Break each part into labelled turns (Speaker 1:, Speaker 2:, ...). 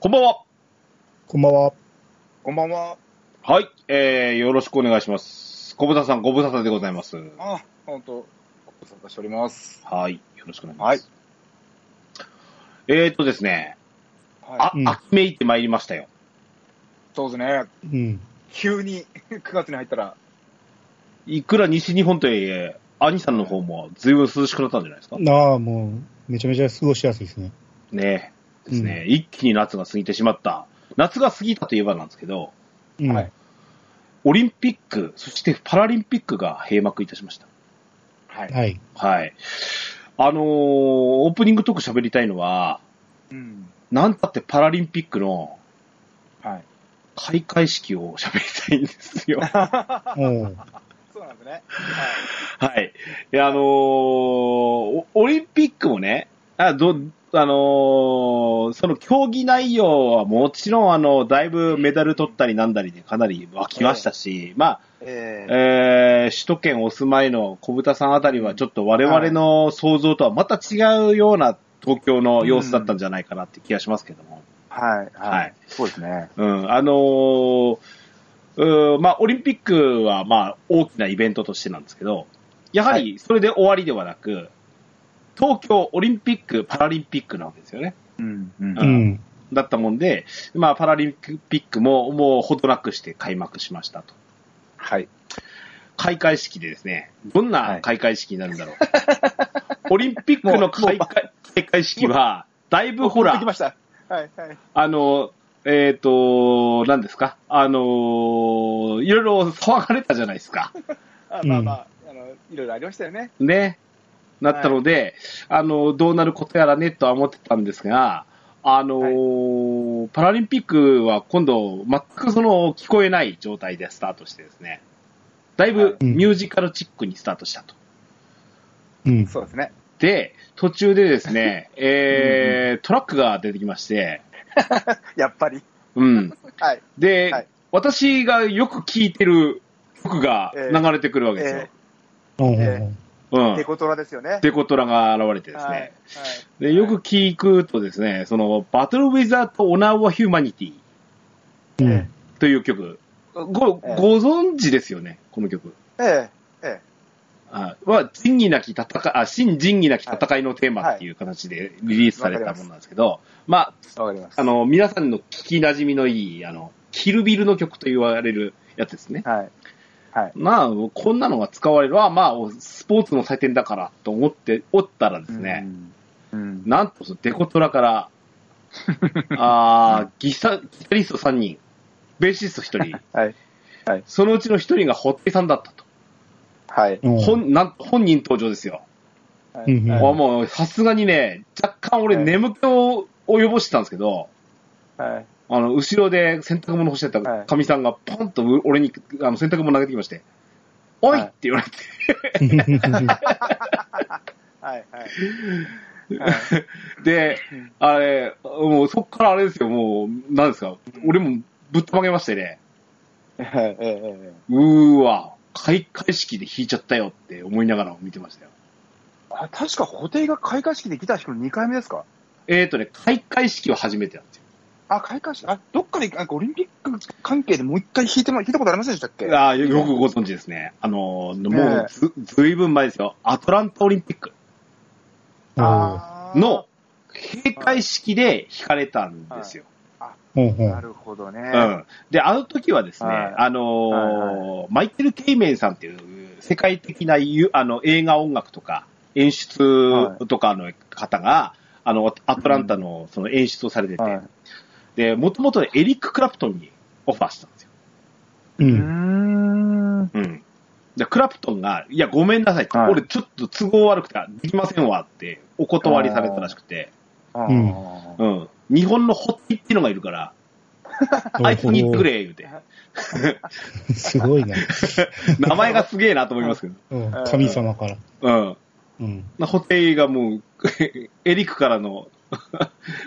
Speaker 1: こんばんは。
Speaker 2: こんばんは。
Speaker 3: こんばんは。
Speaker 1: はい。えー、よろしくお願いします。小豚さん、ご無沙汰でございます。
Speaker 3: あ、ほんと、ご無沙汰しております。
Speaker 1: はい。よろしくお願いします。はい。えーっとですね。あ、
Speaker 3: は
Speaker 2: うん
Speaker 1: 秋めいてまいりましたよ。
Speaker 3: い。そうですね。
Speaker 2: うん。
Speaker 3: 急に 9月に入ったら、
Speaker 1: いくら西日本とはいえ、兄さんの方も随分涼しくなったんじゃないですか。
Speaker 2: なあ、もう、めちゃめちゃ過ごしやすいですね。
Speaker 1: ねえ。ですね、一気に夏が過ぎてしまった。夏が過ぎたといえばなんですけど、
Speaker 2: うん。
Speaker 3: はい
Speaker 1: オリンピック、そしてパラリンピックが閉幕いたしました。
Speaker 3: はい。
Speaker 2: はい。
Speaker 1: はい。あのーオープニングトーク喋りたいのは、
Speaker 3: うん。
Speaker 1: なんたってパラリンピックの
Speaker 3: はい。
Speaker 1: 開会式を喋りたいんですよ。
Speaker 2: おう
Speaker 3: そうなんですね。
Speaker 1: はい。いや、あのーおオリンピックもね、あどあのーその競技内容はもちろん、あの、だいぶメダル取ったりなんだりでかなり湧きましたし、まあ、
Speaker 3: ええ
Speaker 1: えー首都圏お住まいの小豚さんあたりはちょっと我々の想像とはまた違うような東京の様子だったんじゃないかなって気がしますけども。
Speaker 3: はい。
Speaker 1: はい。
Speaker 3: そうですね。
Speaker 1: うん、あのーうーまあ、オリンピックは、まあ、大きなイベントとしてなんですけど、やはりそれで終わりではなく、東京オリンピック・パラリンピックなわけですよね。
Speaker 3: うん。うん
Speaker 1: う
Speaker 2: うんん。
Speaker 1: だったもんで、まあ、パラリンピックももうほどなくして開幕しましたと。
Speaker 3: はい。
Speaker 1: 開会式でですね、どんな開会式になるんだろう。オリンピックの開会開会式は、だいぶほ
Speaker 3: 持って
Speaker 1: ら
Speaker 3: き、ました。はい。はい。
Speaker 1: あの、えっ、と、何ですかあのーいろいろ騒がれたじゃないですか。
Speaker 3: あまあまあ、あの、いろいろありましたよね。
Speaker 1: ね。なったので、あの、どうなることやらねとは思ってたんですが、あのーパラリンピックは今度、全くその聞こえない状態でスタートしてですね、だいぶ
Speaker 2: い
Speaker 1: ミュージカルチックにスタートしたと。
Speaker 2: うん。
Speaker 3: そうですね。
Speaker 1: で、途中でですね、えー、トラックが出てきまして、
Speaker 3: やっぱり。
Speaker 1: うん。
Speaker 3: はい。
Speaker 1: で、
Speaker 3: はい
Speaker 1: 私がよく聴いてる曲が流れてくるわけですよ。
Speaker 3: え
Speaker 2: おうおうお
Speaker 1: う
Speaker 2: う
Speaker 3: え
Speaker 1: ん。
Speaker 3: デコトラですよね。
Speaker 1: デコトラが現れてですね。
Speaker 3: はい。はい
Speaker 1: でよく聞くとですね、その、バトルウィザーとオナーワヒューマニティ
Speaker 2: うん
Speaker 3: え
Speaker 1: という曲、ご、
Speaker 3: ええ
Speaker 1: ご存知ですよね、この曲。
Speaker 3: え
Speaker 1: あは、仁義なき戦い、あ、真仁義なき戦いのテーマっていう形でリリースされたものなんですけど、まあ、
Speaker 3: えわかります。
Speaker 1: あの、皆さんの聞き馴染みのいい、あの、キルビルの曲と言われるやつですね。
Speaker 3: はい。はい。
Speaker 1: まあ、こんなのが使われるは、まあ、スポーツの祭典だからと思っておったらですね、
Speaker 3: うん。うん。
Speaker 1: なんとそのデコトラ から、あーギタギタリスト3人、ベーシスト1人、
Speaker 3: はい。
Speaker 1: そのうちの1人が堀江さんだったと。
Speaker 3: はい。
Speaker 2: おう
Speaker 1: 本なん本人登場ですよ。
Speaker 3: は
Speaker 2: うんうん
Speaker 3: は
Speaker 1: もう
Speaker 2: はい
Speaker 1: もう、さすがにね、若干俺
Speaker 3: はい
Speaker 1: 眠気を及ぼしてたんですけど、
Speaker 3: はい。
Speaker 1: あの、後ろで洗濯物干してた
Speaker 3: はい
Speaker 1: かみさんが、ポンとう俺にあの洗濯物投げてきまして、おい
Speaker 3: はい
Speaker 1: って言われて、
Speaker 3: はい。はい。はい。
Speaker 1: で
Speaker 3: うん、
Speaker 1: あれ、もうそっからあれですよ、もう、なんですか、俺もぶっ飛ばげましてね、
Speaker 3: ええええ
Speaker 1: うーわ、開会式で弾いちゃったよって思いながら見てましたよ。
Speaker 3: あ確か、布袋が開会式でギター弾くの2回目ですか
Speaker 1: えーとね、開会式は初めてなんですよ。
Speaker 3: あ、開会式、あ、どっかで、なんかオリンピック関係でもう一回弾いても、弾いたことありませんでしたっけ
Speaker 1: ああ、よよくご存知ですね。あのー、もう
Speaker 3: ね
Speaker 1: ず、ずいぶん前ですよ。アトランタオリンピック
Speaker 3: あー
Speaker 1: の。閉会式で弾かれたんですよ。
Speaker 2: おうお
Speaker 3: な
Speaker 2: う
Speaker 3: るほどね。
Speaker 1: うん。で、あの時はですね、
Speaker 3: はい
Speaker 1: あのー
Speaker 3: は
Speaker 1: マイケル・ケイメンさんっていう世界的なゆあの映画音楽とか演出とかの方が、あの、アトランタのその演出をされてて、
Speaker 3: はい。
Speaker 1: で、もともとエリック・クラプトンにオファーしたんですよ。
Speaker 2: う
Speaker 3: うー
Speaker 2: ん。
Speaker 3: ん。
Speaker 1: うん。で、クラプトンが、いや、ごめんなさいって、
Speaker 3: はい
Speaker 1: 俺ちょっと都合悪くて、できませんわって、お断りされたらしくて、
Speaker 3: あ
Speaker 2: うん
Speaker 3: ー
Speaker 1: うん。日本のホッティっていうのがいるから、あいつに言ってくれ、言う て。
Speaker 2: すごいな。
Speaker 1: 名前がすげえなと思いますけど。
Speaker 2: うん神様から。
Speaker 1: うん。
Speaker 2: うん。
Speaker 1: まあホテイがもう、 エリックからの、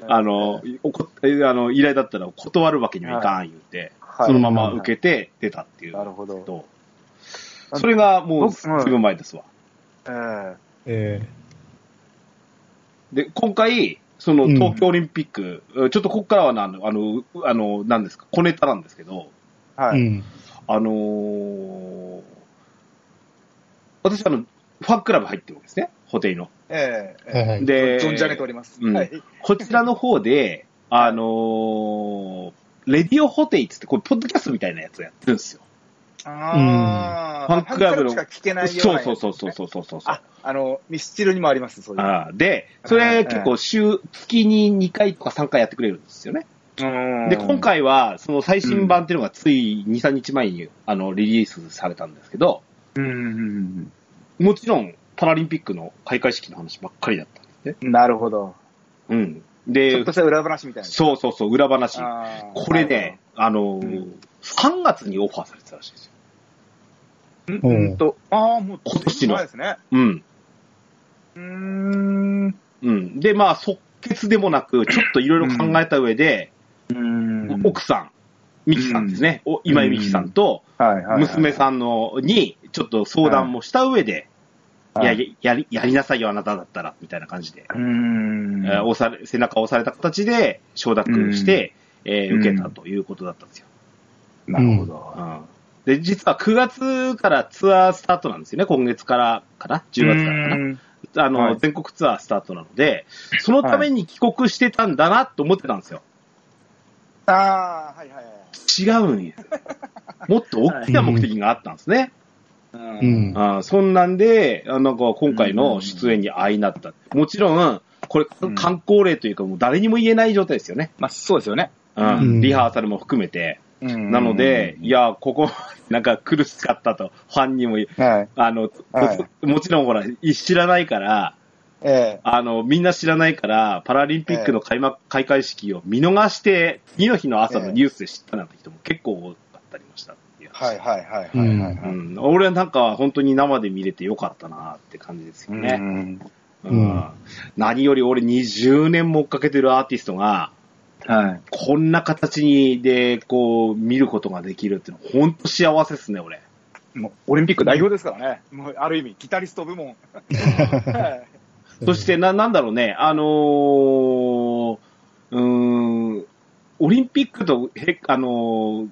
Speaker 1: あの、おこあの依頼だったら断るわけにはいかん言うて、
Speaker 3: はい
Speaker 1: そのまま受けて出たっていう。
Speaker 3: なるほど。
Speaker 1: それがもう、
Speaker 3: 僕
Speaker 1: ずいぶん前ですわ。
Speaker 3: ええ
Speaker 2: え
Speaker 1: で、今回、その
Speaker 2: うん
Speaker 1: 東京オリンピック、ちょっとここからはなあの、あの、あの、なんですか、小ネタなんですけど、
Speaker 3: は
Speaker 2: う
Speaker 3: い。
Speaker 2: ん。
Speaker 1: あのー私、あの、ファンクラブ入ってるんですね、ホテイの。
Speaker 3: ええ
Speaker 2: はいは
Speaker 3: え
Speaker 2: い。
Speaker 3: え
Speaker 1: で、
Speaker 3: 存じ上げております。
Speaker 1: うん
Speaker 3: はい。
Speaker 1: こちらの方で、あのーレディオホテイっつって、これ、ポッドキャストみたいなやつやってるんですよ。
Speaker 3: ああ、
Speaker 1: ファンクラブの
Speaker 3: ファンしか聞けないよう
Speaker 1: そ
Speaker 3: な
Speaker 1: う
Speaker 3: やつ
Speaker 1: そうそうそうそうそうそう。
Speaker 3: あ、あの、ミスチルにもあります、そういう。
Speaker 1: あーで、それ結構週、月に2回とか3回やってくれるんですよね。で、
Speaker 3: で
Speaker 1: 今、回は、その最新版っていうのがつい2、3日前にあのリリースされたんですけど、
Speaker 3: うんうん
Speaker 1: もちろんパラリンピックの開会式の話ばっかりだったんですね。
Speaker 3: うん、なるほど。
Speaker 1: うん。
Speaker 3: ちょっ
Speaker 1: で
Speaker 3: と、した裏話みたいな。
Speaker 1: そうそうそう、裏話。
Speaker 3: あー
Speaker 1: これね、、あのー、
Speaker 3: うん
Speaker 1: 3月にオファーされてたらしいですよ。
Speaker 3: なるほどうんうんと、ああ、もう、
Speaker 1: 今年の
Speaker 3: 前ですね。
Speaker 1: うん。
Speaker 3: うーん。う
Speaker 1: うん。で、まあ、即決でもなく、ちょっといろいろ考えた上で、
Speaker 3: ーん
Speaker 1: 奥さん、ミキさんですね。お今井ミキさんと、
Speaker 3: はいはいはい
Speaker 1: 娘さんの、に、ちょっと相談もした上で、いや、
Speaker 3: う
Speaker 1: ややり、やりなさいよ、あなただったら、みたいな感じで。
Speaker 3: ーん。
Speaker 1: えー押され、背中を押された形で承諾して、えー受けたということだったんですよ。
Speaker 3: なるほど。
Speaker 1: うんで、実は9月からツアースタートなんですよね。今月からかな ?10 月からか
Speaker 3: うん
Speaker 1: なあの、
Speaker 3: はい
Speaker 1: 全国ツアースタートなので、そのために帰国してたんだなと思ってたんですよ。
Speaker 3: ああ、はいはいはい。
Speaker 1: 違うん や。もっと大きな目的があったんですね。
Speaker 2: う
Speaker 3: うん
Speaker 2: ん。
Speaker 1: あーそんなんで、あなんか今回の出演に相なった。もちろん、これ
Speaker 3: うん
Speaker 1: 観光例というかもう誰にも言えない状態ですよね。
Speaker 3: まあ、そうですよね。
Speaker 1: うん
Speaker 2: うん
Speaker 1: リハーサルも含めて。な
Speaker 3: な
Speaker 1: ので、い、や、こ こ、なんか苦しかったと、ファンにも言う、
Speaker 3: はい。
Speaker 1: あの、
Speaker 3: は
Speaker 1: もちろんほら、い知らないから、
Speaker 3: ええ。
Speaker 1: あの、みんな知らないから、パラリンピックの開幕、開会式を見逃して、次の日の朝のニュースで知ったなんて人も結構多かったりもしたっていう話
Speaker 3: はいはいはいはいはいは
Speaker 1: う
Speaker 3: い。
Speaker 1: ん、俺はなんか本当に生で見れてよかったなって感じですよ
Speaker 3: う
Speaker 1: ね、
Speaker 3: ん
Speaker 2: ん
Speaker 1: うん何より俺20年も追っかけてるアーティストが、
Speaker 3: はい。
Speaker 1: こんな形にで、こう、見ることができるってのは、本当幸せですね、俺。
Speaker 3: もうオリンピック代表ですからね、もうある意味、ギタリスト部 門。はい
Speaker 1: そしてな、なんだろうね、あのー、うーん、オリンピックとへ、あのー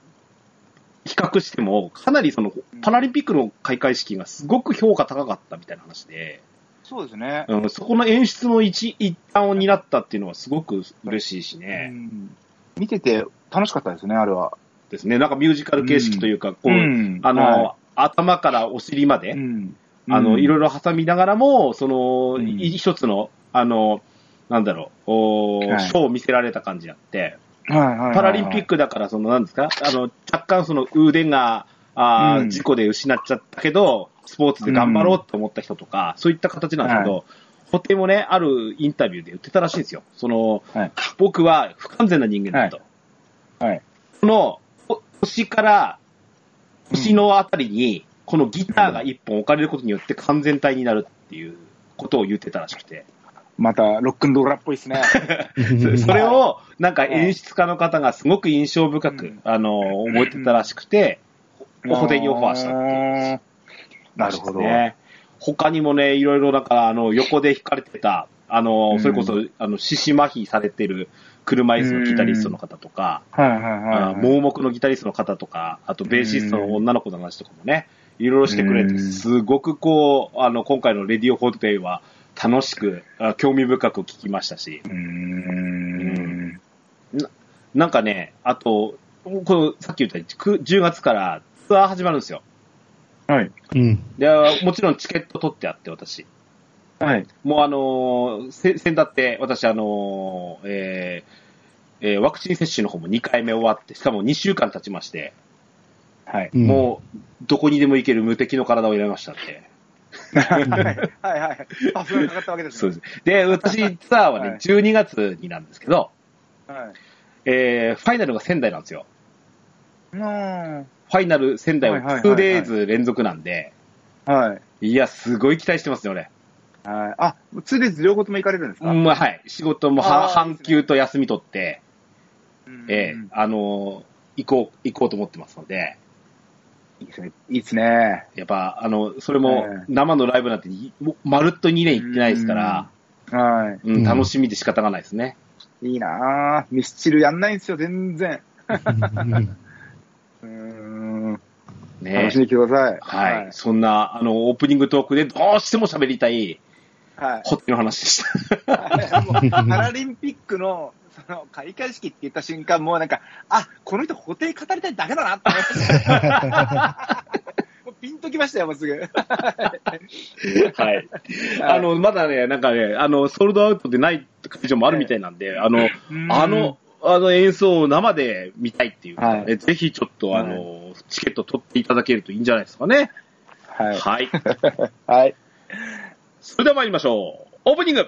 Speaker 1: 比較しても、かなりその、パラリンピックの開会式がすごく評価高かったみたいな話で、
Speaker 3: そうですね。
Speaker 1: うん、そこの演出の一一端を担ったっていうのはすごく嬉しいし
Speaker 3: う
Speaker 1: ね、
Speaker 3: ん見てて楽しかったですね、あれは。
Speaker 1: ですね、なんかミュージカル形式というか、こう、
Speaker 3: ん
Speaker 1: あのー
Speaker 3: は
Speaker 1: 頭からお尻まで、
Speaker 3: いうん
Speaker 1: あの、いろ
Speaker 3: い
Speaker 1: いろ挟みながらも、その、
Speaker 3: うん
Speaker 1: い一つの、あの、なんだろう、おー
Speaker 3: はい
Speaker 1: ショーを見せられた感じあって、
Speaker 3: ろ、はいはいはいはい
Speaker 1: パラリンピックだから、その、なんですか、あの、若干その腕が、あー
Speaker 3: うん
Speaker 1: 事故で失っちゃったけど、スポーツで頑張ろうって思った人とか、そういった形なんですけど、補填もね、あるインタビューで言ってたらしいんですよ。その、
Speaker 3: はい
Speaker 1: 僕は不完全な人間だと。
Speaker 3: はいはい
Speaker 1: その、ほ腰から腰のあたりに、このギターが一本置かれることによって完全体になるっていうことを言ってたらしくて、
Speaker 3: またロックンローラーっぽいですね。
Speaker 2: うん
Speaker 1: それをなんか演出家の方がすごく印象深く、
Speaker 3: うん
Speaker 1: あの、思ってたらしくて、お補填にオファーしたっていう
Speaker 3: あーなるほど。
Speaker 1: ね。他にもね、いろいろだから、あの、横で弾かれてた、あの、
Speaker 3: うん
Speaker 1: それこそ、あの、四肢麻痺されてる車椅子のギタリストの方とか、
Speaker 3: はいはいはいは
Speaker 1: あ
Speaker 3: い。
Speaker 1: 盲目のギタリストの方とか、あとベーシストの女の子の話とかもね、いろいろしてくれ
Speaker 3: う
Speaker 1: て、
Speaker 3: ん
Speaker 1: すごくこう、あの、今回のレディオホテイは楽しく、あ興味深く聞きましたし、
Speaker 3: うーん。
Speaker 1: なんかね、あと、このさっき言ったく10月からツアー始まるんですよ。
Speaker 3: はい。
Speaker 2: うん。
Speaker 1: で、もちろんチケット取ってあって、私。
Speaker 3: はい。
Speaker 1: もうあのーせ、先だって、私あのー、えーえーワクチン接種の方も2回目終わって、しかも2週間経ちまして、
Speaker 3: はい。
Speaker 2: うん
Speaker 1: もう、どこにでも行ける無敵の体を入れましたって。
Speaker 3: はいはい。パスがかかったわけです
Speaker 1: そう
Speaker 3: ね。
Speaker 1: です。で、私、ツアーはね、
Speaker 3: はい
Speaker 1: 12月になんですけど、
Speaker 3: はい。
Speaker 1: えー、ファイナルが仙台なんですよ。
Speaker 3: うーん。
Speaker 1: ファイナル仙台は
Speaker 3: はいはいはいはい
Speaker 1: 2days 連続なんで、
Speaker 3: はい。
Speaker 1: いや、すごい期待してますね、俺。
Speaker 3: はい。あ、ツーデイズ両方とも行かれるんですか、
Speaker 1: うん、まあはい。仕事もは
Speaker 3: あー
Speaker 1: 半休と休み取って、
Speaker 3: うん
Speaker 1: えー、あのー行こう、行こうと思ってますので、
Speaker 3: いいですね。いいですね。
Speaker 1: やっぱ、あの、それも
Speaker 3: ええ
Speaker 1: 生のライブなんて、もうまるっと2年行ってないですから、
Speaker 3: は
Speaker 1: う、
Speaker 2: うんん
Speaker 1: 楽しみで仕方がないですね。
Speaker 3: い。いいなぁ。ミスチルやんないんですよ、全然。
Speaker 2: うん
Speaker 3: うーん。
Speaker 1: ね
Speaker 3: 楽しんできてください。
Speaker 1: はい。そんな、あの、オープニングトークでどうしても喋りたい、
Speaker 3: はい。
Speaker 1: ホテルの話でした。
Speaker 3: はいもうパラリンピックのその開会式って言った瞬間、もうなんか、あこの人、補填語りたいだけだなって思いま した。もうピンときましたよ、もうすぐ。
Speaker 1: はい。あの、まだね、なんかね、あの、ソールドアウトでない会場もあるみたいなんで、あの、あの、あの演奏を生で見たいっていう、
Speaker 3: は
Speaker 1: ね、ぜひちょっと、あの、チケット取っていただけるといいんじゃないですかね。
Speaker 3: はい。
Speaker 1: はい。
Speaker 3: はい。
Speaker 1: それでは参りましょう。オープニング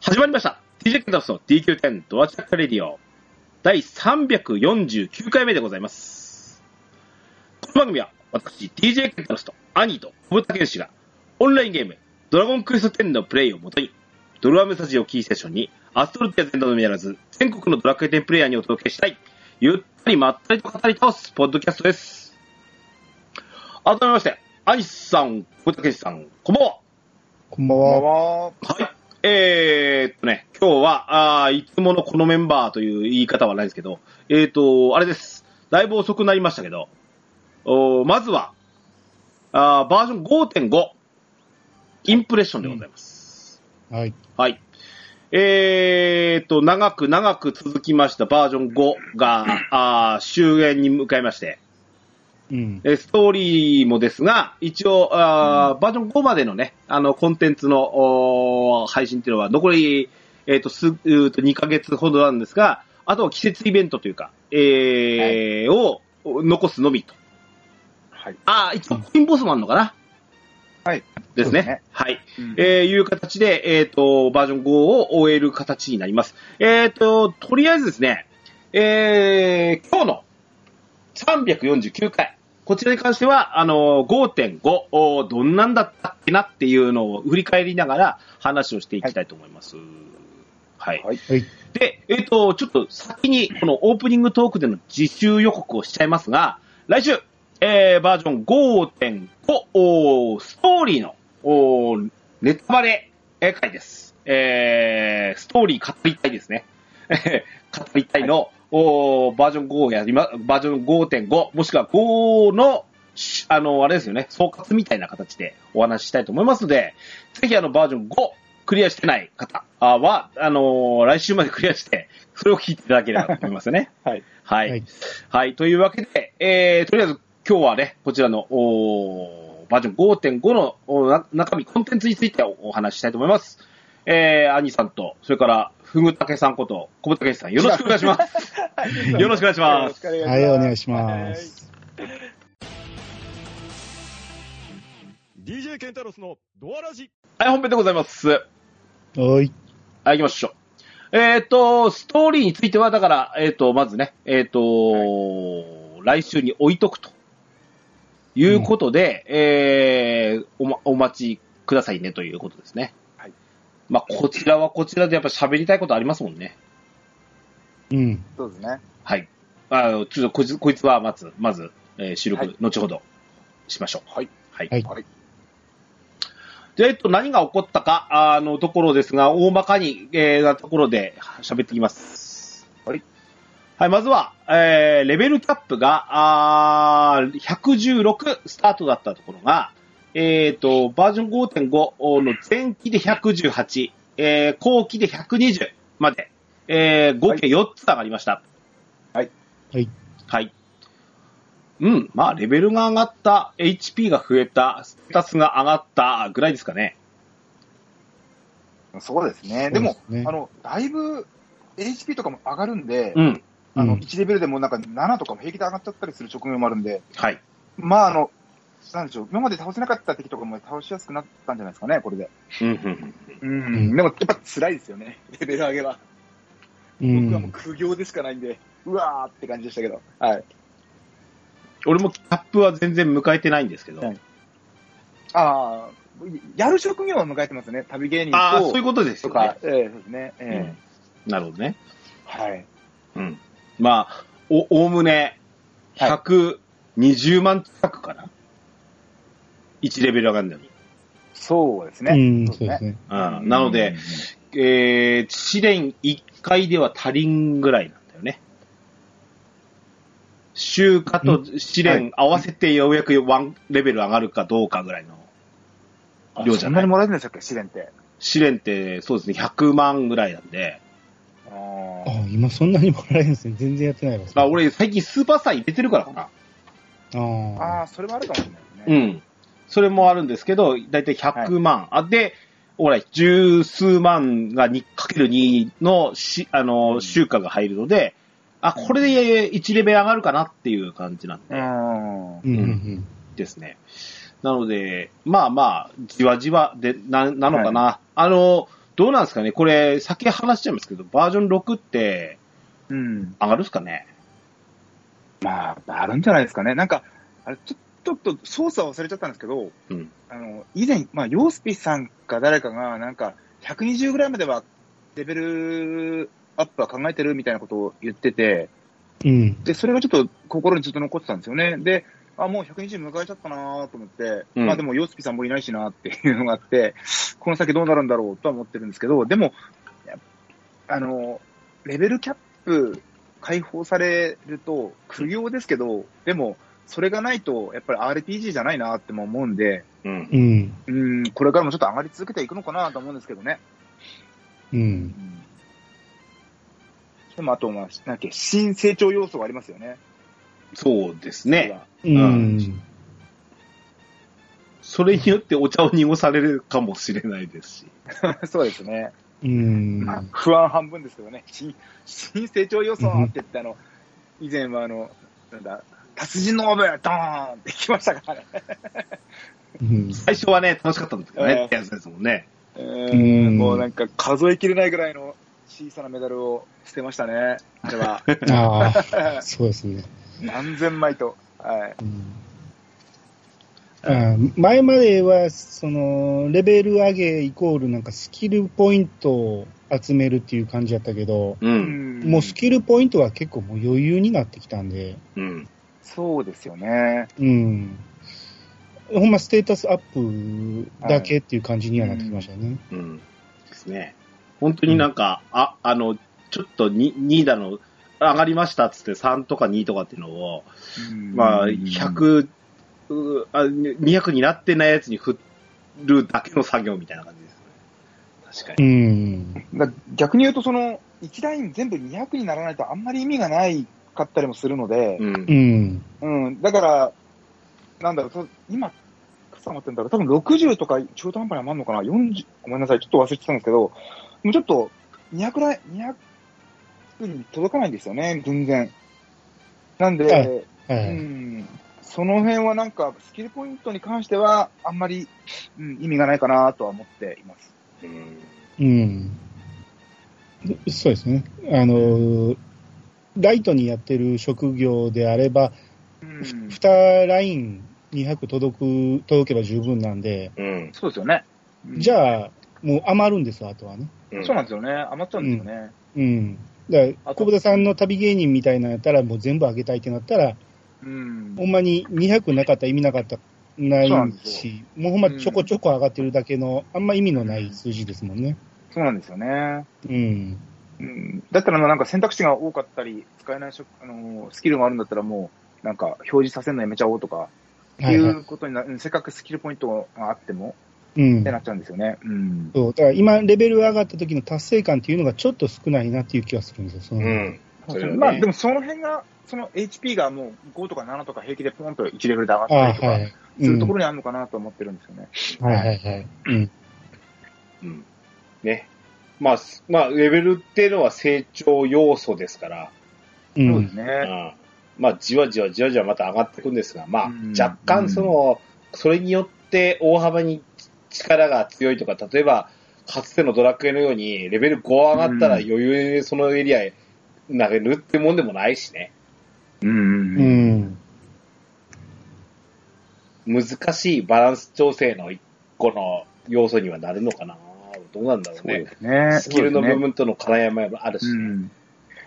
Speaker 1: 始まりました。TJ ケンタスの DQ10 ドアチャックレディオ第349回目でございます。この番組は私、TJ ケンタスと兄と小豚健志がオンラインゲームドラゴンクエスト10のプレイをもとにドラムスタジオキーセッションにアストルティア全土のみならず全国のドラクエ10プレイヤーにお届けしたいゆったりまったりと語り倒すポッドキャストです。改めまして、兄さん、小豚健志さん、こんばんは。
Speaker 2: こんばん
Speaker 3: どう
Speaker 2: は。
Speaker 3: も
Speaker 1: はい。えーっとね、今日は、あーいつものこのメンバーという言い方はないですけど、えーっと、あれです。だいぶ遅くなりましたけど、おーまずは、あーバージョン5.5、インプレッションでございます。
Speaker 2: はい。
Speaker 1: はい。えーっと、長く長く続きましたバージョン5が、あー終焉に向かいまして、
Speaker 2: うん。
Speaker 1: えーストーリーもですが、一応、あーバージョン5までのね、あの、コンテンツのおー配信っていうのは、残り、えっ、と、す、うーと、2ヶ月ほどなんですが、あとは季節イベントというか、えーをお残すのみと。
Speaker 3: はい。
Speaker 1: ああ、一応、コインボスもあるのかな、
Speaker 3: はい。
Speaker 1: です
Speaker 3: そうです
Speaker 1: ね
Speaker 3: ね。
Speaker 1: はい。
Speaker 3: うん
Speaker 1: えーいう形で、えっ、と、バージョン5を終える形になります。えっ、と、とりあえずですね、えー、今日の349回、こちらに関しては、あの、5.5、おーどんなんだったっけなっていうのを振り返りながら話をしていきたいと思います。はい。
Speaker 3: はい。
Speaker 2: はい。
Speaker 1: で、えっ、と、ちょっと先に、このオープニングトークでの自習予告をしちゃいますが、来週、えー、バージョン5.5、おーストーリーの、おーネタバレえー回です。えー、ストーリー語りたいですね。 語りたいの、おーバージョン5をやりま、バージョン5.5、もしくは5の、しあの、あれですよね、総括みたいな形でお話ししたいと思いますので、ぜひあの、バージョン5、クリアしてない方あは、あのー来週までクリアして、それを聞いていただければと思いますね。
Speaker 3: はい。
Speaker 1: はい。
Speaker 2: はい。
Speaker 1: はい、というわけで、えー、とりあえず今日はね、こちらの、おーバージョン5.5のおな中身、コンテンツについておお話ししたいと思います。えー、兄さんと、それから、ふぐたけさんこと、小畑さん、よろしくお願いします。 よろしくお願いします。
Speaker 3: よろしく
Speaker 2: はい、お願いします。
Speaker 4: DJ ケンタロスのドアラジ
Speaker 1: はい、本編でございます。
Speaker 2: はい。
Speaker 1: はい、行きましょう。えっ、と、ストーリーについては、だから、えっ、と、まずね、えっ、と、来週に置いとくと。いうことで、えーおま、お待ちくださいねということですね。
Speaker 3: はい。
Speaker 1: まあ、こちらはこちらでやっぱ喋りたいことありますもんね。
Speaker 2: うん。
Speaker 3: そうですね。
Speaker 1: はい。あの、ちょっとこいつ、こいつはまず、まず、えー収録、
Speaker 3: はい
Speaker 1: 後ほどしましょう。
Speaker 3: はい。
Speaker 1: はい。
Speaker 2: はい
Speaker 3: はい
Speaker 1: で、えっと、何が起こったか、あの、ところですが、大まかに、えーなところで喋っていきます。
Speaker 3: はい。
Speaker 1: はい、まずは、えー、レベルキャップが、あー116スタートだったところが、えっ、と、バージョン5.5の前期で118、えー、後期で120まで、えー、合計4つ上がりました。
Speaker 2: はい。
Speaker 1: はい。うん、まあ、レベルが上がった、HP が増えた、ステータスが上がったぐらいですかね。
Speaker 3: そうですね。でも
Speaker 2: そうですね
Speaker 3: あの、だいぶ HP とかも上がるんで、
Speaker 1: うん。
Speaker 3: あの、
Speaker 2: うん
Speaker 3: 1レベルでもなんか7とかも平気で上がっちゃったりする職業もあるんで、
Speaker 1: はい。
Speaker 3: まああの、なんでしょう、今まで倒せなかった敵とかも倒しやすくなったんじゃないですかね、これで。
Speaker 1: うんうん
Speaker 3: うん。
Speaker 2: ん
Speaker 3: でもやっぱ辛いですよね、 レベル上げは。
Speaker 2: う。
Speaker 3: 僕はもうん苦行でしかないんで、うわーって感じでしたけど。はい。
Speaker 1: 俺もキャップは全然迎えてないんですけど。
Speaker 3: はいああ、やる職業を迎えてますね、旅芸人と。
Speaker 1: ああ、そういうことです
Speaker 3: と
Speaker 1: よね
Speaker 3: か。、ええそうですね。ええ
Speaker 1: うんなるほどね。
Speaker 3: はい。
Speaker 1: うん。まあ、お、おおむね、120万近くかな。1レベル上がるのに。
Speaker 3: そうですね。
Speaker 2: うん、そうですね。
Speaker 1: うん。なので、、えー、試練1回では足りんぐらいなんだよね。週化と試練合わせてようやく1レベル上がるかどうかぐらいの
Speaker 3: あ
Speaker 1: 量じ
Speaker 3: そ
Speaker 1: ゃ
Speaker 3: んな
Speaker 1: ない
Speaker 3: に。もらえるんでしたっけ、試練って。
Speaker 1: 試練って、そうですね、100万ぐらいなんで、
Speaker 3: あー
Speaker 2: あ、今そんなにもらえるんですね。全然やってないわ。
Speaker 1: まあ、俺最近スーパースター入れてるからかな。
Speaker 2: あ
Speaker 3: あ
Speaker 2: あ。
Speaker 3: ー、それもあるかもしれないです
Speaker 1: う
Speaker 3: ね。
Speaker 1: ん。それもあるんですけど、だいたい100万。あ、で、ほら、十数万が2かける2のし、あの、収穫が入るので、あ、これで1レベル上がるかなっていう感じなん
Speaker 3: うん。
Speaker 2: うん、うん、
Speaker 1: ですね。なので、まあまあ、じわじわで、な、なのかな。あの、どうなんですかねこれ、先話しちゃいますけど、バージョン6って
Speaker 3: うん。
Speaker 1: 上がるっすかね
Speaker 3: まあ、あるんじゃないですかね。なんか、あれ、ちょちょっと操作忘れちゃったんですけど、
Speaker 1: うん
Speaker 3: あの、以前、まあ、ヨースピさんか誰かが、なんか、120ぐらいまでは、レベルアップは考えてるみたいなことを言ってて、
Speaker 2: うん。
Speaker 3: で、それがちょっと心にずっと残ってたんですよね。で、あ、もう120迎えちゃったなと思って、
Speaker 1: うん
Speaker 3: まあでも、ヨスピさんもいないしなっていうのがあって、この先どうなるんだろうとは思ってるんですけど、でも、やあの、レベルキャップ解放されると、苦行ですけど、でも、それがないと、やっぱり RPG じゃないなっても思うんで、
Speaker 1: うん。
Speaker 2: うん。
Speaker 3: うん、これからもちょっと上がり続けていくのかなと思うんですけどね。
Speaker 2: うん。
Speaker 3: でも、あと、まあ、なんだっけ、新成長要素がありますよね。
Speaker 1: そうですね。
Speaker 2: うん。
Speaker 1: それによってお茶を濁されるかもしれないですし。
Speaker 3: そうですね。
Speaker 2: うん。
Speaker 3: まあ 不安半分ですけどね、 新新成長予想って言って、あの、以前はあの、なんだ、達人のオーブ、ドーンってきましたからね。
Speaker 2: うん。
Speaker 1: 最初はね、楽しかったんですけどね、
Speaker 3: ええ
Speaker 1: ってやつですもんね。
Speaker 3: うーんもうなんか数えきれないぐらいの小さなメダルを捨てましたね、あれは。
Speaker 2: ああ、そうですね。
Speaker 3: 何千枚と。はい。
Speaker 2: うん あー前までは、その、レベル上げイコールなんかスキルポイントを集めるっていう感じやったけど、
Speaker 1: う。
Speaker 3: うんん
Speaker 2: もうスキルポイントは結構もう余裕になってきたんで、
Speaker 1: うん。
Speaker 3: そうですよね。
Speaker 2: うん。ほんまステータスアップだけっていう感じにはなってきましたよね。
Speaker 1: うん。ですね。本当になんか、あ、あの、ちょっとに2だの、上がりましたっつって3とか2とかっていうのを、まあ、100、うあ200になってないやつに振るだけの作業みたいな感じですね。確か
Speaker 2: う
Speaker 1: に。
Speaker 2: ん。
Speaker 3: だ逆に言うと、その、1ライン全部200にならないとあんまり意味がないかったりもするので、
Speaker 1: う。
Speaker 2: うんん。
Speaker 3: うん、だから、なんだろうそう、今、傘持ってんだろう、多分60とか中途半端に余るのかな、40、ごめんなさい、ちょっと忘れてたんですけど、もうちょっと200らい、200に届かないんですよね、全然。なんで、
Speaker 2: はい。
Speaker 3: うん、その辺はなんか、スキルポイントに関しては、あんまり、うん、意味がないかなとは思っています。
Speaker 1: うん
Speaker 2: うん。そうですね。あの、ライトにやってる職業であれば、
Speaker 3: うん、
Speaker 2: 2ライン200届く、届けば十分なんで、
Speaker 1: うん。
Speaker 3: そうですよね。
Speaker 2: じ
Speaker 3: あ、
Speaker 2: ゃあ、もう余るんです、あとはね。
Speaker 1: うん
Speaker 3: そうなんですよね、余っちゃうんですよね。
Speaker 2: うん。だから、
Speaker 3: あと
Speaker 2: 小田さんの旅芸人みたいなのやったら、もう全部あげたいってなったら、
Speaker 3: うん
Speaker 2: ほんまに200なかったら意味なかった、な
Speaker 3: そうなん
Speaker 2: い
Speaker 3: です
Speaker 2: し、もうほんまちょこちょこ上がってるだけの、あんま意味のない数字ですもんね。
Speaker 3: そうなんですよね。
Speaker 2: うん。
Speaker 3: うんだったらなんか選択肢が多かったり、使えないしょあのースキルがあるんだったらもう、なんか表示させるのやめちゃおうとか、って
Speaker 2: はいい、は
Speaker 3: うことになる、うんせっかくスキルポイントがあっても、
Speaker 2: い。うん
Speaker 3: って。なっちゃうんですよね。うん。
Speaker 2: そう。だから今、レベル上がった時の達成感っていうのがちょっと少ないなっていう気がするんですよ。その
Speaker 1: うん。それはね
Speaker 3: まあでもその辺が、その HP がもう5とか7とか平気でポンと1レベルで上がっ
Speaker 2: あ
Speaker 3: た
Speaker 2: あ、
Speaker 3: りと
Speaker 2: は
Speaker 3: か、
Speaker 2: い。
Speaker 3: するとこ
Speaker 2: ん
Speaker 3: ろにあるのかなと思ってるんですよね。
Speaker 2: はいはいはい。うん。
Speaker 1: うん。ね。まあ、すまあ、レベルっていうのは成長要素ですから、
Speaker 2: うう
Speaker 3: そうです
Speaker 2: ん。
Speaker 1: う
Speaker 3: ね。
Speaker 1: んまあ、じわじわじわじわまた上がっていくんですが、まあ
Speaker 3: うん、
Speaker 1: 若干その、それによって大幅に力が強いとか、例えば、かつてのドラクエのように、レベル5上がったら
Speaker 3: うん
Speaker 1: 余裕でそのエリアへ投げるってもんでもないしね。
Speaker 3: うん
Speaker 2: う。ん。
Speaker 1: 難しいバランス調整の一個の要素にはなるのかな。どうなんだろう
Speaker 3: そう
Speaker 1: ね
Speaker 3: で。すね。
Speaker 1: スキルの部
Speaker 3: そうで
Speaker 1: 分との絡み合いもあるし、
Speaker 3: すね。うん。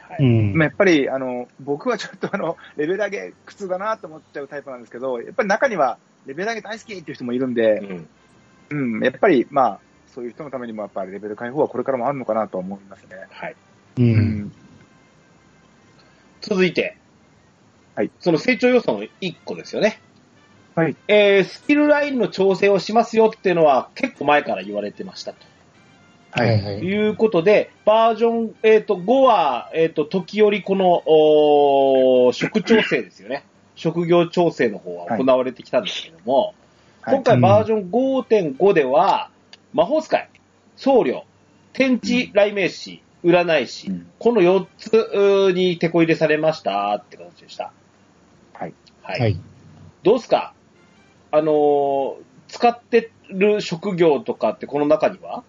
Speaker 1: はい
Speaker 2: うん。
Speaker 3: まあやっぱり、あの、僕はちょっとあの、レベル上げ苦痛だなと思っちゃうタイプなんですけど、やっぱり中には、レベル上げ大好きっていう人もいるんで、
Speaker 1: うん
Speaker 3: うん、やっぱり、まあ、そういう人のためにも、やっぱりレベル解放はこれからもあるのかなとは思いますね。
Speaker 1: はい。
Speaker 2: う。
Speaker 3: うんん。
Speaker 1: 続いて、
Speaker 3: はい、
Speaker 1: その成長要素の一個ですよね。
Speaker 3: はい。
Speaker 1: えースキルラインの調整をしますよっていうのは結構前から言われてましたと。
Speaker 2: はいは
Speaker 1: と
Speaker 2: い。
Speaker 1: いうことで、バージョン、えっ、と、5は、えっ、と、時折この、おー職調整ですよ ね。職業調整の方は行われてきたんですけども、
Speaker 3: はい
Speaker 1: 今回バージョン5.5では、魔法使い、僧侶、天地雷鳴士、占い師、
Speaker 3: うん
Speaker 1: この4つうーに手こ入れされましたって形でした。
Speaker 3: はい。
Speaker 1: はい。
Speaker 2: はい。
Speaker 1: どうすかあのー使ってる職業とかってこの中には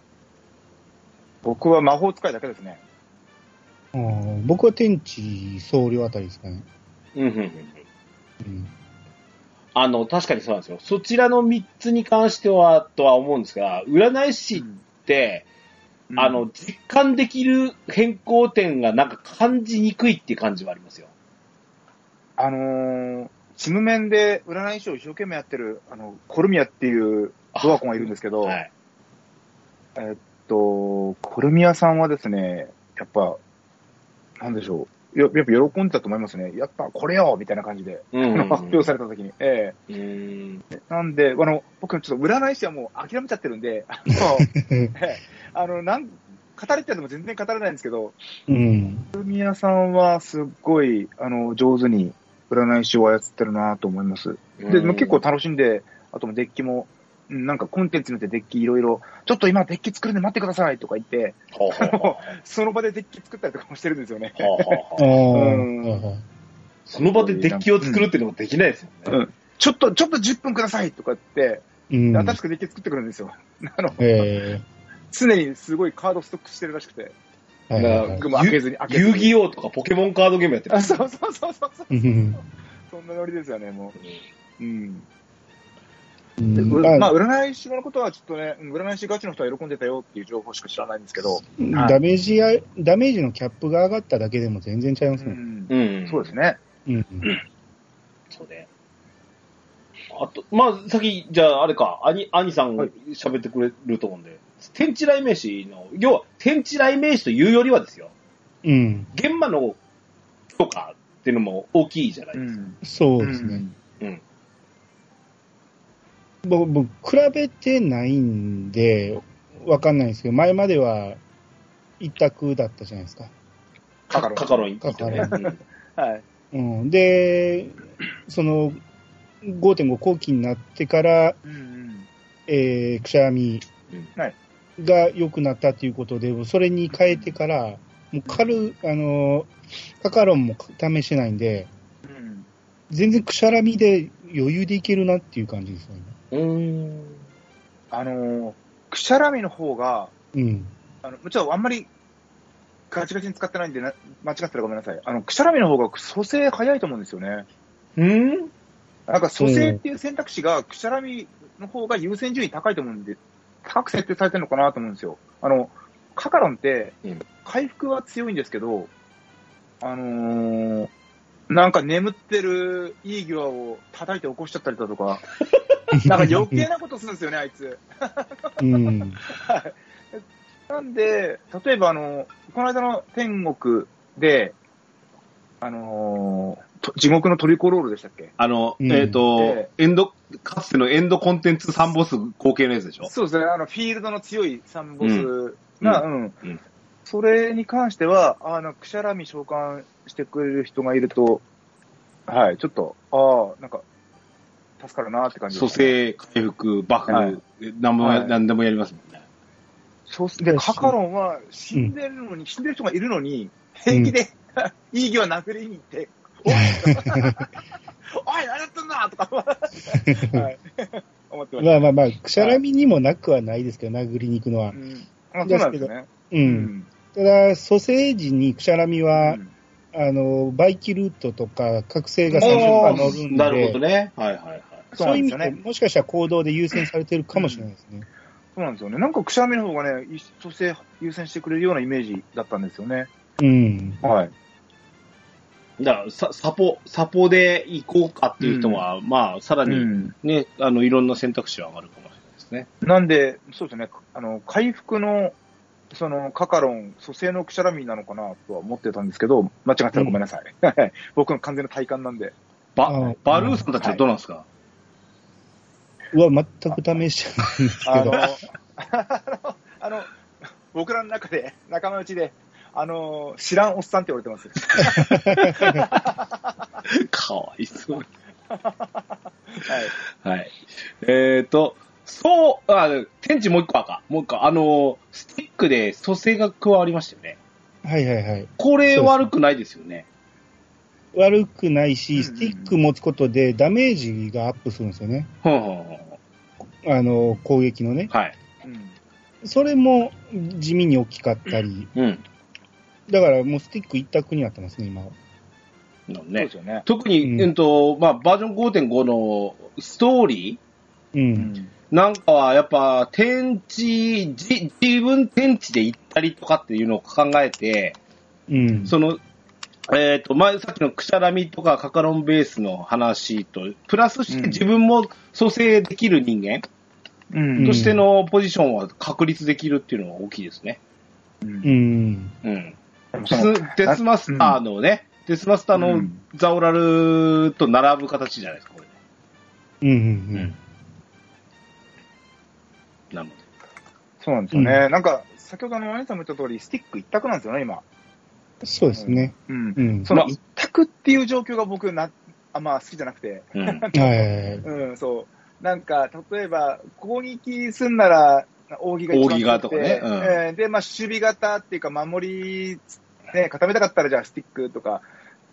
Speaker 3: 僕は魔法使いだけですね。
Speaker 2: あー僕は天地総領あたりですかね。
Speaker 1: うんうんうんうん。
Speaker 2: うん。
Speaker 1: あの、確かにそうなんですよ。そちらの3つに関しては、とは思うんですが、占い師って、
Speaker 3: うん
Speaker 1: あの、、実感できる変更点がなんか感じにくいっていう感じはありますよ。
Speaker 3: あのー、チム面で占い師を一生懸命やってる、あの、コルミアっていうドアコンがいるんですけど、
Speaker 1: はい。
Speaker 3: えっと、コルミアさんはですね、やっぱ、なんでしょう。よやっぱ喜んでたと思いますね。やっぱこれよみたいな感じで、
Speaker 1: うん うんうん
Speaker 3: 発表された時に。え
Speaker 1: うーん。
Speaker 3: えなんで、あの、僕ちょっと占い師はもう諦めちゃってるんで、あの、ええあの、なん、語れてても全然語れないんですけど、
Speaker 2: うん。
Speaker 3: コルミアさんはすっごい、あの、上手に占い師を操ってるなと思います。で、
Speaker 1: うん
Speaker 3: 結構、楽しんで、あともデッキも、うんなんかコンテンツによってデッキいろいろ、ちょっと今デッキ作るんで待ってくださいとか言って、
Speaker 1: ほうほうほうほ
Speaker 3: その場でデッキ作ったりとかもしてるんですよね。
Speaker 1: うほうほう
Speaker 2: ああ。
Speaker 3: うん
Speaker 2: はいはい
Speaker 1: その場でデッキを作るっていうのもできないですよね。
Speaker 3: うんちょっと、ちょっと10分くださいとかって、
Speaker 2: うん。
Speaker 3: 新しくデッキ作ってくるんですよ。 あの、
Speaker 2: え
Speaker 3: 常にすごいカードストックしてるらしくて。
Speaker 2: え。はいはいはい
Speaker 3: 僕も開けずに、開けず
Speaker 1: 遊
Speaker 3: に。
Speaker 1: 戯王とかポケモンカードゲームやってる
Speaker 3: あ、。 そうそうそうそうそう。
Speaker 2: うん
Speaker 3: そんなノリですよね、もう。うん。
Speaker 2: うん
Speaker 3: でう
Speaker 2: まあ
Speaker 3: まあ、占い師のことはちょっとね、うん占い師ガチの人は喜んでたよっていう情報しか知らないんですけど。はい
Speaker 2: ダメージや、ダメージのキャップが上がっただけでも全然違いま
Speaker 3: う
Speaker 2: すね。
Speaker 3: ん。
Speaker 1: うん
Speaker 3: そうですね。
Speaker 2: うん。
Speaker 1: そうね。あと、まあ、先、じゃあ、あれか、兄、兄さん
Speaker 3: はい
Speaker 1: 喋ってくれると思うんで、天地雷鳴詞の、要は、天地雷鳴詞というよりはですよ、
Speaker 2: うん。
Speaker 1: 現場の許可っていうのも大きいじゃないですか。
Speaker 3: ん。
Speaker 2: そうですね。
Speaker 1: うん。
Speaker 2: 僕、僕、比べてないんで、わかんないんですけど、前までは一択だったじゃないですか。
Speaker 1: カ
Speaker 3: カ
Speaker 1: カ
Speaker 3: カ
Speaker 1: ロ
Speaker 3: ロ
Speaker 1: ン。
Speaker 3: ン
Speaker 1: カカロン行ってね。
Speaker 2: カ
Speaker 1: うん
Speaker 3: はい。
Speaker 2: うん。で、その、5.5後期になってから、
Speaker 3: うんうん。
Speaker 2: えーくしゃみ
Speaker 1: うん
Speaker 2: が良くなったということで、それに変えてから、もう軽、あの、カカロンも試してないんで、
Speaker 3: うん。
Speaker 2: 全然くしゃらみで余裕でいけるなっていう感じですよね。
Speaker 1: うーん。
Speaker 3: あのー、くしゃらみの方が、
Speaker 2: うん。
Speaker 3: あの、ちょっとあんまりガチガチに使ってないんでな、間違ってたらごめんなさい。あの、くしゃらみの方が蘇生早いと思うんですよね。
Speaker 1: うん
Speaker 3: なんか蘇生っていう選択肢が、くしゃらみの方が優先順位高いと思うんで、高く設定されてるのかなと思うんですよ。あの、カカロンって
Speaker 1: うん、
Speaker 3: 回復は強いんですけど、あのー、なんか眠ってるいいギュアを叩いて起こしちゃったりだとか、なんか余計なことするんですよね、あいつ。
Speaker 2: うん。
Speaker 3: なんで、例えばあの、この間の天国で、あのーと地獄のトリコロールでしたっけ
Speaker 1: あの、
Speaker 2: うん
Speaker 1: えっ、と
Speaker 3: え、
Speaker 1: エンド、かつてのエンドコンテンツ3ボス後継のやつでしょ
Speaker 3: そうですね、あの、フィールドの強いサンボスが、
Speaker 1: う
Speaker 3: うん、
Speaker 1: うん
Speaker 3: それに関しては、あの、くしゃらみ召喚してくれる人がいると、はい、ちょっと、ああ、なんか、助かるなって感じ
Speaker 1: 蘇
Speaker 3: ですね、
Speaker 1: 生、回復、バフ、
Speaker 3: はい
Speaker 1: なんも、
Speaker 3: はい
Speaker 1: なんでもやりますもんね。
Speaker 3: そうで、カカロンは死んでるのに、死んでる人がいるのに、平気で、いい気は殴りに行って、 おい、おい何やってんだとか、 はい、思ってまし
Speaker 2: まあまあまあ、くしゃらみにもなくはないですけど、殴りに行くの
Speaker 3: た。
Speaker 2: は
Speaker 3: う。んまあ、そうなんですね。
Speaker 2: う。。
Speaker 3: うん
Speaker 2: ただ、蘇生時にくしゃらみは
Speaker 3: う、ん
Speaker 2: あの、バイキルートとか、覚醒が
Speaker 1: お
Speaker 2: 30%乗るん
Speaker 1: ー
Speaker 2: で。
Speaker 1: なるほどね。はいはいはい。
Speaker 2: そういう意味
Speaker 3: そう
Speaker 2: で、
Speaker 3: なんですよね
Speaker 2: もしかしたら行動で優先されてるかもしれないですね。
Speaker 3: そうなんですよね。なんかくしゃみの方がね、い蘇生優先してくれるようなイメージだったんですよね。
Speaker 2: うん。
Speaker 3: はい。
Speaker 1: だからササポ、サポで行こうかっていう人は、まあ、さら
Speaker 3: う
Speaker 1: に
Speaker 3: ん。
Speaker 1: ね、あの、いろんな選択肢は上がるかもしれないですね。
Speaker 3: なんで、そうですね、あの、回復の、その、カカロン、蘇生のくしゃらみなのかなとは思ってたんですけど、間違ってたらごめんなさい。 はい僕の完全な体感なんで。
Speaker 2: ああ
Speaker 1: バ、バルーさんたちはどうなんですか、
Speaker 2: うわ、全く試してないんですけ
Speaker 3: あの、
Speaker 2: ど。
Speaker 3: あの、僕らの中で、仲間内で、あの、知らんおっさんって言われてます。
Speaker 1: かわいそう。
Speaker 3: はい。
Speaker 1: はい。えっ、ー、と、そう、あ、天地もう一個赤。もう一個。あの、スティックで蘇生が加わりましたよね。
Speaker 2: はいはいはい。
Speaker 1: これ悪くないですよね。
Speaker 2: 悪くない
Speaker 3: うん
Speaker 2: し、
Speaker 3: うんう
Speaker 2: ス
Speaker 3: ん
Speaker 2: ティック持つことでダメージがアップするんですよね。
Speaker 1: ふんふんふんふん
Speaker 2: あの、攻撃のね。
Speaker 1: はい。
Speaker 3: うん。
Speaker 2: それも地味に大きかったり。
Speaker 1: うん。
Speaker 2: だからもうスティック一択になってますね、今は。
Speaker 1: なの
Speaker 3: そうで
Speaker 1: ね
Speaker 3: す。よね。
Speaker 1: 特に、
Speaker 2: うん
Speaker 1: えっと、まあ、バージョン5.5のストーリー、
Speaker 2: う。
Speaker 3: うんん。
Speaker 1: なんかはやっぱ天地、じ自分天地で行ったりとかっていうのを考えて、
Speaker 2: うん。
Speaker 1: その、えっ、と、前、さっきのくしゃらみとかカカロンベースの話と、プラスし
Speaker 3: うん
Speaker 1: て自分も蘇生できる人間
Speaker 3: うん
Speaker 1: としてのポジションは確立できるっていうのは大きいですね。
Speaker 3: うん
Speaker 2: うん。
Speaker 1: うん。
Speaker 3: でもその
Speaker 1: スデスマスターのね、デスマスター
Speaker 3: う
Speaker 1: の
Speaker 3: ん
Speaker 1: ザオラルと並ぶ形じゃないですか、これね。
Speaker 2: うん。うん。
Speaker 1: なので。
Speaker 3: そうなんですよね。なんか、先ほどのマネさんも言った通り、スティック一択なんですよね、今。
Speaker 2: そうですね。
Speaker 3: うん
Speaker 2: う。ん。
Speaker 3: そ
Speaker 1: ま
Speaker 3: の
Speaker 1: あ
Speaker 3: 一択っていう状況が僕な、あんま好きじゃなくて。
Speaker 1: うん。
Speaker 2: はいはいはい。
Speaker 3: うん、そう。なんか、例えば、攻撃すんなら、扇が一番強くて
Speaker 1: 扇がとかねうん
Speaker 3: えーで、まあ、守備型っていうか、守り、ね、固めたかったら、じゃあ、スティックとか、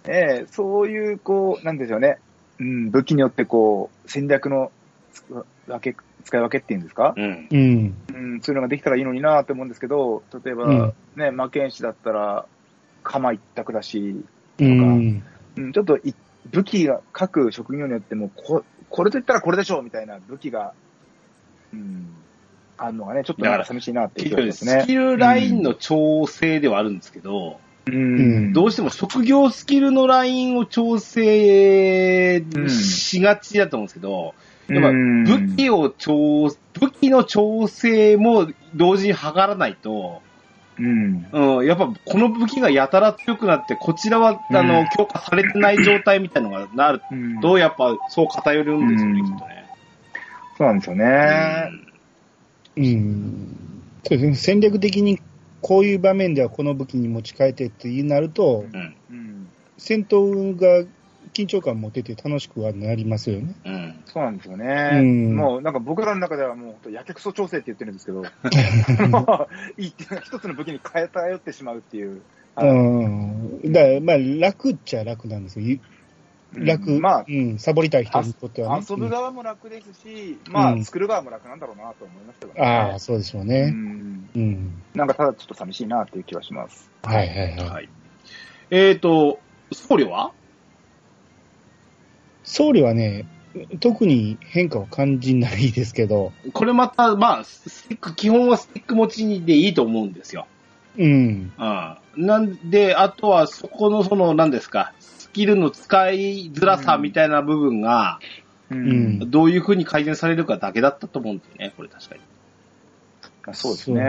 Speaker 3: えーそういう、こう、なんでしょうね。うん、武器によって、こう、戦略のつ分け、使い分けっていうんですか、
Speaker 1: うん。
Speaker 2: うん。
Speaker 3: うん、そういうのができたらいいのになって思うんですけど、例えば、
Speaker 2: うん
Speaker 3: ね、魔剣士だったら、鎌一択だし、
Speaker 2: うん。
Speaker 3: うん、ちょっとい武器が、各職業によってもこ、これといったらこれでしょうみたいな武器が、うん、あるのがね、ちょっとなんか寂しいなってい
Speaker 1: 結
Speaker 3: う気がし
Speaker 1: 局、
Speaker 3: ます
Speaker 1: スキ
Speaker 3: ね。
Speaker 1: ルラインの調整ではあるんですけど、
Speaker 3: う
Speaker 2: うん
Speaker 1: どうしても職業スキルのラインを調整しがちだと思うんですけど、
Speaker 3: う
Speaker 1: やっぱ
Speaker 3: ん
Speaker 1: 武器を調、武器の調整も同時に図らないと、
Speaker 3: うん。
Speaker 1: うん、やっぱこの武器がやたら強くなって、こちらは、あ
Speaker 3: う
Speaker 1: の
Speaker 3: ん、
Speaker 1: 強化されてない状態みたいなのがなる
Speaker 3: うん
Speaker 1: と、やっぱそう偏るんですよね、
Speaker 3: うん
Speaker 1: きっとね。
Speaker 3: そうなんですよね。
Speaker 2: うん。そうですね。戦略的にこういう場面ではこの武器に持ち替えてってなると、
Speaker 1: うん。
Speaker 3: うん。
Speaker 2: 戦闘が緊張感持てて楽しくはなりますよね。
Speaker 1: うん。うん。
Speaker 3: そうなんですよね。
Speaker 2: うん
Speaker 3: もうなんか僕らの中ではもう、やけくそ調整って言ってるんで すけど、一一つの武器に変え頼ってしまうっていう。あ
Speaker 2: うん。だから、まあ、楽っちゃ楽なんですよ。
Speaker 3: うん
Speaker 2: 楽、
Speaker 3: まあ
Speaker 2: う、ん、サボりたい人にとってはね。
Speaker 3: 遊ぶ側も楽ですし、ま
Speaker 2: う
Speaker 3: あ、
Speaker 2: ん
Speaker 3: 作る側も楽なんだろうなと思いますけど
Speaker 2: うんああ、そうでしょうね。
Speaker 3: ん
Speaker 2: うん。
Speaker 3: なんかただちょっと寂しいなっていう気はします。
Speaker 2: はいはいはい。
Speaker 1: はい。えっ、ー、と、僧侶は
Speaker 2: 僧侶はね、特に変化は感じないですけど、
Speaker 1: これまた、まあ、スティック、基本はスティック持ちでいいと思うんですよ。
Speaker 2: うん。
Speaker 1: うん。なんで、あとはそこの、その、何ですか、スキルの使いづらさみたいな部分が、
Speaker 3: うん
Speaker 1: どういう風に改善されるかだけだったと思うんだよね、これ確かに。
Speaker 3: そうです
Speaker 2: そう
Speaker 3: ね。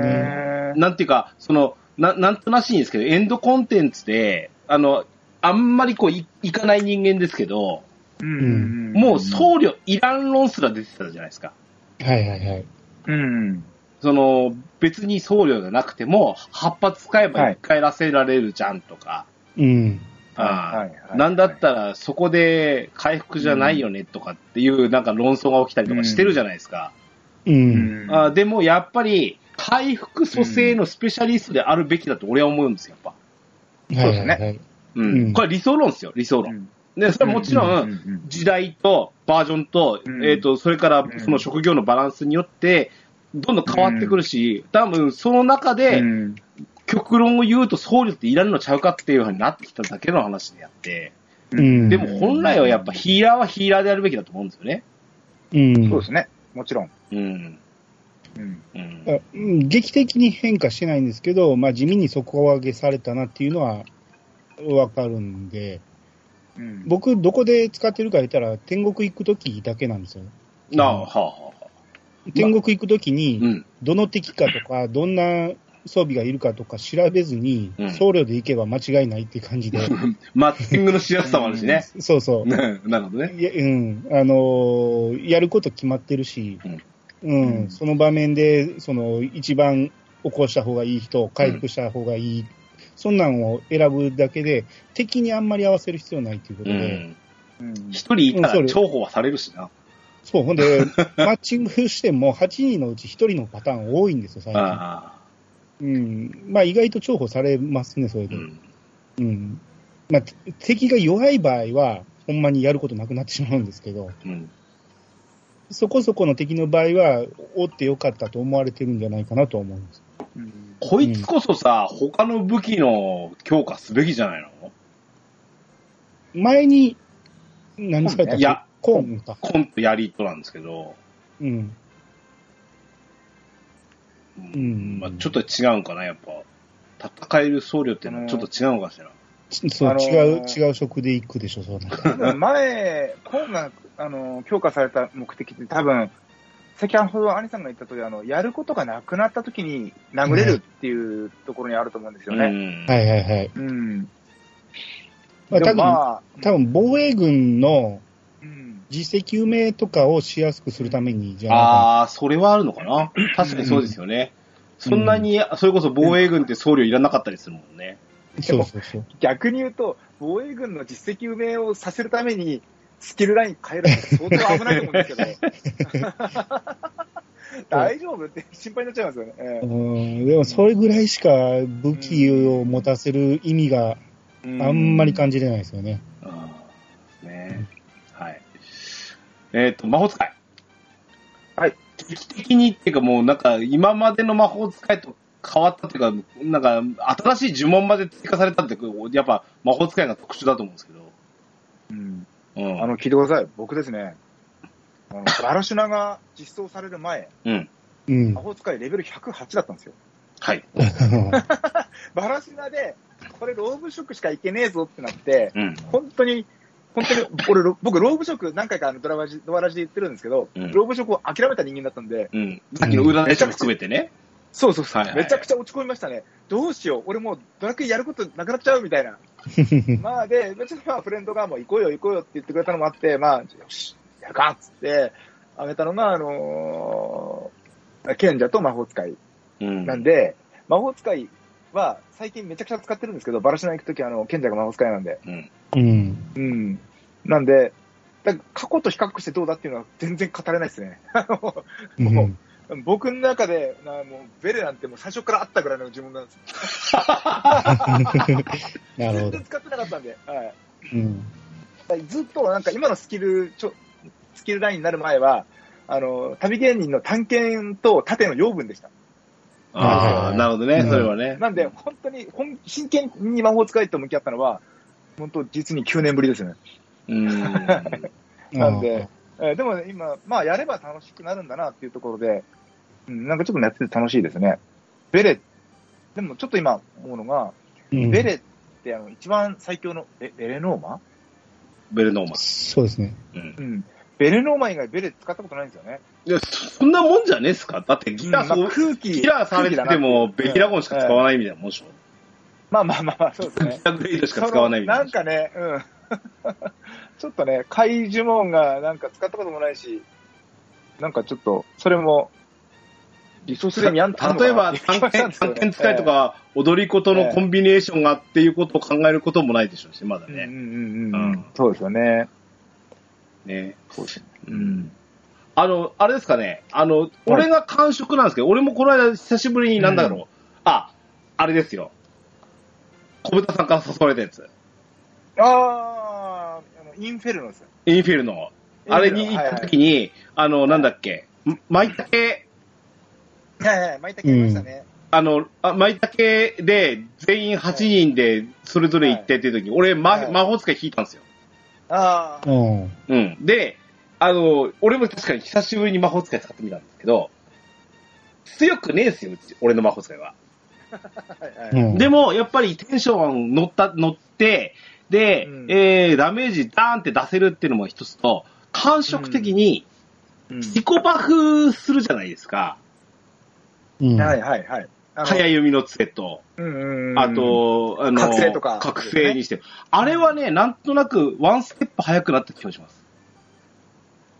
Speaker 2: な
Speaker 1: なんていうか、その、ななんとなしにですけど、エンドコンテンツで、あの、あんまりこうい、いかない人間ですけど、
Speaker 3: うん
Speaker 1: もう僧侶いらん論すら出てたじゃないですか。
Speaker 2: はいはいはい。
Speaker 3: うん。
Speaker 1: その、別に僧侶じゃなくても、葉っぱ使えば一回らせられるじゃんとか、
Speaker 2: うん。
Speaker 1: あ
Speaker 3: はいはいは
Speaker 1: あ
Speaker 3: い
Speaker 1: なんだったらそこで回復じゃないよねとかっていうなんか論争が起きたりとかしてるじゃないですか。
Speaker 2: うん。
Speaker 1: ああでもやっぱり回復蘇生のスペシャリストであるべきだと俺は思うんですよ、やっぱ。
Speaker 3: そうですね
Speaker 2: はいはい
Speaker 1: うん
Speaker 2: うん
Speaker 1: これ理想論ですよ、理想論。で、それはもちろ、
Speaker 3: うんん
Speaker 1: 時代とバージョンと、
Speaker 3: うん
Speaker 1: えっ、と、それから
Speaker 3: ん
Speaker 1: その職業のバランスによって、どんどん変わってくるし、多分その中で、
Speaker 3: うん
Speaker 1: 極論を言うと僧侶っていらんのちゃうかっていうふうになってきただけの話であって、
Speaker 2: うん
Speaker 1: でも本来はやっぱヒーラーはヒーラーであるべきだと思うんですよね。
Speaker 2: うん
Speaker 3: そうですね、もちろん。
Speaker 1: うん。
Speaker 3: うん
Speaker 1: うん。
Speaker 2: あうん劇的に変化してないんですけど、まあ、地味に底上げされたなっていうのはわかるんで、
Speaker 3: うん
Speaker 2: 僕、どこで使ってるか言ったら、天国行くときだけなんですよ。
Speaker 1: なあ、はあ、はあ。
Speaker 2: 天国行くとき
Speaker 1: う
Speaker 2: に、
Speaker 1: ん。
Speaker 2: どの敵かとか、どんな装備がいるかとか調べずに
Speaker 1: うん、
Speaker 2: 僧侶で行けば間違いないっていう感じで、
Speaker 1: マッチングのしやすさもあるしね。
Speaker 2: そうそ う。
Speaker 1: なるほどね。
Speaker 2: いやうん、あのーやること決まってるし、うん、
Speaker 3: うん
Speaker 2: その場面で、その、一番起こした方がいい人、回復した方がいい、そんなんを選ぶだけで、敵にあんまり合わせる必要ないということ
Speaker 1: う
Speaker 2: で、
Speaker 1: ん。
Speaker 3: うん
Speaker 1: 一人いたら
Speaker 2: うんそ
Speaker 1: 重宝はされるしな。
Speaker 2: そう、ほんで、 マッチングしても8人のうち1人のパターン多いんですよ、最近。
Speaker 1: ああ。
Speaker 2: うん。まあ、意外と重宝されますね、それ
Speaker 1: う
Speaker 2: で。うん。
Speaker 1: ん。
Speaker 2: まあ、て敵が弱い場合は、ほんまにやることなくなってしまうんですけど。
Speaker 1: うん。
Speaker 2: そこそこの敵の場合は、おってよかったと思われてるんじゃないかなと思うんです。
Speaker 3: うん
Speaker 1: こいつこそさ、他の武器の強化すべきじゃないの
Speaker 2: 前に、何使ったっけ
Speaker 1: いや、
Speaker 2: コーンか。
Speaker 1: コンとやりとなんですけど。
Speaker 2: うん。
Speaker 1: う。
Speaker 2: うんん。
Speaker 1: まあ、ちょっと違うんかな、やっぱ。戦える僧侶っていうのはちょっと違うのかしら。
Speaker 2: ちそう、
Speaker 3: あのー
Speaker 2: 違う、違う職で行くでしょ、そうなんか。
Speaker 3: 多分前、今があの強化された目的って、多分先ほど兄さんが言った通りあのやることがなくなった時に殴れるっていうところにあると思うんですよね。
Speaker 1: ん
Speaker 2: はいはいはい。
Speaker 3: うん。
Speaker 2: まあ、
Speaker 3: で
Speaker 2: 多
Speaker 3: も
Speaker 2: 分、
Speaker 3: まあ、
Speaker 2: 多分防衛軍の
Speaker 3: うん、
Speaker 2: 実績埋めとかをしやすくするためにじゃないか
Speaker 1: ああ、それはあるのかな。確かにそうですよね。そんなに、それこそ防衛軍って僧侶いらなかったりするもんね。
Speaker 2: な。そうそうそう。
Speaker 3: 逆に言うと、防衛軍の実績埋めをさせるために、スキルライン変えるのって相当危ないと思うんですけ ど、大丈夫って心配になっちゃいますよね。え
Speaker 2: うーん、でもそれぐらいしか武器を持たせる意味が
Speaker 3: え
Speaker 2: あんまり感じれないですよね。
Speaker 1: ああ、ね。はい。えっ、と、魔法使い。
Speaker 3: はい。
Speaker 1: 時期的にっていうかもうなんか今までの魔法使いと変わったっていうか、なんか新しい呪文まで追加されたって、やっぱ魔法使いが特殊だと思うんですけど。
Speaker 3: うん
Speaker 1: うん。
Speaker 3: あの、聞いてください。僕ですね。あの、バラシュナが実装される前、
Speaker 1: うん。
Speaker 2: うん
Speaker 3: 魔。法使いレベル108だったんですよ。
Speaker 1: はい。
Speaker 3: バラシュナで、これローブ職しかいけねえぞってなって、
Speaker 1: うん。
Speaker 3: 本当に、本当に、俺、ロ僕、ローブ職何回かあのドラマジ、ドアラジで言ってるんですけど、
Speaker 1: うん
Speaker 3: ローブ職を諦めた人間だったんで、
Speaker 1: うん。さっきの裏でしも含めてね。
Speaker 3: そうそうそう、
Speaker 1: はいはい
Speaker 3: めちゃくちゃ落ち込みましたね。どうしよう、俺もうドラクエやることなくなっちゃうみたいな。まあで、別にまあフレンドがもう行こうよ行こうよって言ってくれたのもあって、まあ、よし、やるかっつって、あげたのが、あのー賢者と魔法使い
Speaker 1: うん。
Speaker 3: なんで、魔法使いは最近めちゃくちゃ使ってるんですけど、バラシナ行くときあの、賢者が魔法使いなんで。
Speaker 1: うん。
Speaker 2: うん。
Speaker 3: うん。なんで、だ過去と比較してどうだっていうのは全然語れないですね。あの
Speaker 2: うん
Speaker 3: 僕の中で、なもうベレなんてもう最初からあったぐらいの自分なんですよ。
Speaker 2: なるほ
Speaker 3: 全
Speaker 2: ど
Speaker 3: 然。使ってなかったんで、はい
Speaker 2: うん。
Speaker 3: だからずっとなんか今のスキルちょ、スキルラインになる前は、あの、旅芸人の探検と盾の養分でした。
Speaker 1: ああ、なるほどね、それはね。
Speaker 3: なんで、本当に、本真剣に魔法使いと向き合ったのは、本当実に9年ぶりですね。
Speaker 1: うん。
Speaker 3: なんで、えーでもね、今、まあ、やれば楽しくなるんだなっていうところで、うん、なんかちょっとやってて楽しいですね。ベレ、でもちょっと今思うのが、
Speaker 2: うん
Speaker 3: ベレってあの、一番最強の、え、ベレノーマ
Speaker 1: ベルノーマ
Speaker 2: そうですね。
Speaker 1: ン。うん。
Speaker 3: うん。ベレノーマ以外ベレ使ったことないんですよね。
Speaker 1: いや、そんなもんじゃねえっすかだってギター、
Speaker 3: まあ
Speaker 1: そう
Speaker 3: 空気。
Speaker 1: キラーされてても、ベキラゴンしか使わないみたいなもんでしょ
Speaker 3: まあまあまあまあ、そうです
Speaker 1: ギ
Speaker 3: ね。
Speaker 1: ターグレードしか使わないみたいな
Speaker 3: そ。のなんかね、うん。 ちょっとね、怪呪文がなんか使ったこともないし、なんかちょっと、それも、リソースで見やん
Speaker 1: 例え ば、探検、探検使いと、か、踊り子とのコンビネーションがっていうことを考えることもないでしょうし、まだ
Speaker 3: うんうん
Speaker 1: ね。
Speaker 3: うんう
Speaker 1: うんん。
Speaker 3: そうですよね。
Speaker 1: ね。
Speaker 3: そうですね。
Speaker 1: うん。あの、あれですかね。あの、俺が感触なんですけど、俺もこの間久しぶりになんだろう。あ、あれですよ。小豚さんから誘われたやつ。
Speaker 3: あー、あのインフェルノです。
Speaker 1: インフィルノ。あれに行った時に、あの、なんだっけ、まいたけ、
Speaker 3: はいはい、毎回やりましたね。
Speaker 1: あの、まいたけで、全員8人で、それぞれ行ってっていう時に、俺、
Speaker 3: は
Speaker 1: ま、
Speaker 3: い
Speaker 1: 魔法使い引いたんですよ。
Speaker 3: あー、
Speaker 2: う
Speaker 1: う
Speaker 2: ん。
Speaker 1: ん。で、あの、俺も確かに久しぶりに魔法使い使ってみたんですけど、強くねえですよ、うち俺の魔法使いは。
Speaker 3: はいは
Speaker 2: う
Speaker 3: い。
Speaker 2: ん。
Speaker 1: でも、やっぱりテンション乗った、乗って、で、
Speaker 3: うん
Speaker 1: えー、ダメージダーンって出せるっていうのも一つと、感触的に
Speaker 3: うん
Speaker 1: 自己爆するじゃないですか。
Speaker 2: うん。
Speaker 3: はいはいはい。あ
Speaker 1: 早
Speaker 3: の
Speaker 1: 読みの杖と、
Speaker 3: うんうんうん
Speaker 1: あ、と、あの、
Speaker 3: 覚醒とか
Speaker 1: 覚醒にして、あれはね、なんとなくワンステップ早くなった気がします。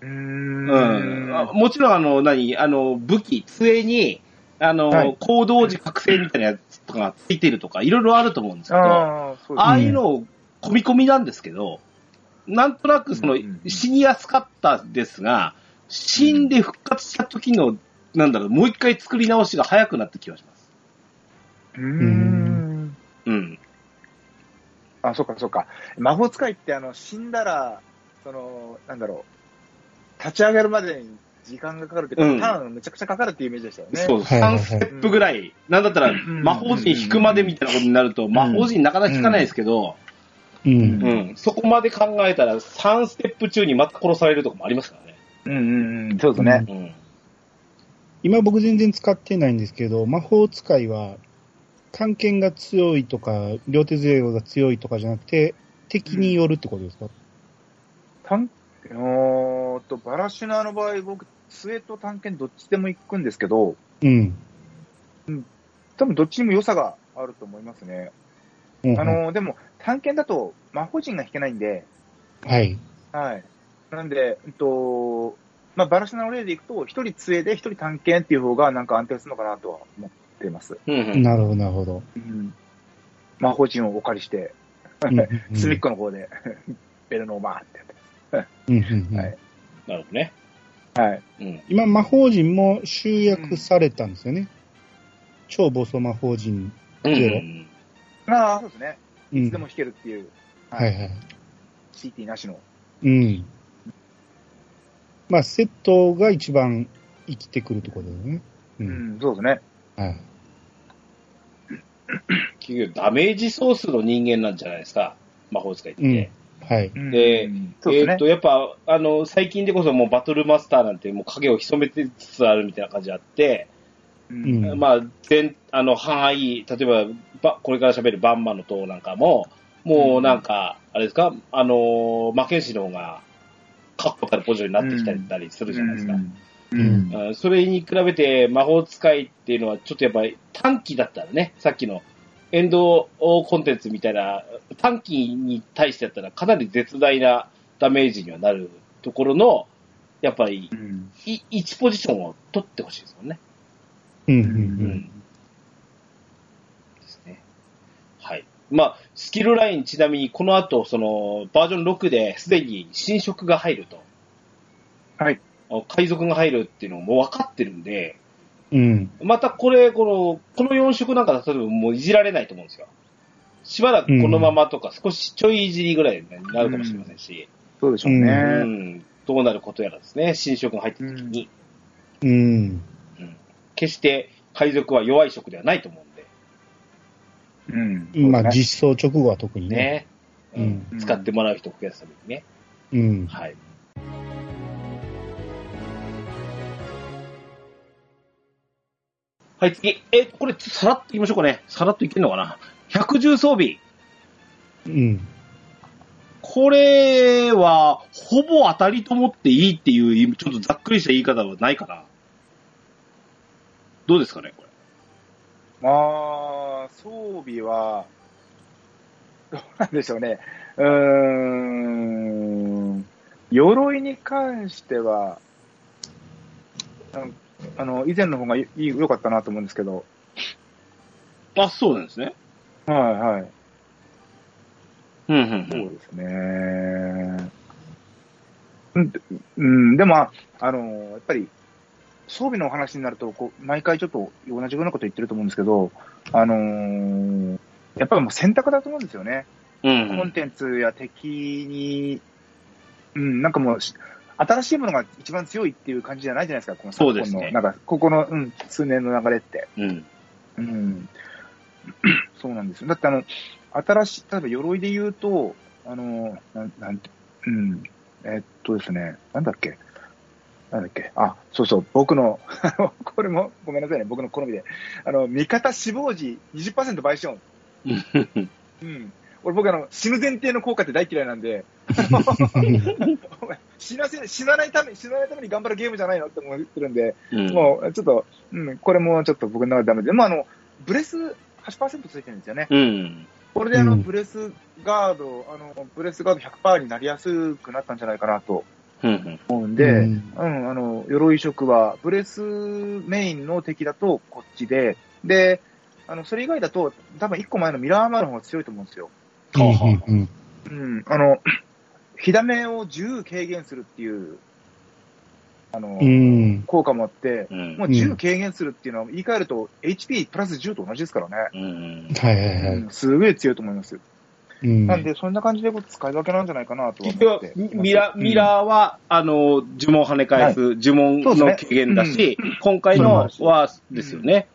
Speaker 3: うーん。
Speaker 1: うんあもちろん、あの、何、あの、武器、杖に、あの、
Speaker 2: はい
Speaker 1: 行動時覚醒みたいなやつとかがついてるとか、いろいろあると思うんですけど、あ
Speaker 3: ああ、そうですね。
Speaker 1: あいうのを込み込みなんですけど、なんとなくその
Speaker 3: うんうんう、ん
Speaker 1: 死にやすかったですが、死んで復活した時の、なんだろう、もう一回作り直しが早くなった気がします。
Speaker 3: うーん。
Speaker 1: うん。
Speaker 3: あ、そうかそうか。魔法使いって、あの、死んだら、その、なんだろう、立ち上がるまでに時間がかかるけど、
Speaker 1: うん
Speaker 3: ターンめちゃくちゃかかるっていうイメージでしたよね。
Speaker 1: そう、
Speaker 2: はいはいはい
Speaker 1: 3ステップぐらい、なんだったら、
Speaker 3: ん
Speaker 1: 魔法陣引くまでみたいなことになると、魔法陣なかなか引かないですけど、
Speaker 2: う。
Speaker 3: うん
Speaker 1: うんそこまで考えたら、3ステップ中にまた殺されるとかもありますからね。
Speaker 3: うんうんうん。そうですね。
Speaker 1: うん。
Speaker 2: 今僕全然使ってないんですけど、魔法使いは、探検が強いとか、両手強いが強いとかじゃなくて、敵によるってことですか、
Speaker 3: 探おーっと、バラシュナの場合、僕、杖と探検どっちでも行くんですけど、
Speaker 2: うん、
Speaker 3: 多分どっちにも良さがあると思いますね。
Speaker 2: うん。
Speaker 3: あのー、でも、探検だと魔法陣が引けないんで、
Speaker 2: はい。
Speaker 3: はい。なんで、うんと、まあ、バラシナの例でいくと、一人杖で一人探検っていう方がなんか安定するのかなとは思っています。
Speaker 1: うんうん。
Speaker 2: なるほど、なるほど。
Speaker 3: うん。魔法陣をお借りして、
Speaker 2: うんうんうん
Speaker 3: 隅っこの方で、 ベルノーマーってやっ
Speaker 2: うんうんうん
Speaker 3: はい
Speaker 1: なるほどね。
Speaker 3: て。はい。
Speaker 1: うん。
Speaker 2: 今、魔法陣も集約されたんですよね。超暴走魔法陣。
Speaker 1: うん
Speaker 2: ゼロ
Speaker 1: うん
Speaker 3: まあ、そうですね。
Speaker 2: う
Speaker 3: い
Speaker 2: ん
Speaker 3: つでも弾けるっていう、
Speaker 2: はいはい。
Speaker 3: CT なしの。
Speaker 2: うん。まあ、セットが一番生きてくるってことだよね。う。
Speaker 3: うんん、そうですね。
Speaker 2: はい。
Speaker 1: 結局、ダメージソースの人間なんじゃないですか。魔法使いって。
Speaker 2: うんはい。
Speaker 1: で
Speaker 3: うんそう
Speaker 1: え
Speaker 3: で
Speaker 1: ー
Speaker 3: すね
Speaker 1: っ。と、やっぱ、あの、最近でこそもうバトルマスターなんてもう影を潜めてつつあるみたいな感じあって、
Speaker 3: うん
Speaker 2: うん
Speaker 1: まあ、全、あの、範囲、例えば、ばこれから喋るバンマの塔なんかも、もうなんか、あれですか、あの、魔剣士の方が、確固たるポジョンになってきたりたりするじゃないですか。
Speaker 3: う
Speaker 2: うん
Speaker 3: ん。
Speaker 1: あそれに比べて魔法使いっていうのはちょっとやっぱり短期だったらね、さっきのエンドコンテンツみたいな短期に対してだったらかなり絶大なダメージにはなるところの、やっぱり
Speaker 3: うん
Speaker 1: い1ポジションを取ってほしいですもんね。
Speaker 2: うんう
Speaker 1: うんですね。はい。まあ、スキルラインちなみにこの後、そのバージョン6ですでに新色が入ると。
Speaker 3: はい。
Speaker 1: あ海賊が入るっていうのももう分かってるんで、
Speaker 2: うん。うん。
Speaker 1: またこれ、この、この4色なんかだともういじられないと思うんですよ。しばらくこのままとか、少しちょいいじりぐらいになるかもしれませんし、
Speaker 3: そうでしょう
Speaker 1: う
Speaker 3: ね。
Speaker 1: ん、どうなることやらですね、新色が入った時に、
Speaker 2: うん。
Speaker 1: うん決して海賊は弱い色ではないと思うんで、
Speaker 3: うん。
Speaker 2: まあ、
Speaker 3: そうですね
Speaker 2: 実装直後は特にね。
Speaker 1: ね。
Speaker 2: うん
Speaker 1: うん使ってもらう人を増やすためにね。
Speaker 2: うん。
Speaker 1: はい。はい、次。え、これ、さらっと言いましょうかね。さらっといけるのかな。110装備。
Speaker 2: うん。
Speaker 1: これは、ほぼ当たりと思っていいっていう、ちょっとざっくりした言い方はないかな。どうですかね、これ。
Speaker 3: まあ、装備は、どうなんでしょうね。うーん。鎧に関しては、なんあの、以前の方がいい良かったなと思うんですけど、
Speaker 1: あ、そうなんですね。
Speaker 3: はいはい。
Speaker 1: うん、う、
Speaker 3: そうんですね。うんで、うん、でも、ああの、やっぱり、装備のお話になると、こう、毎回ちょっと同じようなこと言ってると思うんですけど、あのーやっぱりもう選択だと思うんですよね。
Speaker 1: う
Speaker 3: コン。テンツや敵に、うん、なんかもうし、新しいものが一番強いっていう感じじゃないじゃないですか、この昨
Speaker 1: そうです
Speaker 3: 今の、
Speaker 1: ね
Speaker 3: なんか、ここの、うん、数年の流れって。
Speaker 1: うん。
Speaker 3: うん。 そうなんですよ。だってあの、新しい、例えば鎧で言うと、あの、なん、なんて、うん、えっとですね、なんだっけ、なんだっけ、あ、そうそう、僕の、 あのこれも、ごめんなさいね、僕の好みで、あの、味方死亡時20%倍ション。うん。俺僕あの、死ぬ前提の効果って大嫌いなんで、お前死なせ、死なないため、死なないために頑張るゲームじゃないのって思ってるんで、
Speaker 1: うん。
Speaker 3: もう、ちょっと、うん、これもちょっと僕の中でダメで、でもあの、ブレス8%ついてるんですよね。
Speaker 1: うん。
Speaker 3: これであの、
Speaker 2: うん
Speaker 3: ブレスガード、あの、ブレスガード100%になりやすくなったんじゃないかなと
Speaker 1: うん。
Speaker 3: 思 うんで、う、
Speaker 2: うんん
Speaker 3: あの、鎧職は、ブレスメインの敵だとこっちで、で、あの、それ以外だと、多分1個前のミラーマンの方が強いと思うんですよ。
Speaker 2: うんうん
Speaker 3: うん、あの、 火種を10軽減するっていう、あの、
Speaker 2: うん。
Speaker 3: 効果もあって、
Speaker 1: うん
Speaker 3: もう10軽減するっていうのは、言い換えると HP プラス10と同じですからね。
Speaker 1: うん。
Speaker 2: はいはいはい
Speaker 3: うんすごい強いと思います。
Speaker 2: うん。
Speaker 3: なんで、そんな感じで僕使い分けなんじゃないかなとは
Speaker 1: 結局は
Speaker 3: 思って。
Speaker 1: ミラ、ミラーは、あの、呪文を跳ね返す、呪文の軽減だ
Speaker 3: そうで
Speaker 1: し、今回のは、ですよね。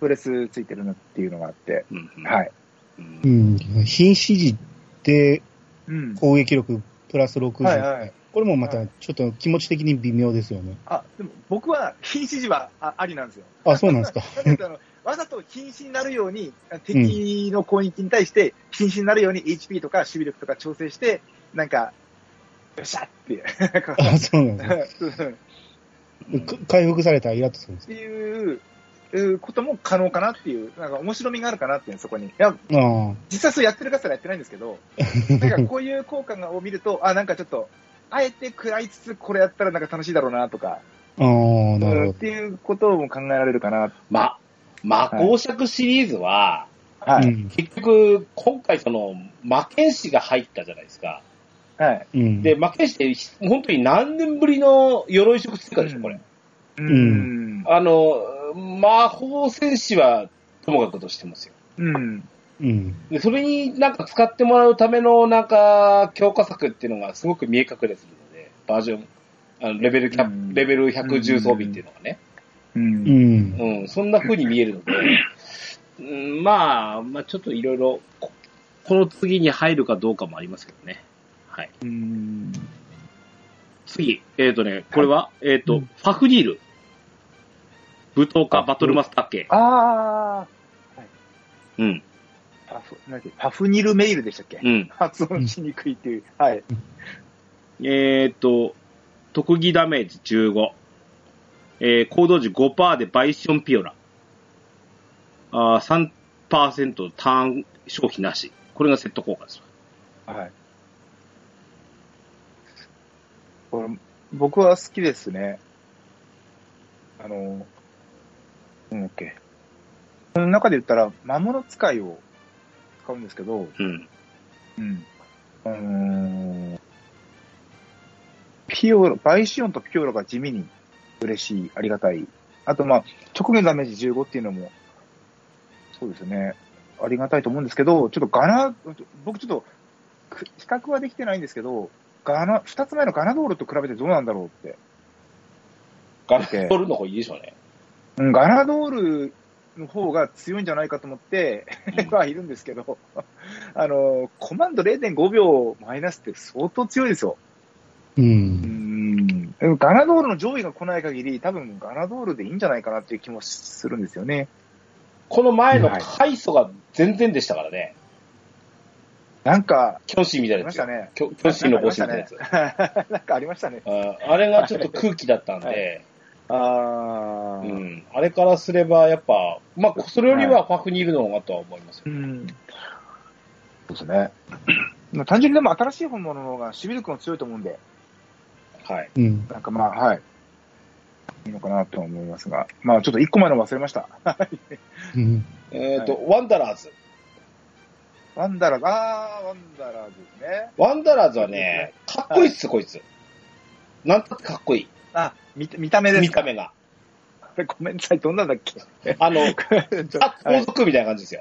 Speaker 3: プレスついてるなっていうのがあって、
Speaker 1: うん
Speaker 3: はい。
Speaker 1: う
Speaker 2: うんん。瀕死時って
Speaker 3: うん。
Speaker 2: 攻撃力プラス60。
Speaker 3: はいはい。
Speaker 2: これもまたちょっと気持ち的に微妙ですよね。
Speaker 3: あ、でも僕は、瀕死時はあありなんですよ。
Speaker 2: あ、そうなんですか。
Speaker 3: なんかあのわざと瀕死になるように、敵の攻撃に対して、瀕死になるように HP とか守備力とか調整して、なんか、よっしゃっていう なんか
Speaker 2: あ、そうなんですか。
Speaker 3: うん
Speaker 2: か回復されたらイラッとするんで
Speaker 3: っ
Speaker 2: す
Speaker 3: ていううんことも可能かなっていう、なんか面白みがあるかなっていう、そこに。いや、
Speaker 2: か。ああ。
Speaker 3: 実際そうやってるかすらやってないんですけ ど、なんかこういう効果を見ると、あ、なんかちょっと、あえて食らいつつこれやったらなんか楽しいだろうなとか、
Speaker 2: ああ、な
Speaker 3: うん
Speaker 2: る
Speaker 3: っ
Speaker 2: ほ
Speaker 3: ていうことも考えられるかな。
Speaker 1: ま、魔法尺シリーズは、
Speaker 3: は
Speaker 2: ど。う
Speaker 3: い。
Speaker 2: ん。
Speaker 1: 結局、今回その、魔剣士が入ったじゃないですか。
Speaker 3: はい。
Speaker 2: うん。
Speaker 1: で、魔剣士って、本当に何年ぶりの鎧職追加でしょ、これ。
Speaker 3: うん。
Speaker 1: あの、魔法戦士は、ともかくとしてますよ。
Speaker 3: うん。
Speaker 2: うん。
Speaker 1: で、それになんか使ってもらうためのなんか強化策っていうのがすごく見え隠れするので、バージョン、あのレベルキャップ
Speaker 3: うん
Speaker 1: レベル110装備っていうのがね、
Speaker 3: う。
Speaker 2: うんん。
Speaker 1: うん、そんな風に見えるので、うん、まあ、まあちょっといろいろ、ここの次に入るかどうかもありますけどね。はい。
Speaker 3: うん。
Speaker 1: 次、えっ、とね、これは、えっ、と、ファフニール。武闘家バトルマスター系。
Speaker 3: あ
Speaker 1: うん、
Speaker 3: ー、パフ、なんだっけパフニルメイルでしたっけ
Speaker 1: うん。
Speaker 3: 発音しにくいっていう。はい。
Speaker 1: えっ、と、特技ダメージ15。えー、行動時5%でバイションピオラ。あー3%ターン消費なし。これがセット効果です。
Speaker 3: はい。これ、僕は好きですね。あの、なんだっけ。この中で言ったら、魔物使いを使うんですけど、
Speaker 1: うん。
Speaker 3: うん。あのーピオラ、バイシオンとピオラが地味に嬉しい、ありがたい。あと、まあ、直面ダメージ15っていうのも、そうですね、ありがたいと思うんですけど、ちょっとガナ、僕ちょっと、く比較はできてないんですけど、ガナ、二つ前のガナドールと比べてどうなんだろうって。
Speaker 1: ガラス取るの方いいでしょうね。
Speaker 3: うん、ガナドールの方が強いんじゃないかと思って、 はいるんですけど、 あのー、コマンド0.5秒マイナスって相当強いですよ。
Speaker 2: う。
Speaker 3: うんんでもガナドールの上位が来ない限り、多分ガナドールでいいんじゃないかなっていう気もするんですよね。
Speaker 1: この前の
Speaker 3: はい
Speaker 1: 快祖が全然でしたからね。
Speaker 3: なんか、
Speaker 1: キョンシーみた
Speaker 3: あ
Speaker 1: い
Speaker 3: り
Speaker 1: なや
Speaker 3: ま
Speaker 1: つ
Speaker 3: し
Speaker 1: よ
Speaker 3: た。ね。
Speaker 1: キョキョンシーの帽子みたいなやつ。
Speaker 3: なんかありましたね。
Speaker 1: あーあれがちょっと空気だったんで、
Speaker 3: あ
Speaker 1: う
Speaker 3: ー
Speaker 1: ん。あれからすればやっぱ、まあ、それよりはファフニールの方がとは思いますよ
Speaker 3: う。ん。そうですね。単純にでも新しい本物の方が守備力も強いと思うんで、
Speaker 1: はい。
Speaker 2: うん。
Speaker 3: なんかまあ、はい。いいのかなとは思いますが。まあちょっと一個前の忘れました。
Speaker 2: うん。
Speaker 1: えっ、と、ワンダラーズ。
Speaker 3: ワンダラーズ、あー、ワンダラーズですね。
Speaker 1: ワンダラーズはね、かっこいいっす、こいつ。なんたってかっこい
Speaker 3: あ、見た見た目
Speaker 1: い。
Speaker 3: で
Speaker 1: 見
Speaker 3: すか
Speaker 1: た。目が。
Speaker 3: ごめんなさい、どんなんだっけ
Speaker 1: あの、
Speaker 3: ちょっと
Speaker 1: あ、皇族みたいな感じですよ。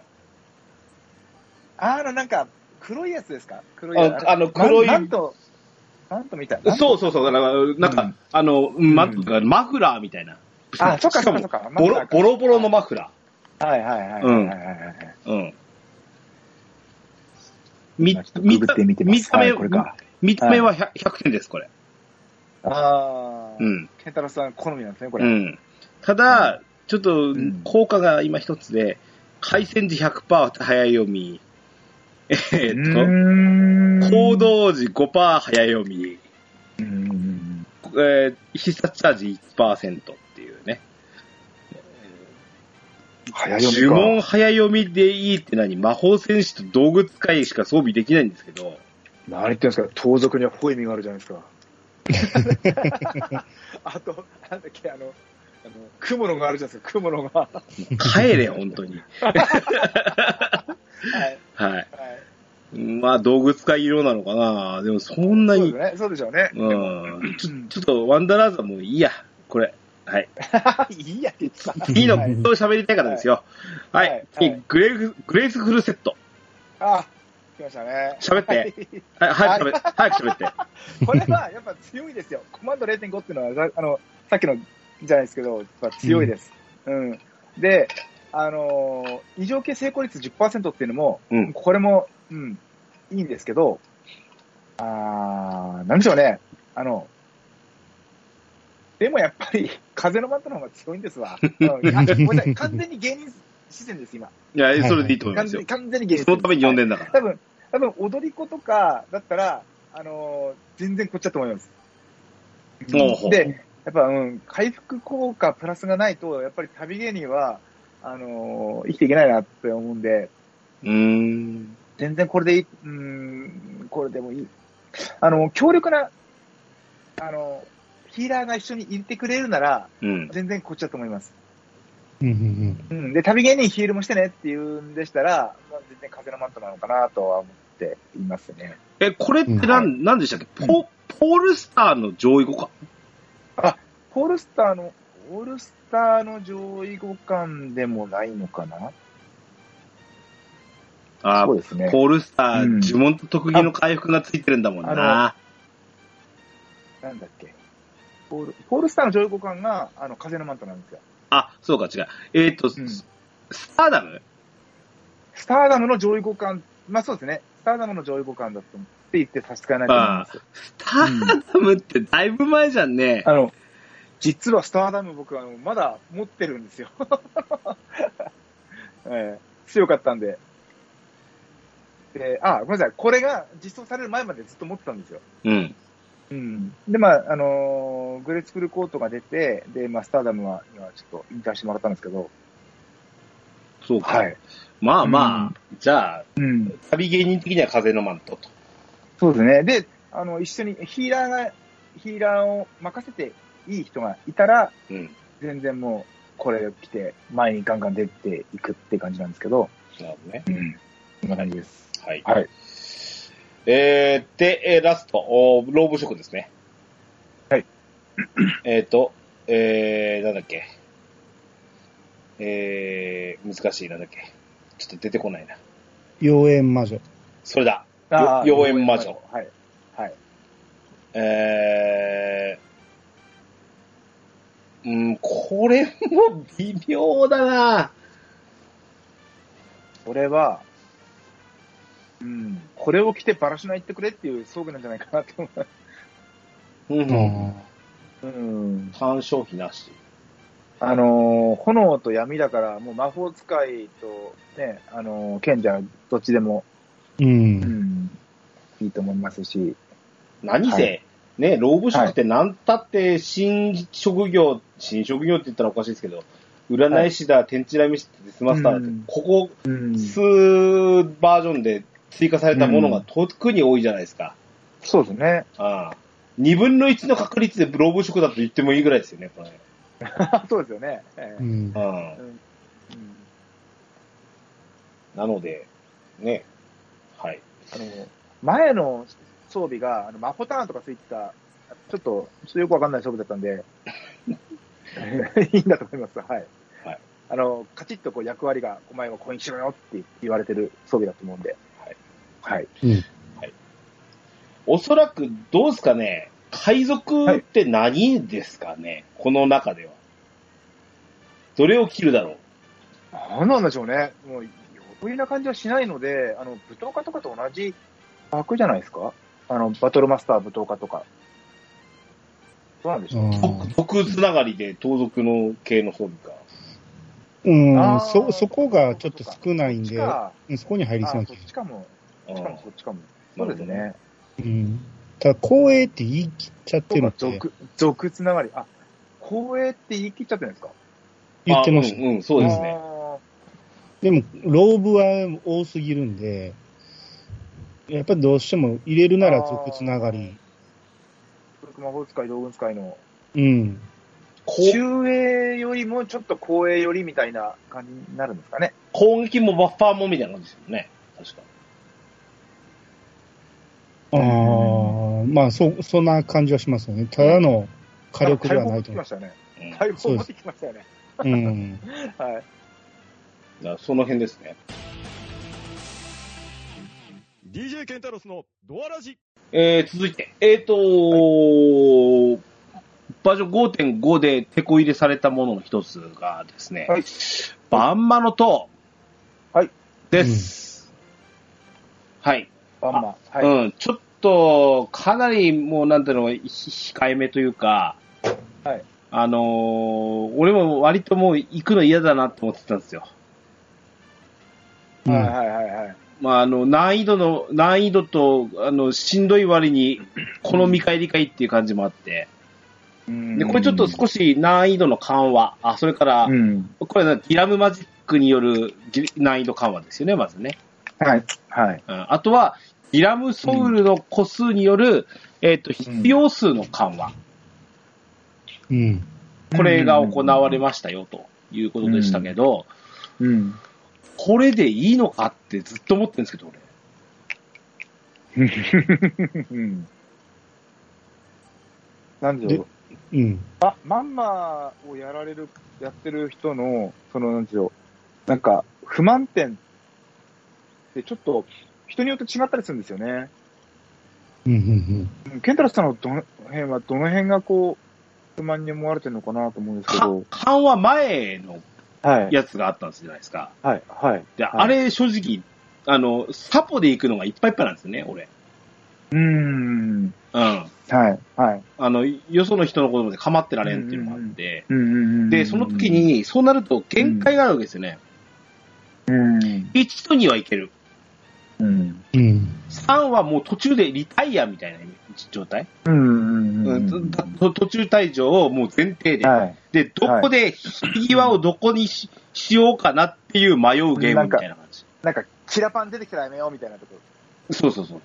Speaker 3: あの、なんか、黒いやつですか黒いやつ。
Speaker 1: ああの、黒い
Speaker 3: な、なんと、なんとみたいな。
Speaker 1: そうそうそう、だから、なんか、
Speaker 3: うん
Speaker 1: あの、ま
Speaker 3: うん
Speaker 1: マフラーみたいな。
Speaker 3: あ、そっか
Speaker 1: しか
Speaker 3: そっ
Speaker 1: も
Speaker 3: かそっか。
Speaker 1: ボロ、ボロボロのマフラ
Speaker 3: はいはいはいはいはいはいはい。
Speaker 1: ー。うん。み
Speaker 3: 今ちょっと
Speaker 1: 見
Speaker 3: ググ
Speaker 1: た
Speaker 3: ってみてます
Speaker 1: 見た目、
Speaker 3: はいこれか
Speaker 1: 見た目は 100, 100点です、これ。
Speaker 3: あ
Speaker 1: う
Speaker 3: ー、
Speaker 1: ん。
Speaker 3: ケンタロウさん好みなんですね、こ
Speaker 1: う
Speaker 3: れ。
Speaker 1: ん。ただ、ちょっと
Speaker 3: ん、
Speaker 1: 効果が今一つで、回線時100%早読み、 えーっと、行
Speaker 3: 行。
Speaker 1: 動時5%早読み、
Speaker 3: うん
Speaker 1: えー必殺チャージ1%っていうね。
Speaker 3: 早
Speaker 1: 呪
Speaker 3: 読みか。
Speaker 1: 文早読みでいいって何魔法戦士と道具使いしか装備できないんですけ ど、
Speaker 3: 何言ってんですか盗賊には吠え身があるじゃな いですか。あと、なんだっけ、あの、あの、雲のがあるじゃないですか、雲のが。は
Speaker 1: 帰れ、本当に。
Speaker 3: い。はい。
Speaker 1: はい。まあ、道具使い色なのかなでも、そんな
Speaker 3: そ
Speaker 1: に
Speaker 3: うです。ね、そうでしょうね。
Speaker 1: うん。ちょちょっと、ワンダーラーズはもういいや、これ。はい。
Speaker 3: いいやって言ってた。
Speaker 1: いいの、
Speaker 2: は
Speaker 1: ず
Speaker 2: い
Speaker 1: っと喋りたいからですよ。は
Speaker 3: はいい。
Speaker 1: 次
Speaker 3: はい
Speaker 1: グレーフグレースフルセット。
Speaker 3: あ、来ましたね。
Speaker 1: 喋って。はい、早く喋って。早く喋って。
Speaker 3: これはやっぱ強いですよ。コマンド0.5っていうのは、あの、さっきのじゃないですけど、やっぱ強いです。うん。で、あのー異常系成功率10%っていうのも、
Speaker 1: うん
Speaker 3: これも、うん、いいんですけど、あー、なんでしょうね。あの、でもやっぱり、風のマントの方が強いんですわ。うん、あごめんなさい。完全に芸人視線です、今。
Speaker 1: いや、それでいいと思い
Speaker 3: 完
Speaker 1: ますよ
Speaker 3: 全。完全に芸人
Speaker 1: そ
Speaker 3: 視線
Speaker 1: のために呼んでんだから。
Speaker 3: 多分、多分踊り子とかだったら、あのー全然こっちだと思います。
Speaker 1: ほうほう
Speaker 3: で、やっぱ、うん、回復効果プラスがないと、やっぱり旅芸人は、あのー生きていけないなって思うんで、
Speaker 1: うーん。
Speaker 3: 全然これでいい、うん、これでもいい。あの、強力な、あの、ヒーラーが一緒にいてくれるなら、
Speaker 1: うん。
Speaker 3: 全然こっちだと思います。
Speaker 2: うんうん
Speaker 3: うん。で、旅芸人ヒールもしてねっていうんでしたら、まあ、全然風のマントなのかなとは思っていますね。
Speaker 1: え、これって
Speaker 3: う
Speaker 1: なん、なんでしたっけポ、ポールスターの上位5か。
Speaker 3: オールスターの、オールスターの上位互換でもないのかな
Speaker 1: あ
Speaker 3: そう
Speaker 1: ー
Speaker 3: ですね。
Speaker 1: ポールスター、
Speaker 3: うん
Speaker 1: 呪文と特技の回復がついてるんだもんな。
Speaker 3: なんだっけ。ポール、ポールスターの上位互換が、あの、風のマントなんですよ。
Speaker 1: あ、そうか、違う。えっと、
Speaker 3: うん
Speaker 1: スターダム
Speaker 3: スターダムの上位互換、まあそうですね。スターダムの上位互換だと思って言って差し支えないと思います。
Speaker 1: スターダムってだいぶ前じゃんね。
Speaker 3: あの、実はスターダム僕はあのまだ持ってるんですよ。 ええ強かったんで。で、あ、ごめんなさい。これが実装される前までずっと持ってたんですよ。
Speaker 1: うん。
Speaker 3: うんで、まあ、あのーグレースクルコートが出て、で、まあ、スターダムは、今ちょっと引退してもらったんですけど、
Speaker 1: そうか。
Speaker 3: い。
Speaker 1: まあまあ、じゃあ、
Speaker 3: うん。
Speaker 1: 旅芸人的には風のマントと。
Speaker 3: そうですね。で、あの、一緒にヒーラーが、ヒーラーを任せていい人がいたら、
Speaker 1: うん。
Speaker 3: 全然もう、これ来て、前にガンガン出ていくって感じなんですけど、
Speaker 1: なるほどね。
Speaker 3: うん。そんな感じです。
Speaker 1: はい。
Speaker 3: はい。
Speaker 1: えー、で、えーラスト、おーローブ職ですね。
Speaker 3: はい。
Speaker 1: えっと、えー、なんだっけ。えー、難しい、なんだっけ。ちょっと出てこないな。
Speaker 2: 妖艶魔女。
Speaker 1: それだ。
Speaker 3: あー
Speaker 1: よ妖艶魔女。
Speaker 3: はい。はい。
Speaker 1: えー、うん、これも微妙だな
Speaker 3: これは、うん。これを着てバラシナ行ってくれっていう装具なんじゃないかなと思う。
Speaker 1: う。
Speaker 2: うん
Speaker 3: うん。
Speaker 1: 単消費なし。
Speaker 3: あのー炎と闇だから、もう魔法使いと、ね、あのー賢者、どっちでも、
Speaker 2: うん。
Speaker 3: いいと思いますし、
Speaker 1: 何せ、
Speaker 3: はい
Speaker 1: ね、老部職って何たって新職業、新職業って言ったらおかしいですけど、占い師だ、天地ラミ師ってスマスターだって、
Speaker 3: うん
Speaker 1: ここ
Speaker 3: うん
Speaker 1: 数バージョンで追加されたものが特に多いじゃないですか。
Speaker 3: そうですね。
Speaker 1: ああ2分の1の確率で老部職だと言ってもいいぐらいですよね、これ。
Speaker 3: そうですよね。え
Speaker 2: う
Speaker 3: え
Speaker 2: ん。
Speaker 1: ああ
Speaker 3: うん
Speaker 1: なので、ね、はい。
Speaker 3: あの前の装備が、あのマホターンとかついてた、ちょっ と、ちょっとよくわかんない装備だったんで、いいんだと思います。はい。
Speaker 1: はい。
Speaker 3: あの、カチッとこう役割が、お前はこうにしろよって言われてる装備だと思うんで、はい。はい。
Speaker 1: おそらく、どうですかね海賊って何ですかね、この中では。どれを切るだろう
Speaker 3: 何なんでしょうね。もう、よ不意な感じはしないので、あの、舞踏家とかと同じ枠じゃないですかあの、バトルマスター舞踏家とか。そうなんでしょう。
Speaker 1: 僕、僕つながりで盗賊の系の装備か。
Speaker 2: うん、
Speaker 3: あー
Speaker 2: そ、そこがちょっと少ないん
Speaker 3: そっち
Speaker 2: で、
Speaker 3: か
Speaker 2: うんそこに入り
Speaker 3: あ
Speaker 2: そうな
Speaker 3: そ
Speaker 2: 気
Speaker 3: っ
Speaker 2: が
Speaker 3: ちかも。
Speaker 1: う
Speaker 3: しか
Speaker 1: ん
Speaker 3: もそっちかも。そうですね。
Speaker 2: うん。ただ、光栄って言い切っちゃってる
Speaker 3: そ
Speaker 2: の
Speaker 3: う
Speaker 2: っ
Speaker 3: か
Speaker 2: て
Speaker 3: 俗、俗つながり。あ、光栄って言い切っちゃってるんですか
Speaker 2: 言ってました。
Speaker 1: あうん、うん、そうですね。
Speaker 3: あ
Speaker 2: でも、ローブは多すぎるんで、やっぱりどうしても入れるなら俗つながり。
Speaker 3: ー僕魔法使い、道具使いの。
Speaker 2: うん。
Speaker 1: こう
Speaker 3: 中衛よりもちょっと光栄よりみたいな感じになるんですかね。
Speaker 1: 攻撃もバッファーもみたいな感じですよね。確か。
Speaker 2: ああ、まあ、そ、そんな感じはしますよね。ただの火力ではないと
Speaker 3: 解放持ってき
Speaker 2: 思
Speaker 3: ました
Speaker 1: う
Speaker 3: よね。
Speaker 1: ん、だか
Speaker 3: 解放持ってきましたよね。
Speaker 2: う。うん。
Speaker 3: はい。
Speaker 1: らその辺ですね。
Speaker 4: DJ ケンタロスのドアラジ
Speaker 1: えー、続いて。えーとーバージョン5.5で手こ入れされたものの一つがですね、
Speaker 3: はい
Speaker 1: バンマの塔。
Speaker 3: はい。
Speaker 1: です。はい。
Speaker 3: バンマ。はい。
Speaker 1: うん、ちょっと、かなりもう、なんていうの、ひ控えめというか、
Speaker 3: はい。
Speaker 1: あのー俺も割ともう行くの嫌だなと思ってたんですよ。
Speaker 2: う
Speaker 3: はい
Speaker 2: ん
Speaker 3: はいはいはい。
Speaker 1: まあ、あの、難易度の、難易度と、あの、しんどい割に、この見返りかいっていう感じもあって、で、これちょっと少し難易度の緩和、あ、それから、
Speaker 3: うん。
Speaker 1: これはディラムマジックによるぎ難易度緩和ですよね、まずね。
Speaker 3: はい。はい。
Speaker 1: うん、あとは、ディラムソウルの個数による、えっ、と、必要数の緩和。
Speaker 2: うん。
Speaker 1: これが行われましたよということでしたけど、
Speaker 3: うん。
Speaker 1: これでいいのかってずっと思ってるんですけど、俺。
Speaker 3: うん。なんでしょう。
Speaker 2: うん。
Speaker 3: あ、まんまをやられる、やってる人の、その、なんでしょう、なんか、不満点ってちょっと、人によって違ったりするんですよね。
Speaker 2: うん。うん。
Speaker 3: うんケンタロスさんのどの辺は、どの辺がこう、不満に思われてるのかなと思うんですけ
Speaker 1: か
Speaker 3: ど。
Speaker 1: 緩和前の
Speaker 3: はい。
Speaker 1: やつがあったんじゃないですか。
Speaker 3: はい。はい。
Speaker 1: で、
Speaker 3: い
Speaker 1: あれ正直、あの、サポで行くのがいっぱいいっぱいなんですよね、俺。
Speaker 3: うーん。
Speaker 1: うん。
Speaker 3: はい。はい。
Speaker 1: あの、よその人のことまで構ってられんっていうのがあって、
Speaker 3: うんうんうんうん
Speaker 1: で、その時、に、そうなると限界があるわけですよね。
Speaker 3: うん。
Speaker 1: 1と2はいける。
Speaker 3: うん。
Speaker 2: うん。
Speaker 1: 3はもう途中でリタイアみたいな状態、
Speaker 3: うん。
Speaker 1: うんとと途中退場をもう前提で。
Speaker 3: はい。
Speaker 1: で、どこで引き際をどこにし,、ようかなっていう迷うゲームみたいな感じ。
Speaker 3: なんか、キラパン出てきたらやめようみたいなとこ
Speaker 1: そうそうそう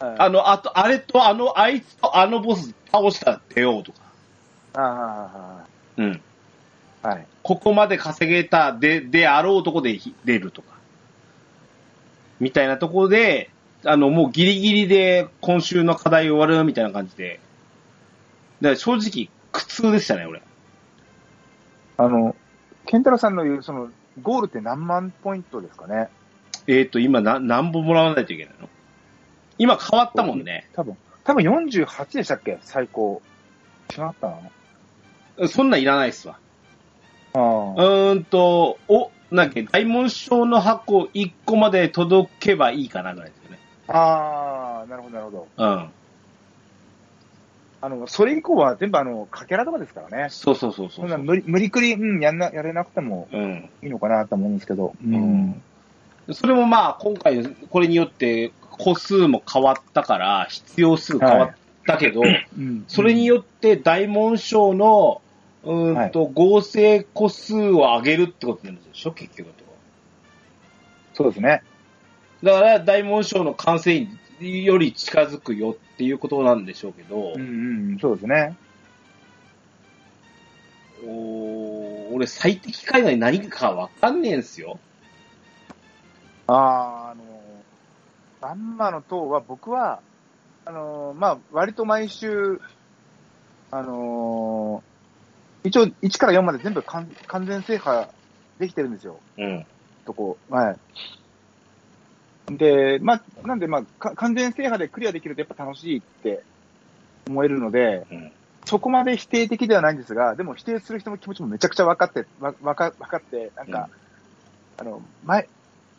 Speaker 1: そう。
Speaker 3: ろ。はい
Speaker 1: あの、あと、あれとあの、あいつとあのボス倒したら出ようとか。
Speaker 3: あ
Speaker 1: うん。
Speaker 3: あ、はい。
Speaker 1: ここまで稼げたで、であろうとこでひ出るとか。みたいなところで、あの、もうギリギリで今週の課題終わるみたいな感じで。だから正直、苦痛でしたね、俺。
Speaker 3: あの、ケンタロウさんの言う、その、ゴールって何万ポイントですかね
Speaker 1: えっ、ー、と、今な、何本もらわないといけないの今変わったもんね。
Speaker 3: 多分。多分48でしたっけ最高。違ったな。
Speaker 1: そんなんいらないっすわ。う
Speaker 3: ああ。
Speaker 1: ーんと、お、なんだっけ、大門賞の箱1個まで届けばいいかなぐらいですよね。
Speaker 3: ああ、なるほど、なるほど。
Speaker 1: うん。
Speaker 3: あの、それ以降は全部あの、かけらとかですからね。
Speaker 1: そうそうそうそ
Speaker 3: そ
Speaker 1: うんそ
Speaker 3: な
Speaker 1: う。
Speaker 3: 無理、無理くり、うん、やんな、やれなくても
Speaker 1: うん。
Speaker 3: いいのかなと思うんですけど。う
Speaker 1: うん。それもまあ、今回、これによって、個数も変わったから、必要数変わったけど、
Speaker 3: うん
Speaker 1: それによって大門賞の、うーんと、合成個数を上げるってことになるでしょ、結局のところ。
Speaker 3: そうですね。
Speaker 1: だから、大門賞の完成により近づくよっていうことなんでしょうけど、
Speaker 3: うんうん、そうですね。
Speaker 1: おー俺、最適解外何かわかんねえんすよ。
Speaker 3: ああ、あの、バンマの塔は僕は、あのー、まあ、割と毎週、あのー、一応1から4まで全部完完全制覇できてるんですよ。
Speaker 1: うん。
Speaker 3: とこ、はい。で、まあ、なんで、まあ、か完全制覇でクリアできるとやっぱ楽しいって思えるので、
Speaker 1: うん
Speaker 3: そこまで否定的ではないんですが、でも否定する人の気持ちもめちゃくちゃ分かって、わ分か分かって、なんか、あの、前、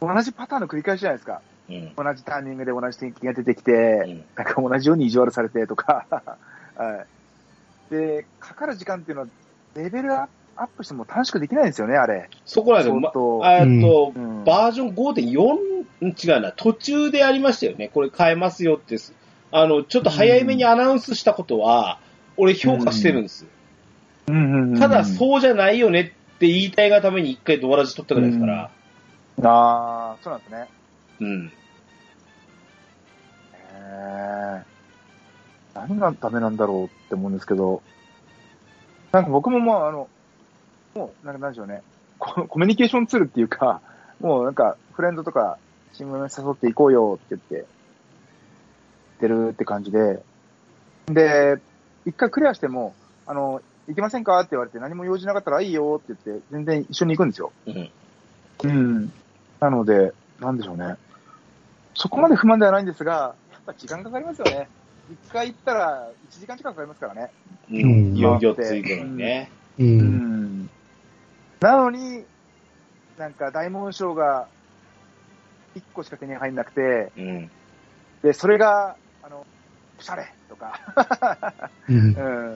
Speaker 3: 同じパターンの繰り返しじゃないですか。
Speaker 1: うん。
Speaker 3: 同じタイミングで同じ天気が出てきて、
Speaker 1: うん
Speaker 3: なんか同じように意地悪されてとか、 はい。で、かかる時間っていうのは、レベルアップしても短縮できないんですよね、あれ。
Speaker 1: そこらで、
Speaker 3: 相
Speaker 1: ま、
Speaker 3: 当
Speaker 1: えっと
Speaker 3: う、ん
Speaker 1: バージョン5.4、ん違うな、途中でありましたよね。これ変えますよってす。あの、ちょっと早めにアナウンスしたことは、俺評価してるんです。ただ、
Speaker 3: う
Speaker 1: そうじゃないよねって言いたいがために一回ドアラジ取ったぐらいですから。
Speaker 3: ん。ああ、そうなんですね。
Speaker 1: うん。
Speaker 3: へえ何がダメなんだろうって思うんですけど、なんか僕もまあ、あの、もう、なんかなんでしょうね、ココミュニケーションツールっていうか、もうなんか、フレンドとか、チームメント誘って行こうよって言って、出るって感じで、で、一回クリアしても、あの、行きませんかって言われて、何も用事なかったらいいよって言って、全然一緒に行くんですよ。
Speaker 1: うん。
Speaker 3: うん。なので、なんでしょうね。そこまで不満ではないんですが、やっぱ時間かかりますよね。一回行ったら1時間近くかかりますからね。
Speaker 1: うんん。いよいよついてるのにね。
Speaker 2: う。
Speaker 3: うんん。なのに、なんか大紋章が1個しか手に入んなくて、
Speaker 1: うん。
Speaker 3: で、それが、あの、おしゃれとか、
Speaker 2: うん
Speaker 3: うん。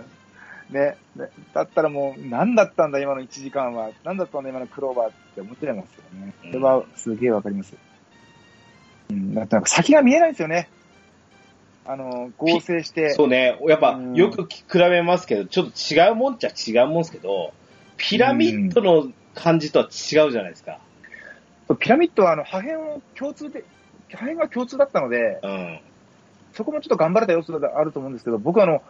Speaker 3: ね、ねだったらもう、何だったんだ今の1時間は、何だったんだ今のクローバーって思っちゃいますよね。それはすげえわかります。うん、だってなんか先が見えないですよね。あの、合成して。
Speaker 1: そうね。やっぱ
Speaker 3: う、ん
Speaker 1: よく比べますけど、ちょっと違うもんっちゃ違うもんですけど、ピラミッドの感じとは違うじゃないですか。
Speaker 3: ピラミッドはあの破片を共通で、破片が共通だったので、
Speaker 1: うん。
Speaker 3: そこもちょっと頑張れた要素があると思うんですけど、僕はあの、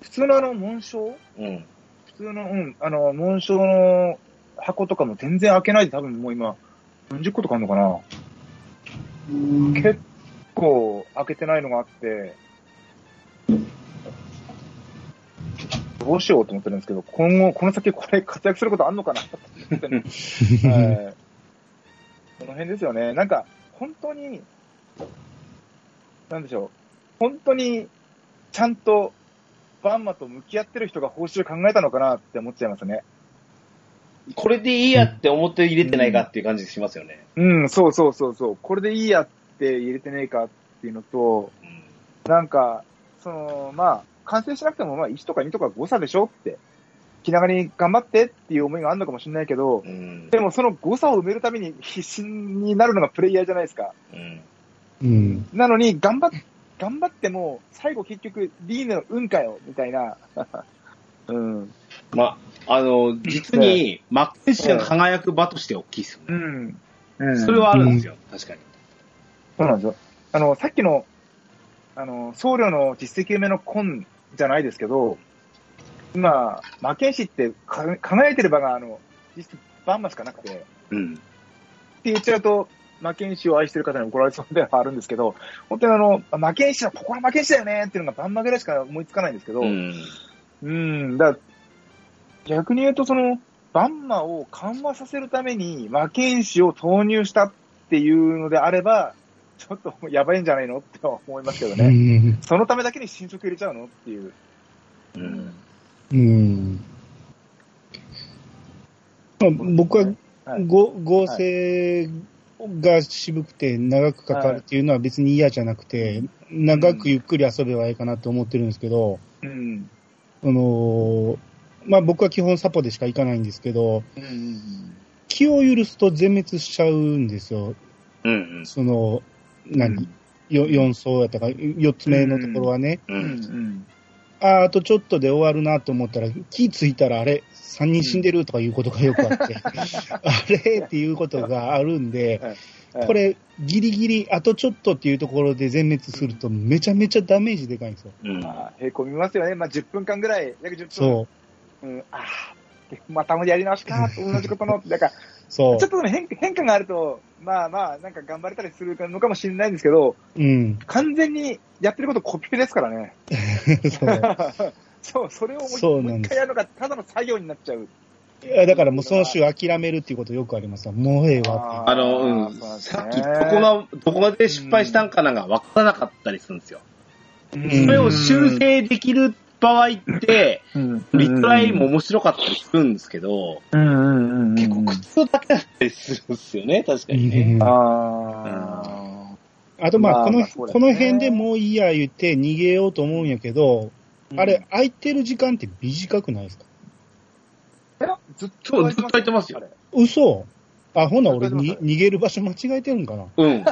Speaker 3: 普通のあの、紋章
Speaker 1: うん。
Speaker 3: 普通の、うん、あの、紋章の箱とかも全然開けないで多分もう今、40個とかあるのかな結構開けてないのがあって、どうしようと思ってるんですけど、今後、この先これ活躍することあんのかなと思ってるんです、はいこの辺ですよね。なんか、本当に、なんでしょう。本当に、ちゃんと、バンマと向き合ってる人が報酬考えたのかなって思っちゃいますね。
Speaker 1: これでいいやって思って入れてないかっていう感じしますよね。
Speaker 3: うん、そうそうそうそう。これでいいやって入れてねえかっていうのと、
Speaker 1: うん。
Speaker 3: なんか、その、まあ、完成しなくても、まあ、1とか2とか誤差でしょって、気長に頑張ってっていう思いがあるのかもしれないけど
Speaker 1: う、ん。
Speaker 3: でもその誤差を埋めるために必死になるのがプレイヤーじゃないですか。
Speaker 1: うん。
Speaker 2: うん。
Speaker 3: なのに、頑張っ、頑張っても、最後結局、リーネの運かよ、みたいな。 うん。
Speaker 1: ま、あの、実に、マッケンシーが輝く場として大きいですよ
Speaker 3: う
Speaker 1: ね。
Speaker 3: ん。うん。
Speaker 1: それはあるんですよ。確かに。
Speaker 3: そうなんですよ。あの、さっきの、あの、僧侶の実績埋めの婚じゃないですけど、今、魔剣士ってか輝いてる場が、あの、実質バンマしかなくて、って
Speaker 1: うん。
Speaker 3: 言っちゃうと、魔剣士を愛してる方に怒られそうではあるんですけど、本当にあの、魔剣士は、ここは魔剣士だよねっていうのがバンマぐらいしか思いつかないんですけど、
Speaker 1: うん。
Speaker 3: うん、だから逆に言うと、その、バンマを緩和させるために、魔剣士を投入したっていうのであれば、ちょっとやばいんじゃないのって思いますけど
Speaker 2: う
Speaker 3: ね。
Speaker 2: ん。
Speaker 3: そのためだけに新色入れちゃうのっていう。
Speaker 1: うん。
Speaker 2: うん。まあ僕は
Speaker 3: はい
Speaker 2: ご合成が渋くて長くかかるっていうのは別に嫌じゃなくて、長くゆっくり遊べばいいかなと思ってるんですけど、
Speaker 3: うん。
Speaker 2: あのーまあ、僕は基本サポでしか行かないんですけど、
Speaker 3: うん。
Speaker 2: 気を許すと全滅しちゃうんですよ。
Speaker 1: うん。
Speaker 2: その、何、よ4層やったか、4つ目のところはね。
Speaker 1: う。
Speaker 3: うんん。
Speaker 2: あーあとちょっとで終わるなと思ったら、気ついたらあれ、3人死んでるとかいうことがよくあって、 あれっていうことがあるん で、これ、ギリギリ、あとちょっとっていうところで全滅すると、めちゃめちゃダメージでかいんですよ。
Speaker 1: うん。
Speaker 3: まあ、へこみますよね。まあ、10分間ぐらい、約10分。
Speaker 2: そう、
Speaker 3: う。ん、ああ、またもやり直しか、と同じことの、なんか、
Speaker 2: そ
Speaker 3: ちょっとでも変変化があると、まあまあ、なんか頑張れたりするのかもしれないんですけど、
Speaker 2: う。うん。
Speaker 3: 完全にやってることコピペですからね。
Speaker 2: そう。
Speaker 3: そう、それをもう一
Speaker 2: そう
Speaker 3: も
Speaker 2: な
Speaker 3: うん
Speaker 2: です
Speaker 3: 一回やるのがただの作業になっちゃう。
Speaker 2: いやだからもうその週諦めるっていうことよくありますわもうええわっ
Speaker 1: あの、うん。さっき、どこが、どこまで失敗したんかなんか分からなかったりするんですよ。
Speaker 2: うん
Speaker 1: それを修正できる場合って、リトライも面白かったりするんですけど、
Speaker 3: 結
Speaker 1: 結構苦痛だけだったりするんですよね、確か
Speaker 2: て
Speaker 1: に
Speaker 2: いう
Speaker 1: ね。
Speaker 2: ん。
Speaker 3: あ
Speaker 2: あとまあ、この、
Speaker 3: まあまあそうだ
Speaker 2: こ
Speaker 3: よね
Speaker 2: の辺でもういいや言って逃げようと思うんやけど、
Speaker 3: ー
Speaker 2: あれ、空いてる時間って短くないですか
Speaker 3: いやずっと
Speaker 1: そうずっと空いてますよ
Speaker 3: あれ
Speaker 2: 嘘あ、ほな、俺
Speaker 3: わかり
Speaker 2: に、
Speaker 3: ます
Speaker 2: 逃げる場所間違えてるんかな
Speaker 1: うん。え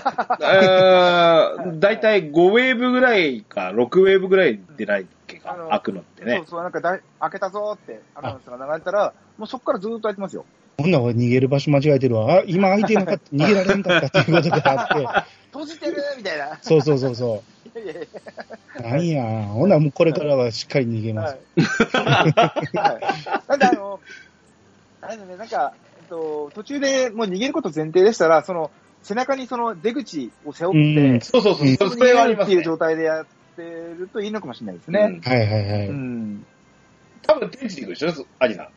Speaker 1: ーだいたい5ウェーブぐらいか、6ウェーブぐらいでないっけ
Speaker 3: あ
Speaker 1: か
Speaker 3: の、
Speaker 1: 開くのって
Speaker 3: そ
Speaker 1: ね
Speaker 3: う。そう、なんかだい開けたぞーってアナウンスが流れたら、もうそこからずっと開いてますよ。
Speaker 2: ほんな、俺逃げる場所間違えてるわ。あ、今空いてな かった、逃げられんかったっていうことがあって。
Speaker 3: 閉じてるみたいな。
Speaker 2: そうそうそうそ
Speaker 3: いやいやいや
Speaker 2: う。なんや。ほな、もうこれからはしっかり逃げます。
Speaker 3: はい。はいなんであの、あれだね、なんか、えっと、途中でもう逃げること前提でしたら、その、背中にその出口を背負って、
Speaker 2: うん
Speaker 1: そうそうそう、
Speaker 3: そ
Speaker 1: それはありま
Speaker 3: っ
Speaker 1: す
Speaker 3: ていう
Speaker 1: ね。
Speaker 3: 状態でやってるといいのかもしれないですね。
Speaker 2: はいはいは
Speaker 3: う
Speaker 2: い。
Speaker 3: ん。
Speaker 1: 多分天地で行くでしょ、そアジナ。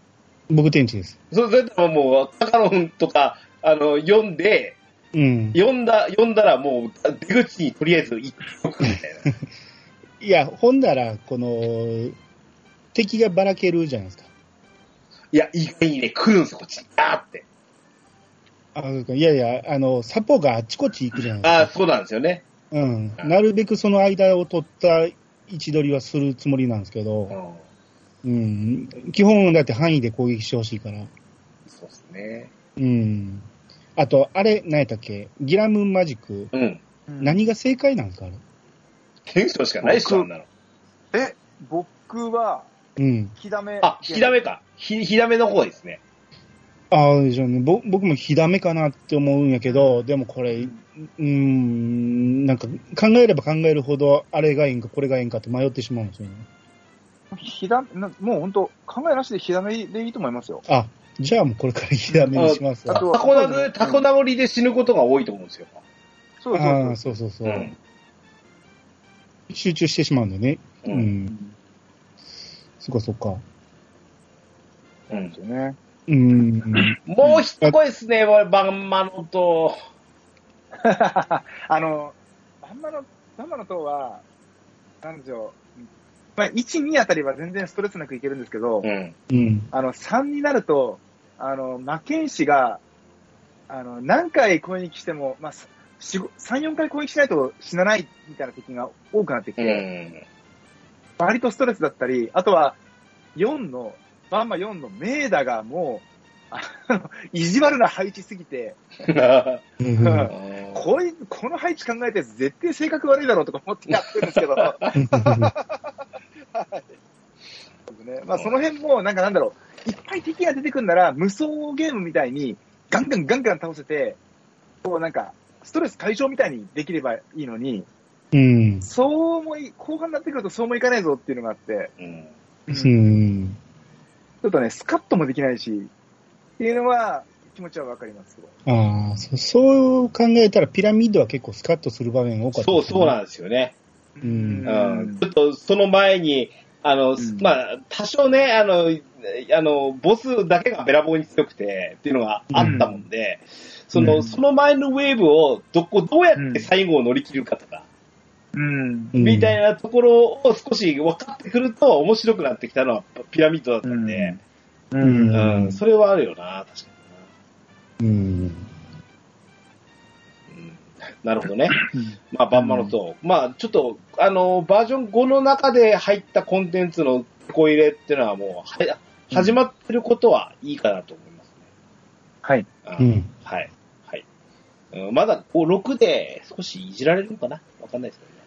Speaker 2: 僕、天地です。
Speaker 1: そうそれとももう、カカロンとか、あの、読んで、
Speaker 2: うん。
Speaker 1: 読んだ、読んだらもう、出口にとりあえず行っておくみたいな。
Speaker 2: いや、ほんなら、この、敵がばらけるじゃないですか。
Speaker 1: いや、意外にね、来るんですよ、こっち。あーって。
Speaker 2: あいやいや、あの、サポがあっちこっち行くじゃない
Speaker 1: あ
Speaker 2: で
Speaker 1: あ、そうなんですよね。
Speaker 2: すか。うん。なるべくその間を取った位置取りはするつもりなんですけ
Speaker 1: うん
Speaker 2: ど、。うん。基本、だって範囲で攻撃してほしいから。
Speaker 1: そうですね。
Speaker 2: うん。あと、あれ、何やったっけギラムマジック。
Speaker 1: うん。
Speaker 2: 何が正解なんですかあれ。
Speaker 1: テンションしかないっしょ、あんなの。
Speaker 3: え、僕は、
Speaker 2: うん。
Speaker 3: 火だめ。
Speaker 1: あ、ひらめか。ひ、ひらめの方ですね。
Speaker 2: ああ、じゃあね、ぼ僕も火ダメかなって思うんやけど、でもこれ、うーん、なんか考えれば考えるほど、あれがいいんかこれがいいんかって迷ってしまうんですよね。
Speaker 3: 火だめ、なもう本当、考えなしで火だめでいいと思いますよ。
Speaker 2: あ、じゃあもうこれから火ダメにします
Speaker 1: タ
Speaker 2: わ。
Speaker 3: あと
Speaker 1: コ殴、タコ殴りで死ぬことが多いと思うんですよ。
Speaker 3: そう
Speaker 2: あ
Speaker 3: そうそ
Speaker 2: あ、
Speaker 3: う。
Speaker 2: そうそうそうう、
Speaker 1: ん。
Speaker 2: 集中してしまうんだよね。う。
Speaker 1: うんん。
Speaker 2: そっかそっか。
Speaker 1: うん。
Speaker 3: ですよね。
Speaker 2: うーん。
Speaker 1: もう一声ですね、俺、バンマのと。
Speaker 3: あの、バンマの、バンマの塔は、なんでしょう。まあ、1、2あたりは全然ストレスなくいけるんですけど、
Speaker 1: うん。
Speaker 2: うん。
Speaker 3: あの、3になると、あの、魔剣士が、あの、何回攻撃しても、まあ、3、4回攻撃しないと死なないみたいな敵が多くなって
Speaker 1: う
Speaker 3: きて、
Speaker 1: ん。
Speaker 3: 割とストレスだったり、あとは、4の、バンマ4のメーダがもう、あの、意地悪な配置すぎて、
Speaker 2: うん
Speaker 3: あこいこの配置考えたやつ絶対性格悪いだろうとか思ってやってるんですけど、ねまあ、その辺も、なんかなんだろう、いっぱい敵が出てくるなら、無双ゲームみたいに、ガンガンガンガン倒せて、こうなんか、ストレス解消みたいにできればいいのに、
Speaker 2: うん。
Speaker 3: そうもい、後半になってくるとそうもいかないぞっていうのがあって、
Speaker 1: うん。
Speaker 2: うん。
Speaker 3: ちょっとね、スカッともできないし、っていうのは、気持ちはわかりますけど。
Speaker 2: ああ、そそう考えたらピラミッドは結構スカッとする場面が多かった、
Speaker 1: そう、そう
Speaker 2: で
Speaker 1: なんですよね。
Speaker 2: うん
Speaker 1: うんちょっとその前に、あの、
Speaker 3: ん
Speaker 1: まあ、多少ね、あの、あの、ボスだけがべらぼうに強くてっていうのがあったもんで、その、
Speaker 3: うん
Speaker 1: その前のウェーブをどこ、どうやって最後を乗り切るかとか、
Speaker 3: うん。
Speaker 2: すね。
Speaker 1: みたい
Speaker 2: な。
Speaker 1: なところを少し分かってくると面白くなってきたのはピラミッドだったんで、
Speaker 3: う
Speaker 1: うん
Speaker 3: ん。
Speaker 1: ん、それはあるよな、確か
Speaker 2: うん。
Speaker 1: にな。うんなるほどね。まあ、バンマのと、まあ、ちょっと、あの、バージョン5の中で入ったコンテンツの手こ入れっていうのはもう、は始まってることはいいかなと思いますね。
Speaker 3: はい。
Speaker 1: あ
Speaker 2: うん
Speaker 1: はい。はい。うんまだ5、6で少しいじられるのかなわかんないですけどね。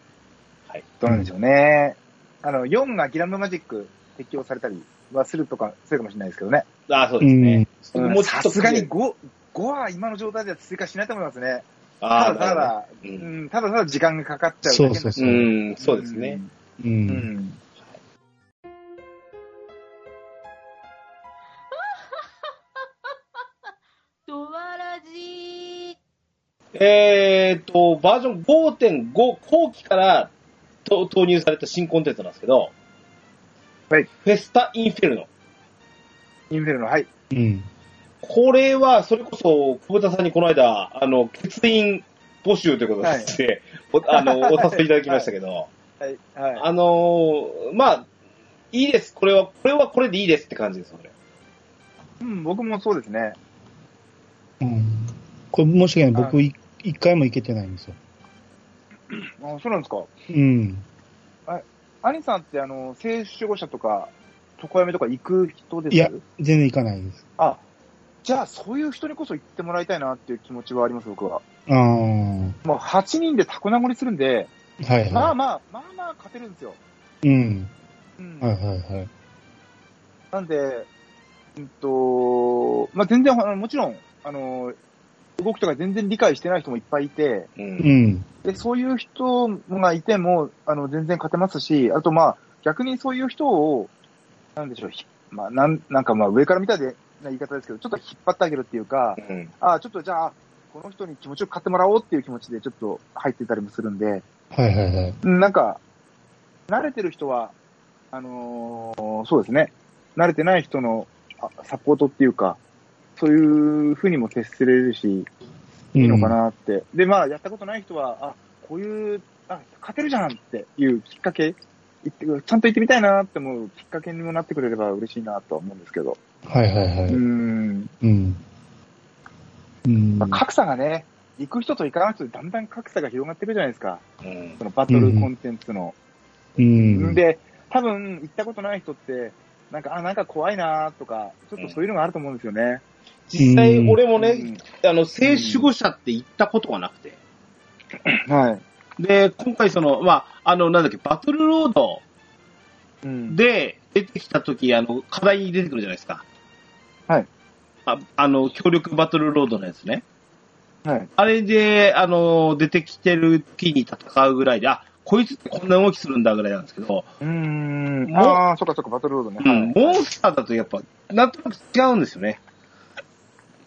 Speaker 3: どうなんでしょうね。あの、4がギラムマジック適用されたりはするとか、するかもしれないですけどね。
Speaker 1: ああ、そうですね。そこ
Speaker 3: うん
Speaker 1: ちょ
Speaker 3: さ
Speaker 1: っと
Speaker 3: すがに 5, 5は今の状態では追加しないと思いますね。
Speaker 1: あ
Speaker 3: た
Speaker 1: あ、
Speaker 3: だた
Speaker 1: なる
Speaker 3: だ、
Speaker 1: ほど
Speaker 3: う
Speaker 1: ね
Speaker 3: ん、ただただ時間がかかっちゃうだけ
Speaker 2: そうそうそうだ
Speaker 1: ん。うん、そうですね。。
Speaker 2: う。
Speaker 3: うんん。
Speaker 5: ドワラジー。
Speaker 1: えっと、バージョン5.5後期からと投入された新コンテンツなんですけど、
Speaker 3: はい
Speaker 1: フェスタ・インフェルノ。
Speaker 3: インフェルノ、はい。
Speaker 2: うん。
Speaker 1: これは、それこそ、久保田さんにこの間、あの、欠員募集ということで、おあの、お誘いいただきましたけど、
Speaker 3: はい、は
Speaker 1: あのーまあ、いいです。これは、これはこれでいいですって感じです、これ。
Speaker 3: い。うん、僕もそうですね。
Speaker 2: うん、これ、申し訳ない。僕、い一回も行けてないんですよ。
Speaker 3: あそうなんですか。
Speaker 2: うん。
Speaker 3: アニさんって、あの、性守護者とか、床嫁とか行く人です
Speaker 2: いや全然行かないです。
Speaker 3: あ、じゃあそういう人にこそ行ってもらいたいなっていう気持ちはあります、僕は。
Speaker 2: ああ、は
Speaker 3: まあ、8人でタコ殴りするんで、
Speaker 2: いはい。
Speaker 3: まあまあ、まあまあ勝てるんですよ。
Speaker 2: うん。
Speaker 3: うん。
Speaker 2: はいはいはい。
Speaker 3: なんで、うんと、まあ全然、あのもちろん、あの、動きとか全然理解してない人もいっぱいいて、
Speaker 1: う。
Speaker 2: うんん。
Speaker 3: で、そういう人がいても、あの、全然勝てますし、あとまあ、逆にそういう人を、なんでしょう、ひまあ、なん、なんかまあ、上から見たで、な言い方ですけど、ちょっと引っ張ってあげるっていうか、
Speaker 1: うん。
Speaker 3: ああ、ちょっとじゃあ、この人に気持ちよく買ってもらおうっていう気持ちでちょっと入ってたりもするんで、
Speaker 2: はいはいはい。
Speaker 3: うんなんか、慣れてる人は、あのーそうですね、慣れてない人のあサポートっていうか、そういうふうにも接せれるし、いいのかなって。で、まあ、やったことない人は、あ、こういう、あ、勝てるじゃんっていうきっかけ、言ってちゃんと行ってみたいなって思うきっかけにもなってくれれば嬉しいなとは思うんですけど。
Speaker 2: うん。はいはいは
Speaker 3: う
Speaker 2: い。
Speaker 3: ん。
Speaker 2: うん。うん。
Speaker 3: まあ、格差がね、行く人と行かない人でだんだん格差が広がっていくじゃないですか。
Speaker 1: うん
Speaker 3: そのバトルコンテンツの。
Speaker 2: うん。
Speaker 3: で、多分行ったことない人って、なんか、あ、なんか怖いなとか、ちょっとそういうのがあると思うんですよね。
Speaker 1: 実際、
Speaker 2: うん
Speaker 1: 俺も
Speaker 3: う
Speaker 1: ね、
Speaker 3: ん
Speaker 1: あの、性守護者って行ったことがなくて。
Speaker 3: はい。
Speaker 1: で、今回その、まあ、あの、なんだっけ、バトルロード
Speaker 3: うん、
Speaker 1: で出てきたとき、あの、課題に出てくるじゃないですか。
Speaker 3: はい。
Speaker 1: ああの、協力バトルロードのやつね。
Speaker 3: はい。
Speaker 1: あれで、あの、出てきてる時に戦うぐらいで、あ、こいつってこんな動きするんだぐらいなんですけど、
Speaker 3: うーん。
Speaker 1: も
Speaker 3: ああ、そっかそっか、バトルロードね。
Speaker 1: う
Speaker 3: はい
Speaker 1: ん、モンスターだとやっぱ、なんとなく違うんですよね。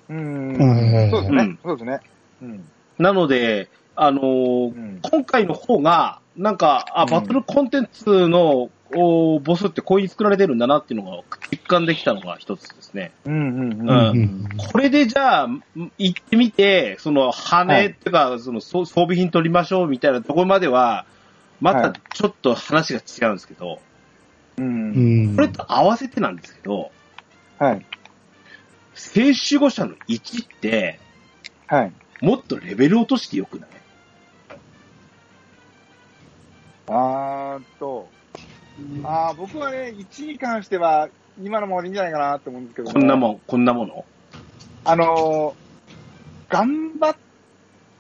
Speaker 3: う
Speaker 2: はいはいは
Speaker 3: ん。
Speaker 2: い
Speaker 3: そうです
Speaker 1: う
Speaker 3: ね。
Speaker 1: ん
Speaker 3: そうですね。うん。
Speaker 1: なので、あのー
Speaker 3: うん。
Speaker 1: 今回の方が、なんか、あ、
Speaker 3: うん
Speaker 1: バトルコンテンツの、おボスってこういう風に作られてるんだなっていうのが実感できたのが一つですね。
Speaker 3: うん。うん。
Speaker 1: うん
Speaker 2: うん。
Speaker 1: これでじゃあ、ん行ってみて、その、
Speaker 3: は
Speaker 1: 羽
Speaker 3: い
Speaker 1: っていうか、その、装装備品取りましょうみたいなところまでは、ま
Speaker 3: は
Speaker 1: た
Speaker 3: い
Speaker 1: ちょっと話が違うんですけど、
Speaker 3: う。
Speaker 2: うんん。
Speaker 1: これと合わせてなんですけど、
Speaker 3: はい。
Speaker 1: 性守護者の1って、
Speaker 3: はい。
Speaker 1: もっとレベル落としてよくない
Speaker 3: あーっと、ああ、僕はね、1に関しては、今のままでいいんじゃないかなと思うんですけど、ね、
Speaker 1: こんなもん、こんなもの
Speaker 3: あのー頑張っ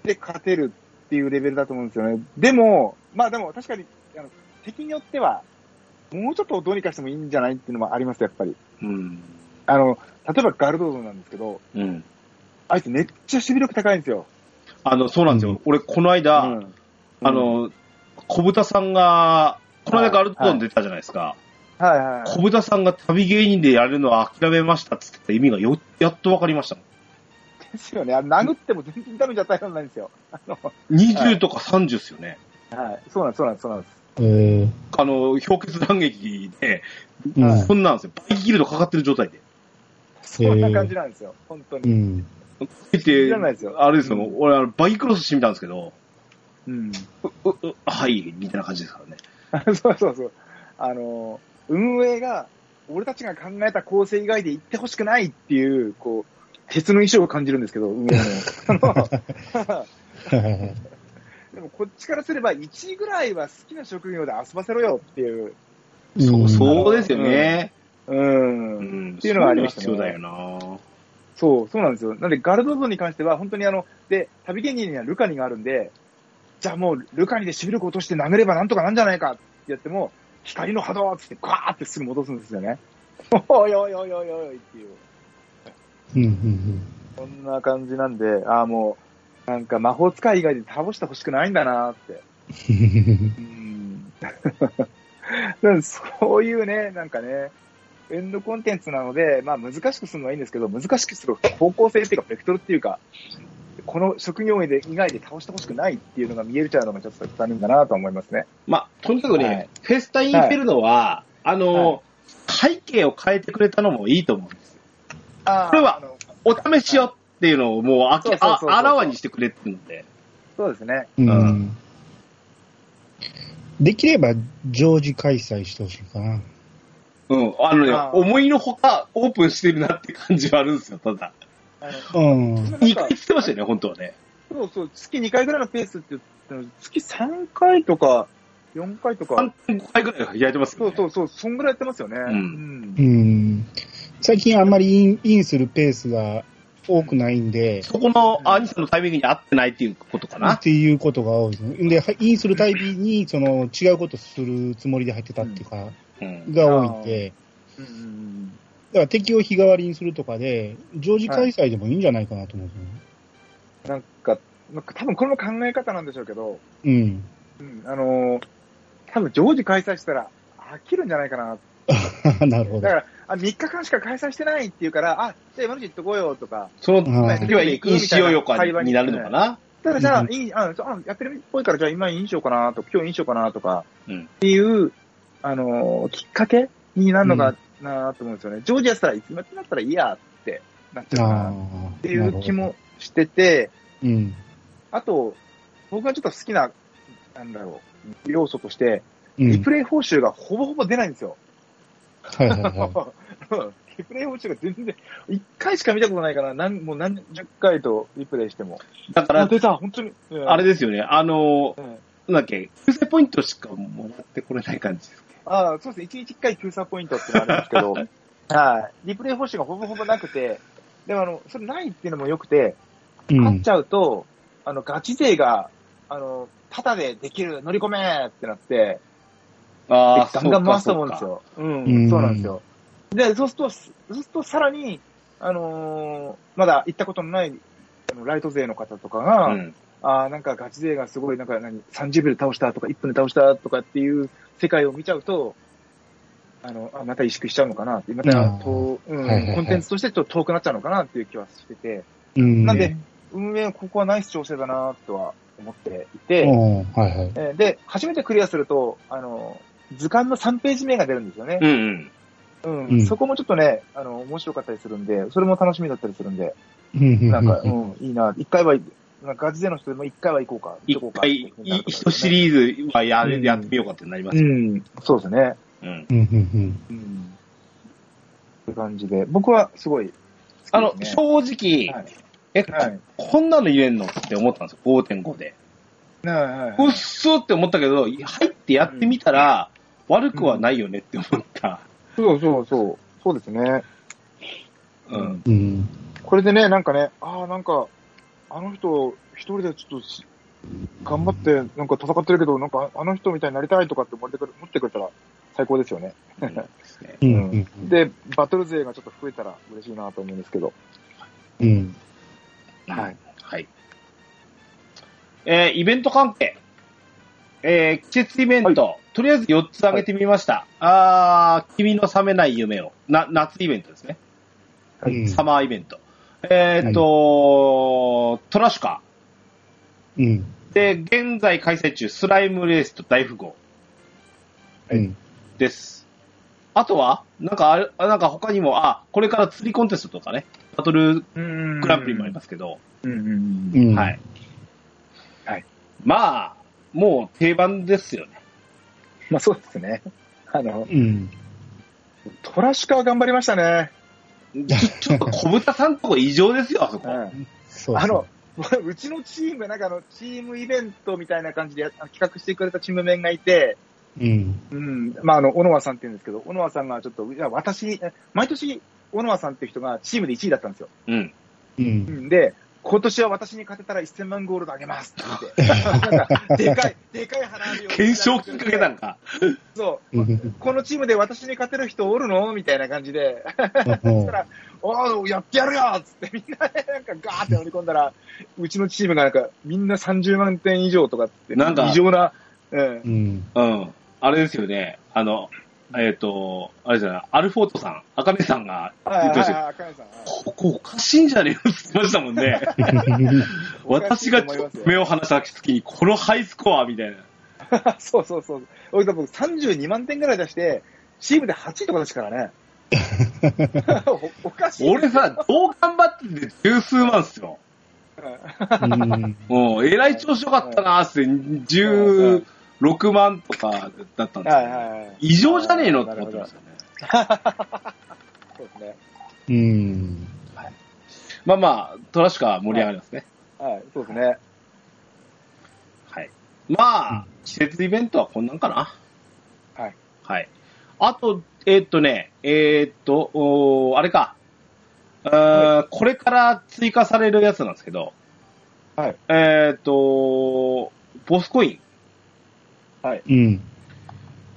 Speaker 3: て勝てるっていうレベルだと思うんですよね。でも、まあでも確かに、あの敵によっては、もうちょっとどうにかしてもいいんじゃないっていうのもあります、やっぱり。
Speaker 1: うん。
Speaker 3: あの、例えばガルドードなんですけど、
Speaker 1: うん。
Speaker 3: あいつめっちゃ守備力高いんですよ。
Speaker 1: あの、そうなんですよ。
Speaker 2: うん
Speaker 1: 俺、この間、
Speaker 3: うん
Speaker 1: あ、の、小豚さんが、この間ガルトン出たじゃないですか。
Speaker 3: はいはいはい。
Speaker 1: 小豚さんが旅芸人でやれるのは諦めましたっつってた意味がよ、やっとわかりましたもん。
Speaker 3: ですよね。あの殴っても全然ダメージ与えられないんですよ。あの、は
Speaker 1: 20
Speaker 3: い
Speaker 1: とか30ですよね。
Speaker 3: はい。そうなんです、そうなんです、そうなんです。
Speaker 2: えー
Speaker 1: あの、氷結乱撃で、
Speaker 2: うん
Speaker 1: こんなんですよ。バイキギルドかかってる状態で。
Speaker 3: そんな感じなんですよ。本当
Speaker 2: う
Speaker 3: に。
Speaker 2: ん。
Speaker 1: で
Speaker 3: じゃないですよ
Speaker 1: あれですよ、
Speaker 3: うん
Speaker 1: 俺、あのバイクロスしてみたんですけど、
Speaker 3: うん。
Speaker 1: ううはい、みたいな感じですからね。
Speaker 3: そうそうそう。あの、運営が、俺たちが考えた構成以外で行ってほしくないっていう、こう、鉄の衣装を感じるんですけど、運営の。あのでもこっちからすれば、1位ぐらいは好きな職業で遊ばせろよっていう。
Speaker 1: そう、そう
Speaker 3: う
Speaker 1: ですよね。
Speaker 3: うん。
Speaker 1: うん。
Speaker 3: っていうのはありましたね
Speaker 1: そういうの必要だよ
Speaker 3: そう、そうなんですよ。なんで、ガルドゾンに関しては、本当にあの、で、旅芸人にはルカニがあるんで、じゃあもう、ルカニで守備力落として殴ればなんとかなんじゃないかってやっても、光の波動っつって、ガーってすぐ戻すんですよね。 おいおいおいおいおいっていう。
Speaker 2: うん。うん。
Speaker 3: そんな感じなんで、ああ、もう、なんか魔法使い以外で倒してほしくないんだなって。
Speaker 2: うん。
Speaker 3: うん。 なんでそういうね、なんかね、エンドコンテンツなので、まあ難しくするのはいいんですけど、難しくする方向性っていうか、ベクトルっていうか、この職業で以外で倒してほしくないっていうのが見えるちゃうのがちょっと残念だなと思いますね。
Speaker 1: まあ、とにかくね、
Speaker 3: はい
Speaker 1: フェスタインフェルノは、あの、
Speaker 3: は
Speaker 1: 背景を変えてくれたのもいいと思うんですよ。
Speaker 3: あ
Speaker 1: これは
Speaker 3: あの
Speaker 1: お試しよっていうのをもうあき
Speaker 3: そうそうそう
Speaker 1: あ
Speaker 3: そう
Speaker 1: あらわにしてくれってんで。
Speaker 3: そうですね。
Speaker 2: うん
Speaker 1: うん
Speaker 2: できれば常時開催してほしいかな。
Speaker 1: うん。あのね
Speaker 3: あ、ー
Speaker 1: 思いのほかオープンしてるなって感じはあるんですよ、ただ。
Speaker 3: あの
Speaker 2: うん。
Speaker 1: 2回言ってましたよね、本当はね。
Speaker 3: そうそう、月2回ぐらいのペースって言ってたのに月3回とか、4回とか、
Speaker 1: 3.5回ぐらいは開いてますよね
Speaker 3: そうそうそう、そんぐらいやってますよね。
Speaker 1: ん
Speaker 2: う。ん。最近あんまりインインするペースが多くないんで、
Speaker 1: そこのアニさんのタイミングに合ってないっていうことか
Speaker 2: っ
Speaker 1: な。
Speaker 2: ていうことが多いですね。で、はインするたびに、その、違うことするつもりで入ってたっていうか、
Speaker 1: うん。
Speaker 2: が多いんで、
Speaker 3: うんうん
Speaker 2: だから敵を日替わりにするとかで、常時開催でもいいんじゃないかなと思うんですよね。
Speaker 3: なんか、なんか多分これも考え方なんでしょうけど、
Speaker 2: うん。
Speaker 3: うんあのー多分常時開催したら飽きるんじゃないかな。
Speaker 2: なるほど
Speaker 3: だか。ら、あ、3日間しか開催してないって言うから、あ、じゃあ今のうち行っとこうよとか、
Speaker 1: その時は
Speaker 3: うん
Speaker 1: いいしようよかになるのかな。
Speaker 3: ただじゃ
Speaker 2: う
Speaker 3: あ
Speaker 2: ん、
Speaker 3: いい、あ、そうあやってるっぽいから、じゃあ今いいしようかなとか、今日いいしようかなとか、
Speaker 1: うん
Speaker 3: っていう、あのーきっかけになるのかなと思うんですよね。常時やってたらいつまでなったらいいやってなっちゃうかなっ
Speaker 2: ああ。って
Speaker 3: いう気。もしてて、
Speaker 2: うん。
Speaker 3: あと、僕がちょっと好きな、なんだろう、要素として、
Speaker 2: う
Speaker 3: リ
Speaker 2: ん。
Speaker 3: プレイ報酬がほぼほぼ出ないんですよ。
Speaker 2: はいはいはい。
Speaker 3: リプレイ報酬が全然、1回しか見たことないから、なんもう何十回とリプレイしても。
Speaker 1: だか
Speaker 3: あ、
Speaker 1: ら、
Speaker 3: 出た、本当に。うん
Speaker 1: あれですよね。あの、
Speaker 3: うん
Speaker 1: なんだっけ、救世ポイントしかもらってこれない感じですけ
Speaker 3: ああ、そうですね。1日1回救済ポイントってのあるんですけど、はい。リプレイ報酬がほぼほぼなくて、でもあの、それないっていうのも良くて、
Speaker 2: う
Speaker 3: 買っ
Speaker 2: ん
Speaker 3: ち。ゃうと、あの、ガチ勢が、あの、タダでできる、乗り込めーってなって、
Speaker 1: ど。あ
Speaker 3: ガンガン回すと思うんです。よ。うん、
Speaker 2: うん
Speaker 3: そうなんですよ。で、そうすると、そうするとさらに、あのーまだ行ったことのない、あのライト勢の方とかが、
Speaker 1: そうかうん。
Speaker 3: ああ、なんかガチ勢がすごい、なんか何、30秒で倒したとか、1分で倒したとかっていう世界を見ちゃうと、あの、あまた萎縮しちゃうのかなって、また
Speaker 2: あー
Speaker 3: と、うん
Speaker 2: はいはいはい
Speaker 3: コンテンツとしてちょっと遠くなっちゃうのかなっていう気はしてて、
Speaker 2: うん。
Speaker 3: なんで、運営、ここはナイス調整だなとは思っていて、
Speaker 2: うん。はいはい。
Speaker 3: えーで、初めてクリアすると、あの、図鑑の3ページ目が出るんですよね
Speaker 1: う。んうん。
Speaker 3: うん。
Speaker 2: うん
Speaker 3: そこもちょっとね、あの、面白かったりするんで、それも楽しみだったりするんで、
Speaker 2: うん。
Speaker 3: なんか、うん、いいな。一回は、なんかガチ勢の人でも一回は行こうか。行
Speaker 1: 一
Speaker 3: こうか
Speaker 1: 回、い一シリーズはや
Speaker 3: うん
Speaker 1: やってみようかってなります
Speaker 3: う
Speaker 1: よ
Speaker 3: ん、そうですね。
Speaker 1: うん。
Speaker 2: うん。うん。うん。
Speaker 3: うん。って感じで、僕はすごい好きですね、
Speaker 1: あの、正直、
Speaker 3: はい
Speaker 1: え、
Speaker 3: はい
Speaker 1: こんなの入れんのって思ったんですよ、5.5で。
Speaker 3: はいはいは
Speaker 1: う
Speaker 3: い
Speaker 1: っそーって思ったけど、入ってやってみたら、悪くはないよねって思った。
Speaker 3: そうそうそう。そうですね。
Speaker 1: うん。
Speaker 3: うん
Speaker 2: うん。
Speaker 3: これでね、なんかね、ああ、なんか、あの人、一人でちょっとし、頑張って、なんか戦ってるけど、なんか、あの人みたいになりたいとかって思ってくれ思ってくれたら、最高ですよね。
Speaker 1: うんですね
Speaker 2: うん。
Speaker 3: で、バトル勢がちょっと増えたら嬉しいなと思うんですけど。
Speaker 2: うん。
Speaker 3: はい。
Speaker 1: はい。えーイベント関係。えー季節イベント、とりあえず4つ挙げてみました。あー、君の覚めない夢を。な、夏イベントですね。
Speaker 2: うん
Speaker 1: サマーイベント。えーっと、トラシュカ。
Speaker 2: うん。
Speaker 1: で、現在開催中、スライムレースと大富豪
Speaker 2: うん。
Speaker 1: です。あとは、なんかある、あなんか他にも、あ、これから釣りコンテストとかね、バトル
Speaker 3: うん
Speaker 1: グランプリもありますけど、
Speaker 3: うんうんうん
Speaker 2: うん。
Speaker 1: は。い。
Speaker 3: はい。
Speaker 1: まあ、もう定番ですよね。
Speaker 3: まあそうですね。あの、
Speaker 2: うん。
Speaker 3: トラシカは頑張りましたね。
Speaker 1: ちょっと小豚さんとこ異常ですよ、あそこ。
Speaker 3: うん
Speaker 2: そう。
Speaker 3: あの、、 うちのチーム、なんかあの、チームイベントみたいな感じでやあの企画してくれたチームメンがいて、
Speaker 2: うん。
Speaker 3: うん、まああの、小野和さんって言うんですけど、小野和さんがちょっと、いや、私、え毎年、小野和さんっていう人がチームで1位だったんですよ。
Speaker 1: うん。
Speaker 2: う。
Speaker 3: うんん、で、今年は私に勝てたら1000万ゴールドあげますって 言って、なんか、でかい、でかい花火を。
Speaker 1: 懸賞金かけたんか。
Speaker 3: そうう。このチームで私に勝てる人おるのみたいな感じで、そしたら、おお、やってやるよっつってみんな、なんかガーって乗り込んだら、うちのチームがなんか、みんな30万点以上とかっつって、
Speaker 1: なんか
Speaker 3: 異常な、うん。
Speaker 2: ん。
Speaker 1: うん。あれですよね。あの、えっ、と、あれじゃない、アルフォートさん、アカネさんが言
Speaker 3: はい
Speaker 1: っ
Speaker 3: はい
Speaker 1: てましたよ
Speaker 3: はい、金さんはい
Speaker 1: ここおかしいんじゃねえのって言ってましたもんね。
Speaker 3: おか
Speaker 1: 私
Speaker 3: しいと
Speaker 1: が
Speaker 3: 思いますよ
Speaker 1: 目を離した時に、このハイスコアみたいな。
Speaker 3: そうそうそう。俺多分32万点ぐらい出して、チームで8位とかですからね。 おおかしい。
Speaker 1: 俺さ、どう頑張ってて十数万っすよ。
Speaker 2: うん
Speaker 1: うん、えらい調子よかったなーって、16万とかだったんです
Speaker 3: はい
Speaker 1: よ。
Speaker 3: はいはい。
Speaker 1: 異常じゃねえのって思ってましたね。
Speaker 3: そうですね。
Speaker 2: うん
Speaker 1: まあまあ、トラシュカは盛り上がりますね。
Speaker 3: はい、そうですね。
Speaker 1: はい。ま
Speaker 2: うん
Speaker 1: あ、季節イベントはこんなんかな。
Speaker 3: はい。
Speaker 1: はい。あと、えーっとね、えーっと、おーあれか。あーこれから追加されるやつなんですけど。
Speaker 3: はい。、
Speaker 1: えーっと、ボスコイン。
Speaker 2: うん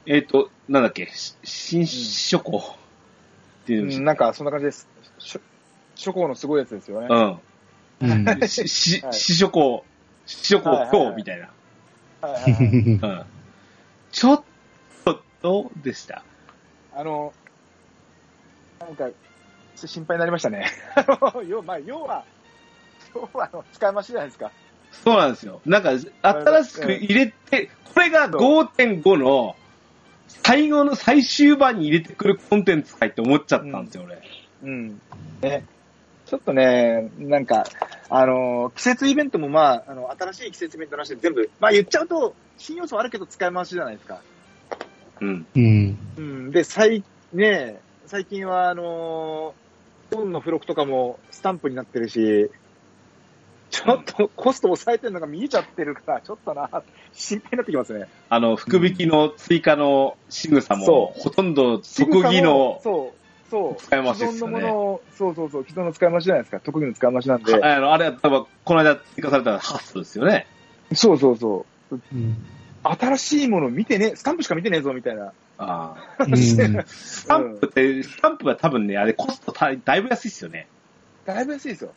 Speaker 1: えーっと、なんだっけ、し新書庫っていううんん
Speaker 3: なんか、そんな感じです。しょ初行のすごいやつですよね。
Speaker 1: うん。
Speaker 2: うん
Speaker 1: し、し
Speaker 3: はい
Speaker 1: 試食を、試食を
Speaker 3: はいはいはい
Speaker 1: 今日みたいな。
Speaker 3: はいはいはい
Speaker 1: うん。ちょっと、どうでした
Speaker 3: あの、なんか、ちょ心配になりましたね。 あの要まあ、要は、要はあの使い回しじゃないですか。
Speaker 1: そうなんですよ。なんか、新しく入れて、これが5.5の最後の最終版に入れてくるコンテンツかいって思っちゃったんですよ、俺。
Speaker 3: うん。ね。ちょっとね、なんか、あの、季節イベントもまあ、あの、新しい季節イベントなしで全部、まあ言っちゃうと、新要素はあるけど使い回しじゃないですか。
Speaker 1: うん。
Speaker 2: うん
Speaker 3: うん。で、最、ね、最近はあの、本の付録とかもスタンプになってるし、ちょっとコスト抑えてるのが見えちゃってるから、ちょっとな、心配になってきますね。
Speaker 1: あの、福引きの追加の仕草も
Speaker 3: そ、
Speaker 1: ほとんど特技の、
Speaker 3: そう、そう。
Speaker 1: 使い回しですよね
Speaker 3: 既存のものを、そうそうそう、既存の使い回しじゃないですか。特技の使い回しなんで。
Speaker 1: あの、あれ、多分この間追加されたハストですよね。
Speaker 3: そうそうそう。
Speaker 2: うん
Speaker 3: 新しいもの見てね、スタンプしか見てねえぞ、みたいな。
Speaker 1: ああ。
Speaker 2: うん
Speaker 1: スタンプって、スタンプは多分ね、あれコストただいぶ安いっすよね。
Speaker 3: だいぶ安いですよ。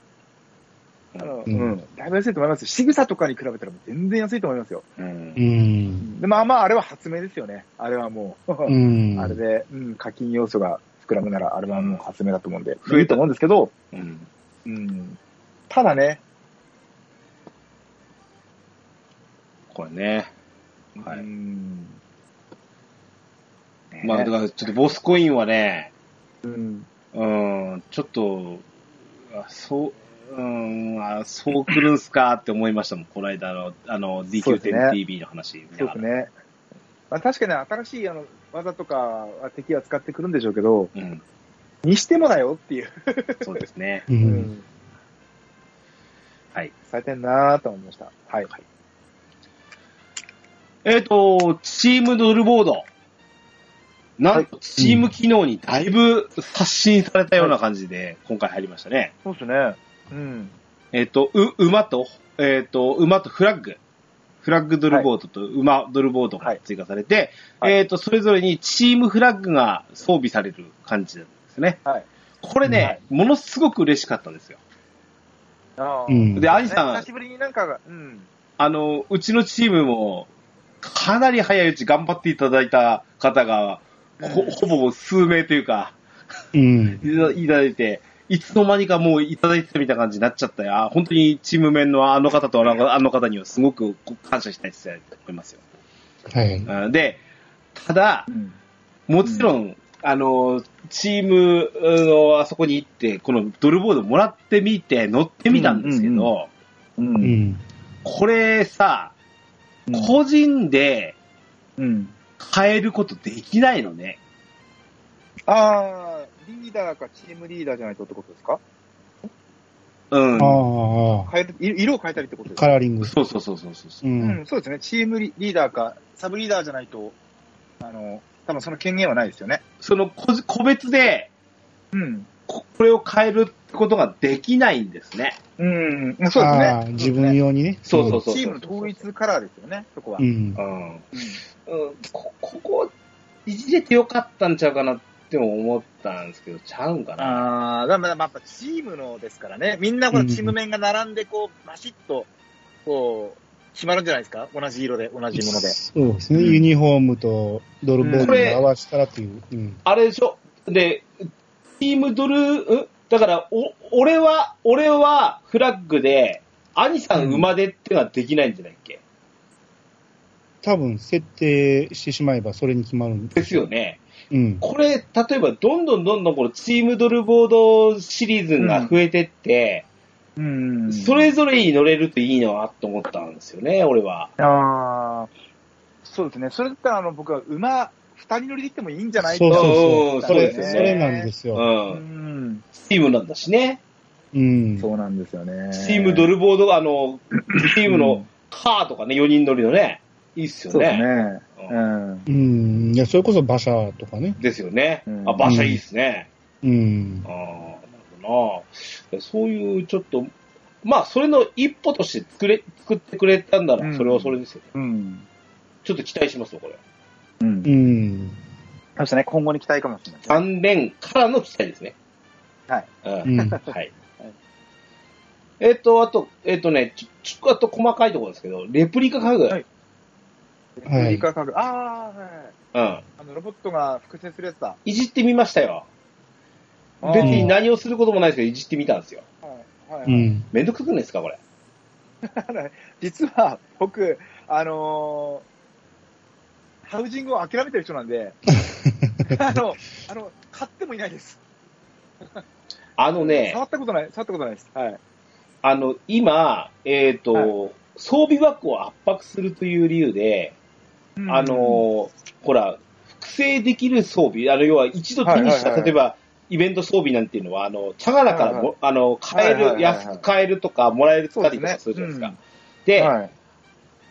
Speaker 3: あの
Speaker 2: う
Speaker 3: うんん、だいぶ安いと思います。仕草とかに比べたらもう全然安いと思いますよ。
Speaker 1: うん
Speaker 2: う。ん
Speaker 3: で、まあまあ、あれは発明ですよね。あれはもう、
Speaker 2: うん
Speaker 3: あれで、うん、課金要素が膨らむなら、あれはもう発明だと思うんで、いいと思うんですけど、
Speaker 1: うん。
Speaker 3: うん、ただね、
Speaker 1: これね。はい
Speaker 3: うん、ね
Speaker 1: まあ、だからちょっとボスコインはね、
Speaker 3: うん、
Speaker 1: うん、ちょっと、あそう、うん、あそうくるんすかって思いましたもん、この間の、あの、
Speaker 3: そうですね
Speaker 1: DQ10TV の話見な
Speaker 3: そう
Speaker 1: が
Speaker 3: です
Speaker 1: ら。
Speaker 3: ね。まあ、確かに新しいあの技とかは敵は使ってくるんでしょうけど、
Speaker 1: うん、
Speaker 3: にしてもだよっていう。
Speaker 1: そうですね。
Speaker 2: う
Speaker 3: うんん
Speaker 1: はい。
Speaker 3: されてんなーと思いました。はい。
Speaker 1: えっ、と、チームドルボード。なんと、チーム機能にだいぶ刷新されたような感じで、今回入りましたね。
Speaker 3: そうですね。うん。
Speaker 1: えっ、と、う、馬と、えっ、と、馬とフラッグ。フラッグドルボードと馬ドルボードが追加されて、
Speaker 3: はい
Speaker 1: えっ、と、それぞれにチームフラッグが装備される感じなんですね。
Speaker 3: はい
Speaker 1: これね、
Speaker 3: はい
Speaker 1: ものすごく嬉しかったんですよ。
Speaker 3: あ
Speaker 2: うん
Speaker 1: で、アジさ
Speaker 3: 久
Speaker 1: ん
Speaker 3: し、ぶりになんか、うん。
Speaker 1: あの、うちのチームも、かなり早いうち頑張っていただいた方が、ほほぼ数名というか、
Speaker 2: うん
Speaker 1: いたいただいて、いつの間にかもういただいてたみたいな感じになっちゃったよ。あ本当にチーム面のあの方とあのあの方にはすごくこう感謝したいと思いますよ。
Speaker 2: はい
Speaker 1: うんで、ただ、もちろん、あの、チームのあそこに行って、このドルボードもらってみて、乗ってみたんですけど、
Speaker 3: うんうんう。
Speaker 2: うんん
Speaker 1: これさ、
Speaker 3: うん
Speaker 1: 個人で
Speaker 3: うん。
Speaker 1: 変えることできないのね。
Speaker 3: ああ、リーダーかチームリーダーじゃないとってことですか
Speaker 1: うん。
Speaker 2: あ
Speaker 3: 変えるい色を変えたりってこと
Speaker 2: あ
Speaker 3: です
Speaker 2: カ
Speaker 3: か
Speaker 2: ラーリング
Speaker 1: そうそうそうそうそう
Speaker 2: う
Speaker 3: うんん、そうですね。チームリリーダーか、サブリーダーじゃないと、あの、多分その権限はないですよね。
Speaker 1: その個人個別で
Speaker 3: うん。
Speaker 1: こ、これを変えるってことができないんですね。
Speaker 3: うん、そうです
Speaker 2: あ
Speaker 3: ね
Speaker 2: あ。自分用にね
Speaker 1: そうそうそう
Speaker 3: チームの統一カラーですよね、そこは。
Speaker 2: うん
Speaker 1: うん。
Speaker 3: うん
Speaker 1: うん、こ、ここ、いじれてよかったんちゃうかなっても思ったんですけど、ちゃうんかな。
Speaker 3: ああ、だからまあやっぱチームのですからね、みんなこのチーム面が並んで、こう、バシッと、こう、決まるんじゃないですか同じ色で、同じもので。
Speaker 2: そうですねユニフォームとドルボー
Speaker 1: こ
Speaker 2: ル
Speaker 1: れ
Speaker 2: を合わせたらっていううん
Speaker 1: あれでしょで、チームドル、んだから、お、俺は、俺はフラッグで、アニさん馬でってのはできないんじゃないっけ、
Speaker 2: 多分設定してしまえばそれに決まるん
Speaker 1: ですよね。
Speaker 2: うん。
Speaker 1: これ、例えば、どんどんどんどんこのチームドルボードシリーズが増えてって、
Speaker 3: うん。
Speaker 1: それぞれに乗れるといいなと思ったんですよね、俺は。
Speaker 3: ああ、そうですね。それだったら、あの、僕は馬、二人乗りで行ってもいいんじゃない
Speaker 2: そうそう
Speaker 1: う
Speaker 2: そ
Speaker 1: ん
Speaker 2: う。
Speaker 1: そ
Speaker 2: そう
Speaker 1: で
Speaker 2: れ、
Speaker 1: すね
Speaker 2: それなんです
Speaker 1: う
Speaker 2: よ。
Speaker 1: ん。
Speaker 3: ん。
Speaker 1: チームなんだしね。
Speaker 2: うん。
Speaker 3: そうなんですよね。
Speaker 1: チームドルボードが、あ の、チームのカーとかね、4人乗りのね、いいっすよ
Speaker 3: そうです
Speaker 1: ね。
Speaker 3: ね。
Speaker 1: う
Speaker 3: うんん。
Speaker 2: うん。いや、それこそ馬車とかね。
Speaker 1: ですよね
Speaker 3: う。ん
Speaker 1: あ、馬車いいっすね。
Speaker 2: うん
Speaker 1: あ。あ、なるほどな。そういう、ちょっと、まあ、それの一歩として作れ、作ってくれたんな
Speaker 3: う
Speaker 1: ら、
Speaker 3: ん
Speaker 1: それはそれですよね。
Speaker 3: うん。
Speaker 1: ちょっと期待しますよ、これ。
Speaker 3: うん
Speaker 2: う。ん。
Speaker 3: そうですね。今後に期待かもしれない。
Speaker 1: 3連からの期待ですね。
Speaker 3: はい。
Speaker 1: う。
Speaker 2: うんん。
Speaker 1: はい。えっと、あと、えっとね、ちょ、ちょっと細かいところですけど、レプリカ家具。
Speaker 3: はい
Speaker 2: はい
Speaker 3: リカ家具。ああ、はい。
Speaker 1: うん。
Speaker 3: あの、ロボットが複製するやつだ。
Speaker 1: いじってみましたよ。別に何をすることもないですけど、いじってみたんですよ。
Speaker 3: あー。はい。はい。
Speaker 2: う
Speaker 3: はい、
Speaker 2: ん。
Speaker 1: めんどくさくないですか、これ。
Speaker 3: 実は、僕、あのーハウジングを諦めてる人なん で、あの、あの、買ってもいないです。
Speaker 1: あのね
Speaker 3: 触、ったことない、触ったことないです。はい。
Speaker 1: あの、今、えっ、と、
Speaker 3: はい
Speaker 1: 装備枠を圧迫するという理由で、あのー
Speaker 3: ー、
Speaker 1: ほら、複製できる装備、あの、要は一度手にした、
Speaker 3: はいはいは
Speaker 1: 例
Speaker 3: い
Speaker 1: えば、イベント装備なんていうのは、あの、チャガラからも、
Speaker 3: はいは
Speaker 1: あの、買える、
Speaker 3: はいはいはいはい
Speaker 1: 安く買えるとか、もらえると
Speaker 3: そう
Speaker 1: か
Speaker 3: で
Speaker 1: と
Speaker 3: す
Speaker 1: か
Speaker 3: ね
Speaker 1: するじゃないですか。
Speaker 3: うん
Speaker 1: で、
Speaker 3: はい。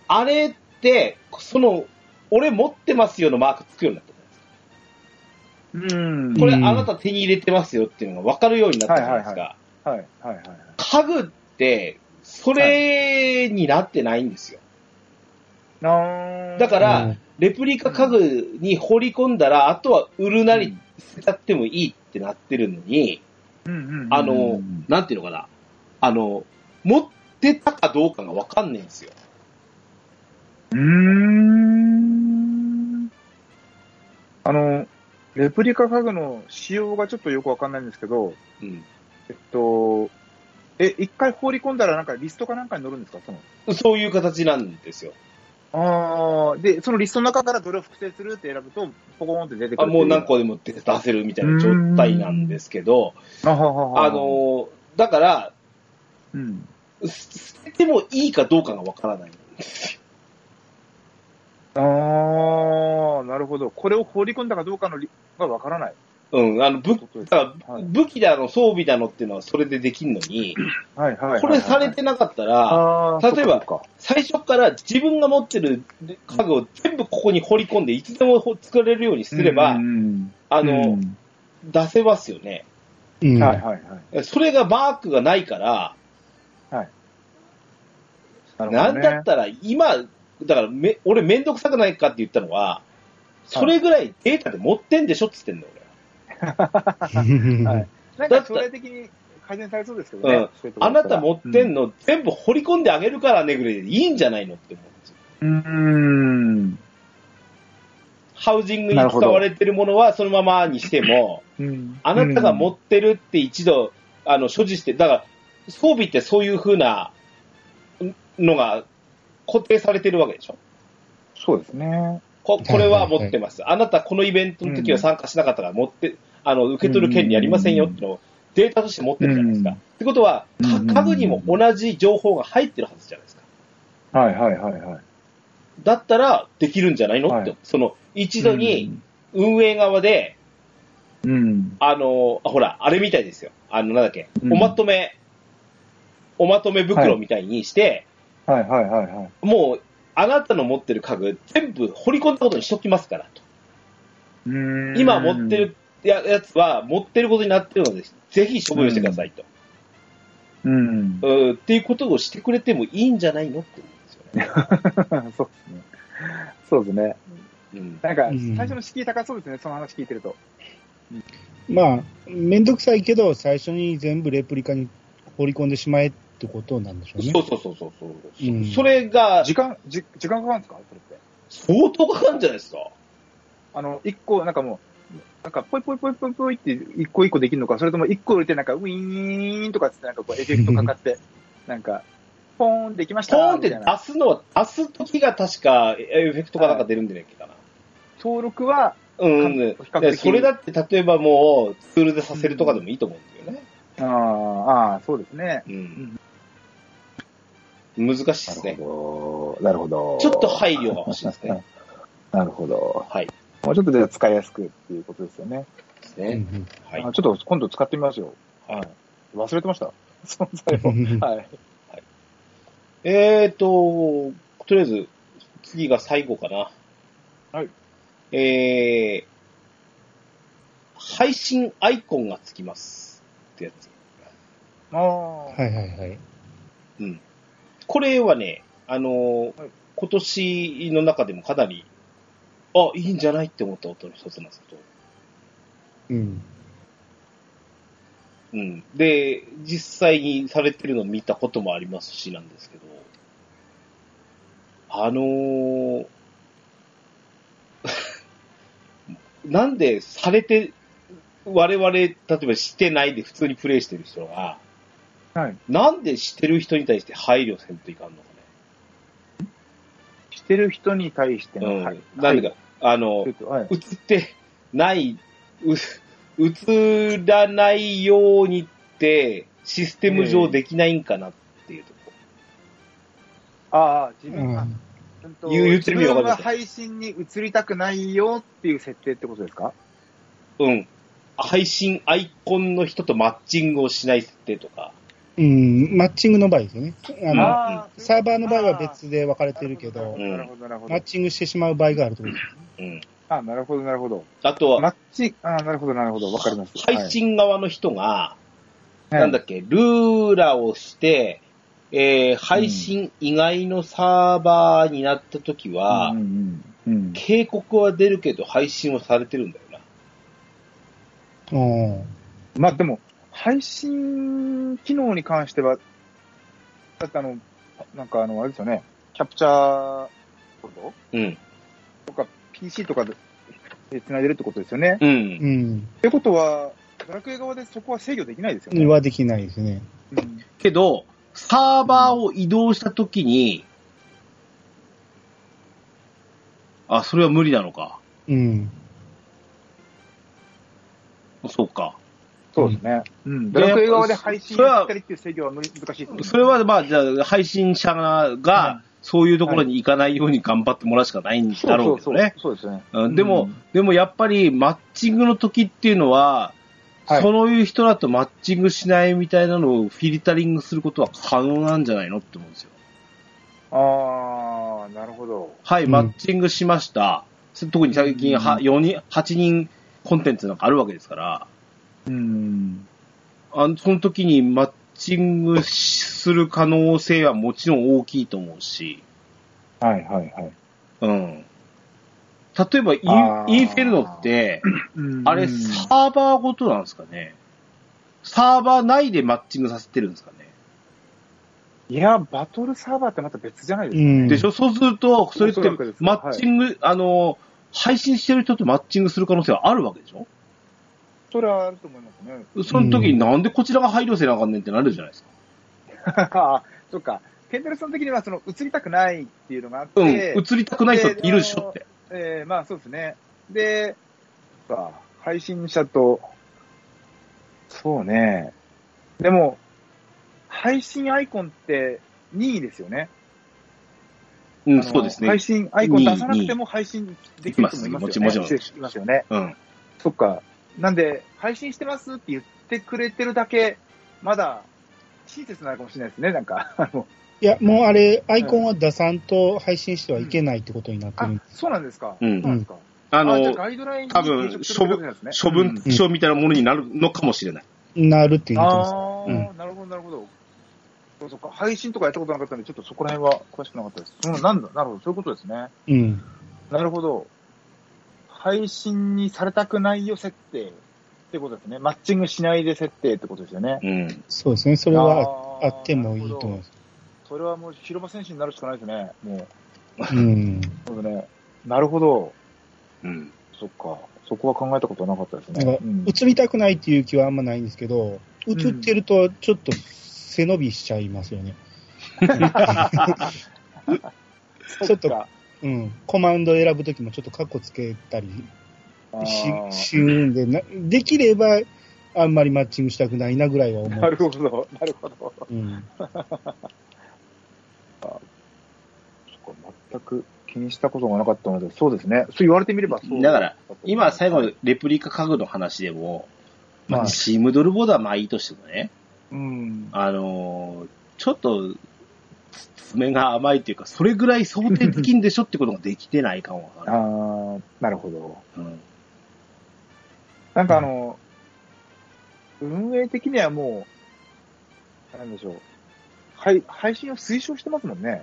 Speaker 1: あれって、その、俺持ってますよのマークつくようになってるんですよ
Speaker 3: うん。
Speaker 1: これ、
Speaker 2: うん
Speaker 1: あなた手に入れてますよっていうのが分かるようになったじゃないですか。
Speaker 3: はい、はい、はい。
Speaker 1: 家具って、それになってないんですよ。
Speaker 3: あー
Speaker 1: だか
Speaker 2: う
Speaker 1: ら
Speaker 2: ん、
Speaker 1: レプリカ家具に放り込んだら、あとは売るな
Speaker 3: う
Speaker 1: り
Speaker 3: ん、
Speaker 1: 捨てちゃってもいいってなってるのに、
Speaker 3: うんうんうんうん
Speaker 1: あの、なんていうのかな、あの、持ってたかどうかがわかんないんですよ。
Speaker 3: うーん。あの、レプリカ家具の仕様がちょっとよくわかんないんですけど、
Speaker 1: うん。
Speaker 3: えっと、え、一回放り込んだらなんかリストかなんかに載るんですかその。
Speaker 1: そういう形なんですよ。
Speaker 3: ああ、で、そのリストの中からどれを複製するって選ぶと、ポコーンって出てく
Speaker 1: あ
Speaker 3: るってい。
Speaker 1: もう何個でも出せるみたいな状態なんですけど、
Speaker 3: あははは
Speaker 1: あ、の、だから、
Speaker 3: うん。
Speaker 1: す捨ててもいいかどうかがわからない。
Speaker 3: ああ、なるほど。これを放り込んだかどうかのりがわからない。
Speaker 1: うん、あの、武
Speaker 3: ことです
Speaker 1: だから
Speaker 3: はい
Speaker 1: 武器だの、装備だのっていうのはそれでできんのに、
Speaker 3: はいはいはいはい。
Speaker 1: これされてなかったら、
Speaker 3: あー
Speaker 1: 例えば
Speaker 3: そっかそっか
Speaker 1: 最初から自分が持ってる家具を全部ここに掘り込んで、いつでも作れるようにすれば
Speaker 3: う、ん
Speaker 1: あ
Speaker 3: う
Speaker 1: の、
Speaker 3: ん
Speaker 1: 出せますよね。
Speaker 2: うん。
Speaker 3: はいはいはい。
Speaker 1: それがマークがないから、
Speaker 3: な
Speaker 1: なんだったら今、だからめ、俺めんどくさくないかって言ったのは、それぐらいデータで持ってんでしょって言ってんの、
Speaker 3: はいなんか将来的に改善されそうですけどね。
Speaker 1: うん
Speaker 3: そういうと
Speaker 1: 俺。
Speaker 3: こ
Speaker 1: あ
Speaker 3: ろ
Speaker 1: な
Speaker 3: だった
Speaker 1: た
Speaker 3: ら
Speaker 1: 持ってんの、全部掘り込んであげるからねぐらいでいいんじゃないのって思うんですよ。
Speaker 3: うん。
Speaker 1: ハウジングに
Speaker 3: なる
Speaker 1: 使
Speaker 3: ほど
Speaker 1: われてるものはそのままにしても、
Speaker 3: うん
Speaker 1: あなたが持ってるって一度、あの、所持して、だから、装備ってそういう風なうんのが固定されてるわけでしょ
Speaker 3: そうですね。
Speaker 1: ここれは持ってます。あなたこのイベントの時は参加しなかったから持って、あの、受け取る権利ありませんよってのをデータとして持ってるじゃないですか。
Speaker 3: う
Speaker 1: っ
Speaker 3: ん
Speaker 1: てことは、
Speaker 3: う
Speaker 1: か
Speaker 3: ん
Speaker 1: 家具にも同じ情報が入ってるはずじゃないですか。
Speaker 3: はいはいはいはい。
Speaker 1: だったらできるんじゃないのって、
Speaker 3: はい
Speaker 1: その、一度に、運営側で、
Speaker 3: うん。
Speaker 1: あの、ほら、あれみたいですよ。あの、なんだっけ、
Speaker 3: うん
Speaker 1: おまとめ、おまとめ袋みたいにして、
Speaker 3: はいはいはいはい。
Speaker 1: もう、あなたの持ってる家具、全部掘り込んだことにしときますから、と。
Speaker 3: うん
Speaker 1: 今持って。るややつは、持ってることになってるので、ぜひ処分してくださいと。
Speaker 3: うん。
Speaker 1: うんっていうことをしてくれてもいいんじゃないのって思うんですよね。
Speaker 3: そうですね。そうですね。
Speaker 1: うん、
Speaker 3: なんか
Speaker 2: う、ん
Speaker 3: 最初の敷居高そうですね、その話聞いてると。
Speaker 2: まあ、めんどくさいけど、最初に全部レプリカに放り込んでしまえってことなんでしょうね
Speaker 1: そ。うそうそうそうそう、
Speaker 2: うん
Speaker 1: それが
Speaker 3: 時間、じ時間かかるんですかそれって。
Speaker 1: 相当かかるんじゃないですか。
Speaker 3: あの、一個、なんかもう、なんか、ぽいぽいぽいぽいぽいって、一個一個できるのか、それとも一個売れて、なんか、ウィーンとかつって、なんかこう、エフェクトか かって、なんか、ポーンできまし
Speaker 1: ポ
Speaker 3: た
Speaker 1: ーンっ
Speaker 3: み
Speaker 1: て
Speaker 3: たい
Speaker 1: 出
Speaker 3: な。
Speaker 1: すのは、出す時が確かエフェクトかなんか出るんじゃないっけかな。
Speaker 3: 登録は、
Speaker 1: うん。
Speaker 3: 比較
Speaker 1: で
Speaker 3: 的
Speaker 1: それだって、例えばもう、ツールでさせるとかでもいいと思うんだよね。
Speaker 3: あーあー、そうですね。
Speaker 1: うん。難しいですね。
Speaker 3: ほど。なるほど
Speaker 1: ちょっと配慮が欲しいですね。
Speaker 3: なるほど。
Speaker 1: はい。
Speaker 3: もうちょっとで使いやすくっていうことですよね。
Speaker 1: です
Speaker 2: うんう
Speaker 1: ね。
Speaker 2: ん
Speaker 1: はい
Speaker 3: あ。ちょっと今度使ってみますよ。
Speaker 1: はい
Speaker 3: 忘れてました。 存在を。はい。
Speaker 1: えーと、とりあえず、次が最後かな。
Speaker 3: はい。
Speaker 1: えー、配信アイコンがつきます。ってやつ。
Speaker 3: ああ。は
Speaker 2: はいはいはい。
Speaker 1: うん。これはね、あのー
Speaker 3: はい
Speaker 1: 今年の中でもかなり、あ、いいんじゃないって思った音の一つなんですけど。
Speaker 2: うん。
Speaker 1: うん。で、実際にされてるのを見たこともありますしなんですけど、あのー なんでされて、我々、例えばしてないで普通にプレイしてる人が、
Speaker 3: はい
Speaker 1: なんでしてる人に対して配慮せんといかんのかね。
Speaker 3: してる人に対して
Speaker 1: う
Speaker 3: の、
Speaker 1: ん。
Speaker 3: はい。
Speaker 1: 何か、あの
Speaker 3: はい。、はい
Speaker 1: 映ってない、う映らないようにって、システム上できないんかなっていうとこ。
Speaker 3: ああ、自
Speaker 2: う
Speaker 3: 分が、
Speaker 2: ん
Speaker 3: うんと
Speaker 1: 言う言ってる意味
Speaker 3: 自
Speaker 1: わかり
Speaker 3: 分
Speaker 1: ま
Speaker 3: が
Speaker 1: す
Speaker 3: 配信に移りたくないよっていう設定ってことですか
Speaker 1: うん。配信アイコンの人とマッチングをしない設定とか。
Speaker 2: うん、マッチングの場合ですよね。あの、
Speaker 3: あー
Speaker 2: サーバーの場合は別で分かれてるけど、
Speaker 1: うん
Speaker 3: なるほど、なるほど。
Speaker 2: マッチングしてしまう場合があるってことですね。
Speaker 1: うん。
Speaker 3: あ、なるほど、なるほど。
Speaker 1: あと
Speaker 3: マ
Speaker 1: は、
Speaker 3: ッチ、あなるほど、なるほど。わかります。
Speaker 1: 配信側の人が、
Speaker 3: はい、
Speaker 1: なんだっけ、ルーラーをして、えー配信以外のサーバーになった時は、
Speaker 3: うんうんうんうん
Speaker 1: 警告は出るけど配信はされてるんだよな。
Speaker 2: うん。
Speaker 3: まあでも、配信機能に関しては、だってあの、なんかあの、あれですよね、キャプチャー
Speaker 1: うん。
Speaker 3: PC とかで繋いでるってことですよね。
Speaker 1: うん。
Speaker 2: うん。
Speaker 3: ってことは、ドラクエ側でそこは制御できないですよね。
Speaker 2: はできないですね。
Speaker 3: うん
Speaker 1: けど、サーバーを移動したときに、あ、それは無理なのか。
Speaker 2: うん。
Speaker 1: そうか。
Speaker 3: そうですね。うん。ドラクエ側で配信をしたりっていう制御は難しいですよね
Speaker 1: それは、まあ、じゃあ、配信者
Speaker 3: は
Speaker 1: が、そういうところに行かないように頑張ってもらうしかないんだろうけどね。
Speaker 3: そうそうそうそうですね。
Speaker 1: うんでも、
Speaker 3: うん
Speaker 1: でもやっぱり、マッチングの時っていうのは、
Speaker 3: はい
Speaker 1: そういう人だとマッチングしないみたいなのをフィルタリングすることは可能なんじゃないのって思うんですよ。
Speaker 3: ああ、なるほど。
Speaker 1: はい、
Speaker 2: うん
Speaker 1: マッチングしました。特に最近は、
Speaker 3: うん
Speaker 1: 4人、8人コンテンツなんかあるわけですから、
Speaker 3: うん。
Speaker 1: あのその時にマッチングしする可能性はもちろん大きいと思うし、
Speaker 3: はいはいはい。
Speaker 1: うん。例えばイ
Speaker 3: あ
Speaker 1: ン、
Speaker 3: ー
Speaker 1: インフェルノって、
Speaker 3: うん
Speaker 1: あれ、サーバーごとなんですかねサーバー内でマッチングさせてるんですかね
Speaker 3: いや、バトルサーバーってまた別じゃないです
Speaker 2: う
Speaker 3: か。
Speaker 2: ん。
Speaker 1: でしょそうすると、それって
Speaker 3: おそらくです
Speaker 1: マッチング、あの、配信してる人とマッチングする可能性はあるわけでしょ
Speaker 3: それはあると思います ね。
Speaker 1: その時になんでこちらが配慮せなあかんねんってなるじゃないですか。
Speaker 3: そっか。ケンタルさん的には、その、映りたくないっていうのがあっ
Speaker 1: うん。
Speaker 3: て、
Speaker 1: 映りたくない人っているでしょって。
Speaker 3: えーまあそうですね。で、そっか配信者と、そうね。でも、配信アイコンって任意ですよね。
Speaker 1: う、
Speaker 3: うん
Speaker 1: そうですね
Speaker 3: 配。信アイコン出さなくても配信できる人もい
Speaker 1: います
Speaker 3: ますよね。
Speaker 1: もちろんもちろん
Speaker 3: いますよね。
Speaker 1: うん。
Speaker 3: そっか。なんで、配信してますって言ってくれてるだけ、まだ、親切なのかもしれないですね、なんか。あの
Speaker 2: いや、もうあれ、アイコンは出さんと配信してはいけないってことになって
Speaker 3: あ
Speaker 2: る。、
Speaker 3: そうなんですか。
Speaker 1: うん
Speaker 3: そうなんですか。
Speaker 1: あ
Speaker 3: あじゃあ
Speaker 1: の、
Speaker 3: ガイドラインに
Speaker 1: 多分
Speaker 3: 抵触するってことなんですね
Speaker 1: 処分書みたいなものになるのかもしれない。
Speaker 2: なるって言ってます。
Speaker 3: ああ
Speaker 2: 言ってま
Speaker 3: ー、なるほど、なるほど。そうそっか、配信とかやったことなかったんで、ちょっとそこら辺は詳しくなかったです。うん、なんだ、なるほど、そういうことですね。
Speaker 2: うん。
Speaker 3: なるほど。配信にされたくないよ設定ってことですね。マッチングしないで設定ってことですよね。
Speaker 1: うん。
Speaker 2: そうですね。そ
Speaker 3: そ
Speaker 2: れはあってもいいと思います。
Speaker 3: それはもう広場選手になるしかないですね。もう。
Speaker 2: うん。
Speaker 3: そうですね。なるほど。
Speaker 1: うん。
Speaker 3: そっか。そこは考えたことなかったです
Speaker 2: なん
Speaker 3: ね
Speaker 2: か。
Speaker 3: うん、
Speaker 2: 映りたくないっていう気はあんまないんですけど、映ってるとちょっと背伸びしちゃいますよね。
Speaker 3: そっ
Speaker 2: ちょっ
Speaker 3: か。
Speaker 2: うん。コマンド選ぶときもちょっとカッコつけたり、し
Speaker 3: あー
Speaker 2: 死ぬんでな、できればあんまりマッチングしたくないなぐらいは思
Speaker 3: な
Speaker 2: う。
Speaker 3: るほど、なるほど。
Speaker 2: うん、
Speaker 3: そっか全く気にしたことがなかったので、そうですね。そう言われてみればそう
Speaker 1: だから、今最
Speaker 3: は
Speaker 1: 後
Speaker 3: い、
Speaker 1: レプリカ家具の話でも、ま
Speaker 3: は
Speaker 1: あ、
Speaker 3: い
Speaker 1: チームドルボードはまあいいとしてもね、
Speaker 3: うん。
Speaker 1: あのーちょっと、つ爪が甘いというか、それぐらい想定できんでしょってことができてない感はあ
Speaker 3: あ
Speaker 1: る。
Speaker 3: あ、なるほど。
Speaker 1: うん
Speaker 3: なんかあの、運営的にはもう、なんでしょう。はい、配信を推奨してますもんね。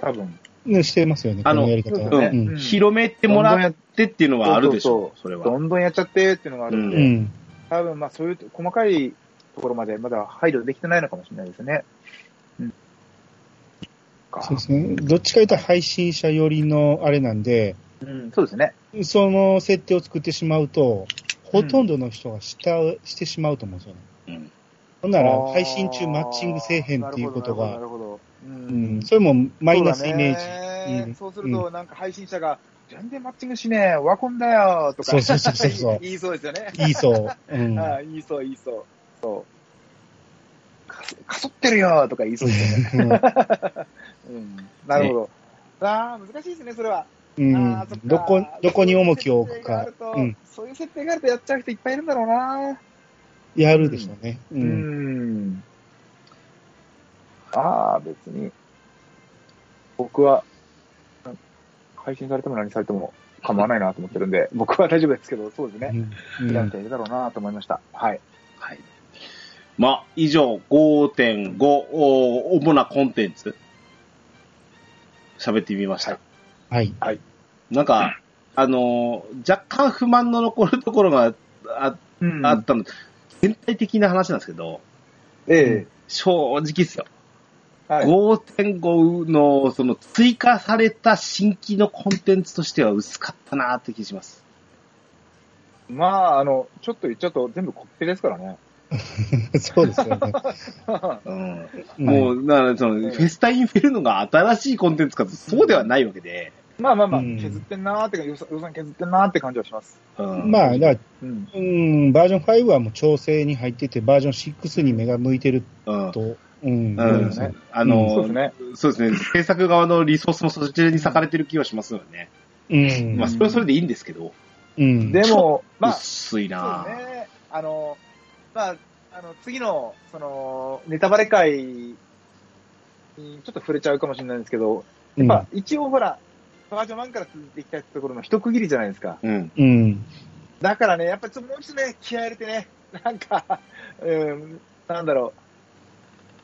Speaker 3: 多分。
Speaker 2: ねしてますよね、こ
Speaker 1: あの
Speaker 2: のやり方
Speaker 3: そう
Speaker 2: は。
Speaker 3: ですね
Speaker 1: うん
Speaker 3: うん
Speaker 1: 広めてもらってっていうのはあるでしょ、それは
Speaker 3: ど。んどんやっちゃってっていうのがあるんで、
Speaker 2: うんうん
Speaker 3: 多分まあそういう細かいところまでまだ配慮できてないのかもしれないですね。うん。か
Speaker 2: そうですね。どっちかいうと配信者寄りのあれなんで、
Speaker 3: うん、そうですね。
Speaker 2: その設定を作ってしまうと、ほとんどの人がした、してしまうと思うんですよね。
Speaker 1: うん
Speaker 2: ほんな
Speaker 3: あ
Speaker 2: ら
Speaker 3: ー
Speaker 2: 配信中マッチングせえへんっていうこと
Speaker 3: な
Speaker 2: が、
Speaker 3: るほど。なるほどなるほど
Speaker 2: う
Speaker 3: うん
Speaker 2: ん、それもマイナスイメージ。
Speaker 3: そうだ
Speaker 2: う
Speaker 3: ね
Speaker 2: ん
Speaker 3: そうすると、なんか配信者が、全然マッチングしねえ、ワコンだよとか。
Speaker 2: そうそうそうそう
Speaker 3: 言いそうですよね。
Speaker 2: いいそう。うん。
Speaker 3: ああ言いそう、言いそう。そう。かかそってるよとか言いそうですよね。うん。なるほど。ああ、難しいですね、それは。
Speaker 2: うん
Speaker 3: ああそっか
Speaker 2: どこ、どこに重きを置くか。うん。
Speaker 3: そういう設定があると、そういう設定があるとやっちゃう人いっぱいいるんだろうな。
Speaker 2: やるでしょうね。う。
Speaker 3: うんん。ああ、別に。僕は、うん配信されても何されても構わないなと思ってるんで、僕は大丈夫ですけど、そうです
Speaker 2: う
Speaker 3: ね。
Speaker 2: ん
Speaker 3: やっているだろうなと思いました。はい。
Speaker 1: はい。まあ、以上、5.5、お主なコンテンツ、喋ってみました。
Speaker 2: はい。
Speaker 1: なんか、あのー若干不満の残るところがあ
Speaker 3: うん
Speaker 1: あったの、全体的な話なんですけど、
Speaker 3: え
Speaker 1: 正直ですよ。
Speaker 3: え。はい。
Speaker 1: 5.5の、その、追加された新規のコンテンツとしては薄かったなーって気します。
Speaker 3: まあ、あの、ちょっと言っちゃうと全部コッペですからね。
Speaker 2: そうですよね。
Speaker 1: うん。
Speaker 2: うん
Speaker 1: もう、だから、その、
Speaker 3: うん
Speaker 1: フェスタインフェルノが新しいコンテンツかと、そうではないわけで、
Speaker 3: まあまあまあ、
Speaker 2: うん
Speaker 3: 削ってんなーってか、予算予算削ってんなーって感じはします。
Speaker 1: うん。
Speaker 2: まあ、だか
Speaker 3: うん。
Speaker 2: らうん、バージョン5はもう調整に入ってて、バージョン6に目が向いてる
Speaker 1: うん。
Speaker 2: と、うん、
Speaker 1: う
Speaker 2: 思い
Speaker 1: ん
Speaker 2: ますね。
Speaker 1: あ
Speaker 3: そう
Speaker 1: の
Speaker 3: です、ね。
Speaker 1: そうですね、制作側のリソースもそちらに割かれてる気はしますよね。
Speaker 2: うん。
Speaker 1: まあ、それはそれでいいんですけど、
Speaker 2: うん。
Speaker 3: でも、まあ、
Speaker 1: 薄いな
Speaker 3: そう
Speaker 1: ぁ。
Speaker 3: ね。あの、まあ、あの、次の、その、ネタバレ会にちょっと触れちゃうかもしれないんですけど、
Speaker 2: うん、
Speaker 3: まあ、一応ほら、バージョン1から続いていきたいところの一区切りじゃないですか。
Speaker 1: うん。
Speaker 2: うん。
Speaker 3: だからね、やっぱちょっともう一度ね、気合い入れてね、なんか、うん、なんだろう、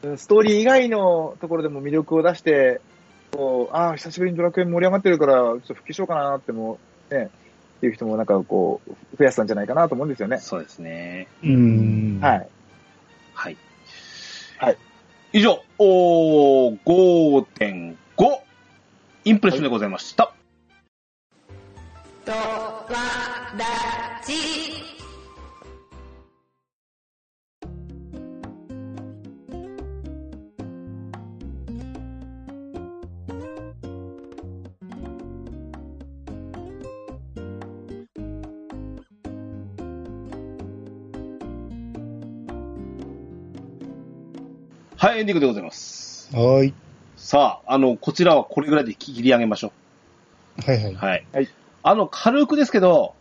Speaker 3: うんストーリー以外のところでも魅力を出して、こう、ああ、久しぶりにドラクエ盛り上がってるから、ちょっと復帰しようかなっても、ね、っていう人もなんかこう、増やしたんじゃないかなと思うんですよね。
Speaker 1: そうですね。
Speaker 2: うん。
Speaker 3: はい。
Speaker 1: はい。
Speaker 3: はい。
Speaker 1: 以上、おー5.5インプレッションでございました。
Speaker 5: とわらじ
Speaker 1: はい、エンディングでございます。
Speaker 2: はい。
Speaker 1: さあ、あの、こちらはこれぐらいで切り上げましょ。。
Speaker 2: はいはいう
Speaker 1: はい。
Speaker 3: はい
Speaker 1: あの、軽くですけど、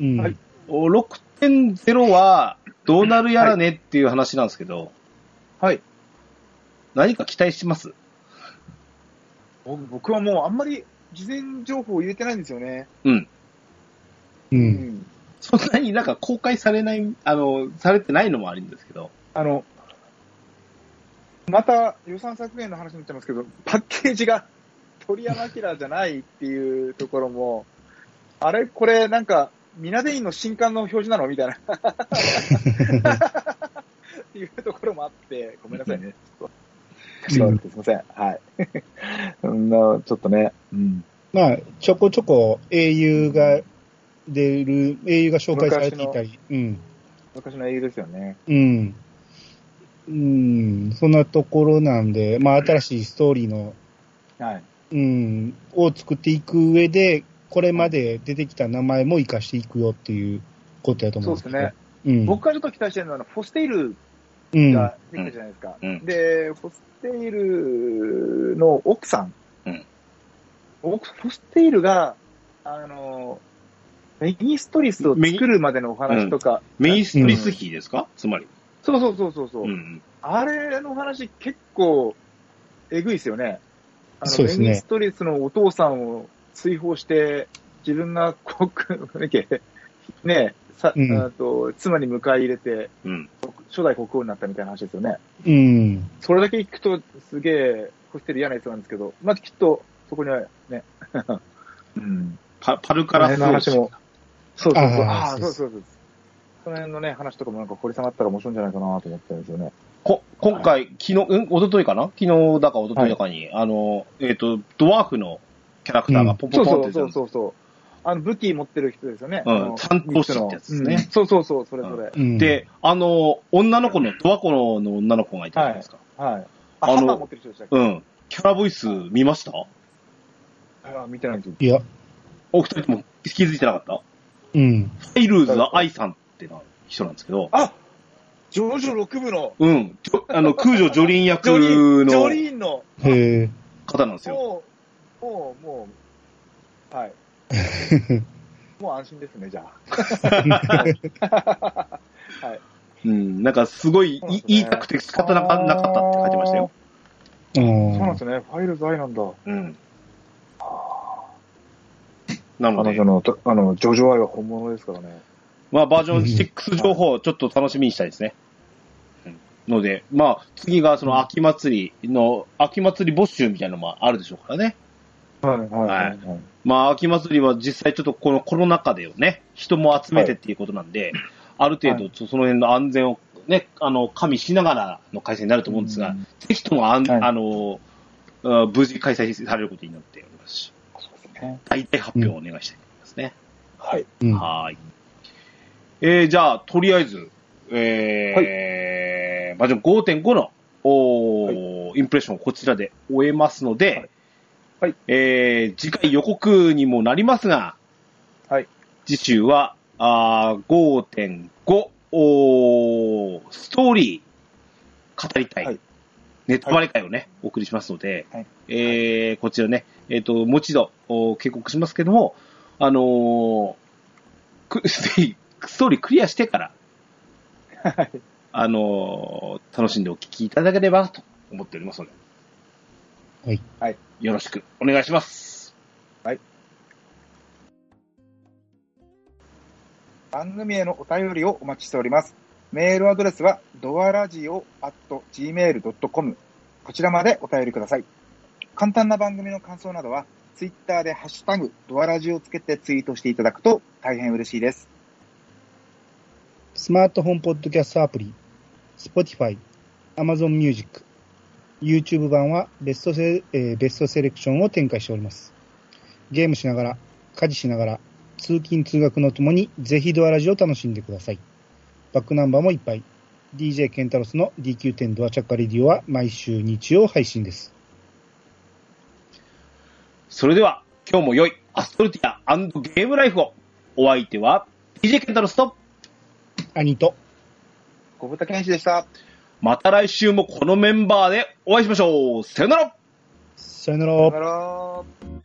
Speaker 2: うん。
Speaker 3: はい
Speaker 1: お6.0はどうなるやらねっていう話なんですけど、
Speaker 3: はい。
Speaker 1: 何か期待します
Speaker 3: 僕はもうあんまり事前情報を入れてないんですよね。
Speaker 1: うん。
Speaker 2: う。
Speaker 3: うんん。
Speaker 1: そんなになんか公開されない、あの、されてないのもあるんですけど。
Speaker 3: あの、また予算削減の話になっちゃいますけど、パッケージが 鳥山明じゃないっていうところも、あれこれなんか、ミナデインの新刊の表示なのみたいな。っていうところもあって、ごめんなさいね。ちょっと違うってすいません。はい。 そんな、ちょっとね。うん。
Speaker 2: まあ、ちょこちょこ英雄が出る、英雄が紹介されていたり、うん。
Speaker 3: 昔の英雄ですよね。
Speaker 2: うん。うん。そんなところなんで、まあ、新しいストーリーの
Speaker 3: はい。
Speaker 2: うん、を作っていく上で、これまで出てきた名前も生かしていくよっていうことやと思
Speaker 3: そううんで
Speaker 2: です
Speaker 3: す
Speaker 2: けど
Speaker 3: ね。。
Speaker 2: うん、
Speaker 3: 僕がちょっと期待してるのは、あのフォステイル
Speaker 2: うん、
Speaker 3: ができたじゃないですか。
Speaker 1: うんうん
Speaker 3: で、フォステイルの奥さん。
Speaker 1: うん
Speaker 3: 奥フォステイルが、あの、メギストリスを作るまでのお話とか、
Speaker 1: メインストリス比ですか、つまり。
Speaker 3: そうそうそうそうそう、
Speaker 1: うん。
Speaker 3: あれの話結構、えぐいですよね。あの
Speaker 2: そうですね
Speaker 3: メギストリスのお父さんを追放して、自分が国、だっけねさ、
Speaker 2: うん
Speaker 3: あと妻に迎え入れて、
Speaker 1: うん。
Speaker 3: 初代国王になったみたいな話ですよね。
Speaker 2: うん。
Speaker 3: それだけ聞くと、すげえ、ホステル嫌なやつなんですけど、まあ、きっと、そこにはね、 うん。
Speaker 1: パパル
Speaker 3: こ
Speaker 1: カラ
Speaker 3: の
Speaker 1: ス
Speaker 3: 辺の話も、そうそうそう、
Speaker 2: あー
Speaker 3: ああー、そうそうそう。その辺のね、話とかもなんか掘り下がったら面白いんじゃないかなと思ったんですよね。
Speaker 1: こ今回、昨日、うん、一昨日かな昨日だか一昨日だかに、あの、えっ、と、ドワーフのキャラクターがポンポ
Speaker 3: そ
Speaker 1: ン
Speaker 3: う
Speaker 1: ポン
Speaker 3: そ
Speaker 1: って
Speaker 3: うそうそうそう。あの、武器持ってる人ですよね。
Speaker 1: うん
Speaker 3: あの
Speaker 1: 三光子ってやつですね
Speaker 3: うんそうそうそう、それそれ。
Speaker 2: うん、
Speaker 1: で、あの、女の子の、ドアコの女の子がいたじゃないですか。
Speaker 3: はい。あ、
Speaker 1: あの
Speaker 3: ハンマー持ってる人でしたっけ
Speaker 1: うん。キャラボイス見ました
Speaker 3: あー見てないんですよ。
Speaker 2: いや、
Speaker 1: お二人とも気づいてなかった
Speaker 2: うん。
Speaker 1: ファイルーズの愛さんってな人なんですけど、
Speaker 3: あジョジョ6部の、
Speaker 1: うん。ちょあ の、空女ジョリン役
Speaker 3: ジョリーン、ジョ
Speaker 1: の
Speaker 3: リーンの、
Speaker 2: へえ。
Speaker 1: 方なんですよ。
Speaker 3: もう、もう、もう、 はい。もう安心ですね、じゃあ。はい。
Speaker 1: うん。なんかすごい
Speaker 3: そうなん
Speaker 1: い
Speaker 3: ですね
Speaker 1: 言いたくて仕方なかなかったって書いてましたよ。
Speaker 2: う
Speaker 3: そうなん
Speaker 2: ん
Speaker 3: ですね。ファイルズ愛なんだ。
Speaker 1: うん。なの
Speaker 3: 彼
Speaker 1: で
Speaker 3: 女、の、あの、ジョジョ愛は本物ですからね。
Speaker 1: まあバージョン6情報をちょっと楽しみにしたいですね。うんので、まあ次がその秋祭りの、秋祭り募集みたいなのもあるでしょうからね。
Speaker 3: はい、はい、
Speaker 1: はいまあ、秋祭りは実際ちょっとこのコロナ禍でよね、人も集めてっていうことなんで、ある程
Speaker 3: は
Speaker 1: 度ちょその辺の安全をね、あの、加味しながらの開催になると思うんですが、
Speaker 3: うん
Speaker 1: ぜひともあん、
Speaker 3: はい
Speaker 1: あの、あ無事開催されることになっておりますし、
Speaker 3: そうですね。
Speaker 1: 大体発表をお願いしたいと思いますね。
Speaker 3: はい。
Speaker 2: うん。
Speaker 1: はーい。えー、じゃあ、とりあえず、えー、バージョン5.5の、おーインプレッションをこちらで終えますので、
Speaker 3: はいはい
Speaker 1: えー、次回予告にもなりますが、
Speaker 3: はい。
Speaker 1: 次週は、あー5.5、おーストーリー、語りたい。
Speaker 3: はい
Speaker 1: ネタバレ会をね、お送りしますので、
Speaker 3: はい
Speaker 1: えー、こちらね、えっ、と、もう一度、お警告しますけども、あのー、く ストーリーストーリークリアしてから、
Speaker 3: はい。
Speaker 1: あのー楽しんでお聞きいただければと思っておりますので。
Speaker 2: はい。
Speaker 3: はい。
Speaker 1: よろしくお願いします。
Speaker 3: 番組へのお便りをお待ちしております。メールアドレスは、ドアラジオ at gmail.com。こちらまでお便りください。簡単な番組の感想などは、ツイッターでハッシュタグ、ドアラジをつけてツイートしていただくと大変嬉しいです。
Speaker 2: スマートフォンポッドキャストアプリ、Spotify、Amazon Music、YouTube 版はベストセ、えーベストセレクションを展開しております。ゲームしながら、家事しながら、通勤通学のともに、ぜひドアラジを楽しんでください。バックナンバーもいっぱい。DJ ケンタロスの DQ10 ドアチャッカレディオは毎週日曜配信です。
Speaker 1: それでは、今日も良いアストルティアゲームライフを。お相手は、DJ ケンタロスと、
Speaker 2: 兄と、
Speaker 3: 小豚健志でした。
Speaker 1: また来週もこのメンバーでお会いしましょう。さよなら
Speaker 2: さよな
Speaker 3: さ
Speaker 2: ら
Speaker 3: よな。ら。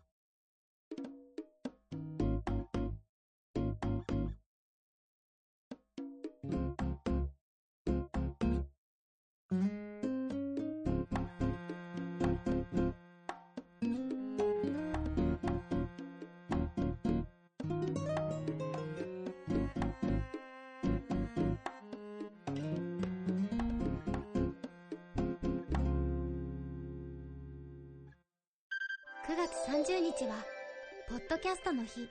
Speaker 5: 9月30日はポッドキャストの日